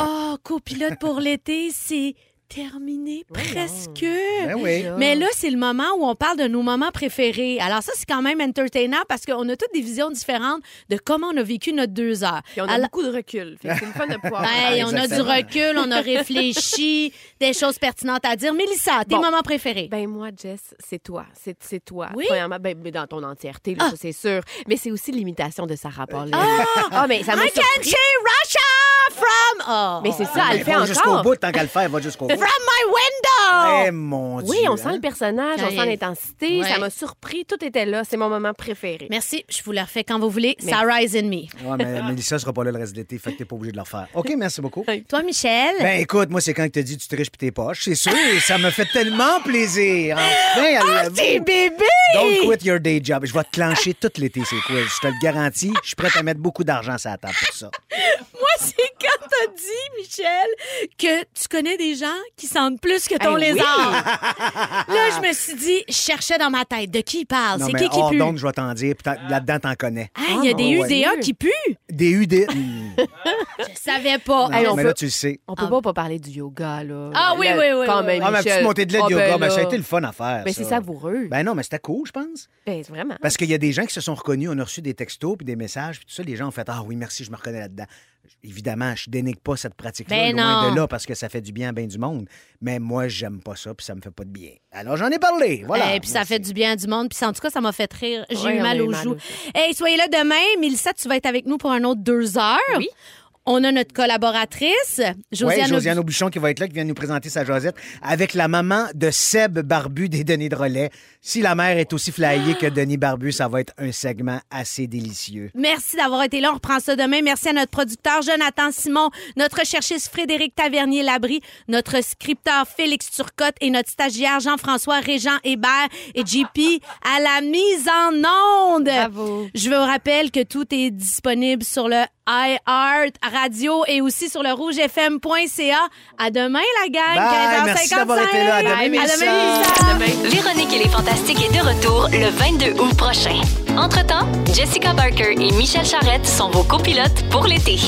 [SPEAKER 11] Oh, copilote pour l'été, c'est terminé presque.
[SPEAKER 1] Ben oui.
[SPEAKER 2] Mais là, c'est le moment où on parle de nos moments préférés. Alors ça, c'est quand même entertainant parce qu'on a toutes des visions différentes de comment on a vécu notre deux heures.
[SPEAKER 3] Puis on a
[SPEAKER 2] Alors-
[SPEAKER 3] beaucoup de recul. Fait que c'est une fun de pouvoir.
[SPEAKER 2] Hey, Ben, on a du
[SPEAKER 1] Exactement.
[SPEAKER 2] recul, on a réfléchi, des choses pertinentes à dire. Mélissa, tes
[SPEAKER 3] Bon.
[SPEAKER 2] moments préférés?
[SPEAKER 3] Ben moi, Jess, c'est toi. C'est, c'est toi.
[SPEAKER 2] Oui? Ah!
[SPEAKER 3] Premièrement, ben, ben, dans ton entièreté, là, ça, c'est sûr. Mais c'est aussi l'imitation de Sarah Paulin. Ah, mais ça m'a
[SPEAKER 2] I can
[SPEAKER 3] surpris.
[SPEAKER 2] see Russia from... Oh.
[SPEAKER 3] Mais c'est ça, elle le
[SPEAKER 1] Ben,
[SPEAKER 3] fait
[SPEAKER 1] va jusqu'au
[SPEAKER 3] encore. Ben,
[SPEAKER 1] bout, tant qu'à le faire, va jusqu'au bout.
[SPEAKER 2] From my window!
[SPEAKER 1] Eh mon Dieu.
[SPEAKER 3] Oui, on sent
[SPEAKER 1] hein.
[SPEAKER 3] le personnage,
[SPEAKER 2] Ça
[SPEAKER 3] on
[SPEAKER 2] y
[SPEAKER 3] sent
[SPEAKER 2] est.
[SPEAKER 3] l'intensité,
[SPEAKER 2] Ouais.
[SPEAKER 3] ça m'a surpris, tout était là, c'est mon moment préféré.
[SPEAKER 2] Merci, je vous la refais quand vous voulez.
[SPEAKER 3] Merci.
[SPEAKER 2] Sarah is in me.
[SPEAKER 1] Ouais, mais Mélissa sera pas là le reste de l'été, fait que t'es pas obligé de le refaire. OK, merci beaucoup.
[SPEAKER 2] Toi, Michel?
[SPEAKER 1] Ben écoute, moi, c'est quand il te dit tu triches pis tes poches, c'est sûr, et ça me fait tellement plaisir. Enfin, elle
[SPEAKER 3] Ah,
[SPEAKER 1] l'avoue.
[SPEAKER 2] bébé!
[SPEAKER 1] Don't quit your day job. Je vais te clencher tout l'été, ces quiz. Je te le garantis. Je suis prête à mettre beaucoup d'argent sur la table pour ça.
[SPEAKER 11] Moi, c'est quand t'as dit, Michel, que tu connais des gens qui sentent plus que ton
[SPEAKER 3] Eh oui.
[SPEAKER 11] lézard.
[SPEAKER 2] Là, je me suis dit, je cherchais dans ma tête de qui il
[SPEAKER 3] Ah,
[SPEAKER 2] parle,
[SPEAKER 1] Non,
[SPEAKER 2] c'est
[SPEAKER 1] mais oh,
[SPEAKER 2] qui qui
[SPEAKER 1] hors
[SPEAKER 2] pue.
[SPEAKER 1] d'onde, je vais t'en dire. puis t'en- Là-dedans, t'en connais.
[SPEAKER 2] Ah, il y a des
[SPEAKER 1] mon
[SPEAKER 2] UDA
[SPEAKER 3] Dieu.
[SPEAKER 2] qui puent.
[SPEAKER 1] Des UD. Hmm.
[SPEAKER 2] Je savais pas.
[SPEAKER 1] Non,
[SPEAKER 3] Hey, on
[SPEAKER 1] mais
[SPEAKER 3] peut-
[SPEAKER 1] là, tu le sais.
[SPEAKER 3] On peut pas pas parler du yoga, là.
[SPEAKER 2] Ah oui,
[SPEAKER 3] Là,
[SPEAKER 2] oui, oui,
[SPEAKER 3] Quand
[SPEAKER 2] oui,
[SPEAKER 3] même,
[SPEAKER 1] Ah, ma
[SPEAKER 3] Michel.
[SPEAKER 1] petite montée de lait de
[SPEAKER 3] Ah,
[SPEAKER 1] yoga,
[SPEAKER 3] ben
[SPEAKER 1] ben, ça a
[SPEAKER 3] là.
[SPEAKER 1] été le fun à faire.
[SPEAKER 3] Ben, c'est savoureux. Ben,
[SPEAKER 1] Ben non, mais c'était cool, je pense.
[SPEAKER 3] vraiment.
[SPEAKER 1] Parce qu'il y a des gens qui se sont reconnus, on a reçu des textos puis des messages, puis tout ça, les gens ont fait Ah oui, merci, je me reconnais là-dedans. Évidemment, je dénigre pas cette pratique-là,
[SPEAKER 2] Ben
[SPEAKER 1] loin
[SPEAKER 2] non.
[SPEAKER 1] de là, parce que ça fait du bien à bien du monde. Mais moi, j'aime pas ça, puis ça me fait pas de bien. Alors j'en ai parlé, voilà.
[SPEAKER 3] Eh,
[SPEAKER 2] Et puis ça fait du bien à du monde. Puis en tout cas, ça m'a fait rire. J'ai
[SPEAKER 3] Ouais,
[SPEAKER 2] eu
[SPEAKER 3] on
[SPEAKER 2] mal
[SPEAKER 3] a eu
[SPEAKER 2] aux
[SPEAKER 3] mal
[SPEAKER 2] joues.
[SPEAKER 3] aux joues.
[SPEAKER 2] Hey, soyez là demain. Mélissa, tu vas être avec nous pour un autre deux heures.
[SPEAKER 3] Oui.
[SPEAKER 2] On a notre collaboratrice,
[SPEAKER 1] Oui,
[SPEAKER 2] Josiane.
[SPEAKER 1] Josiane Aubuchon qui va être là, qui vient nous présenter sa Josette avec la maman de Seb Barbu des Denis de Relais. Si la mère est aussi flyée que Denis Barbu, ça va être un segment assez délicieux.
[SPEAKER 2] Merci d'avoir été là. On reprend ça demain. Merci à notre producteur Jonathan Simon, notre recherchiste Frédéric Tavernier-Labrie, notre scripteur Félix Turcotte et notre stagiaire Jean-François Régent Hébert et JP à la mise en onde.
[SPEAKER 3] Bravo.
[SPEAKER 2] Je vous rappelle que tout est disponible sur le iHeart Radio et aussi sur le rougefm.ca. À demain, la gang.
[SPEAKER 1] Bye, merci
[SPEAKER 2] 15h55.
[SPEAKER 1] d'avoir été là. À demain,
[SPEAKER 2] Bye,
[SPEAKER 1] Mélissa.
[SPEAKER 2] Mélissa.
[SPEAKER 4] Véronique et les Fantastiques est de retour le 22 août prochain. Entre-temps, Jessica Barker et Michel Charrette sont vos copilotes pour l'été.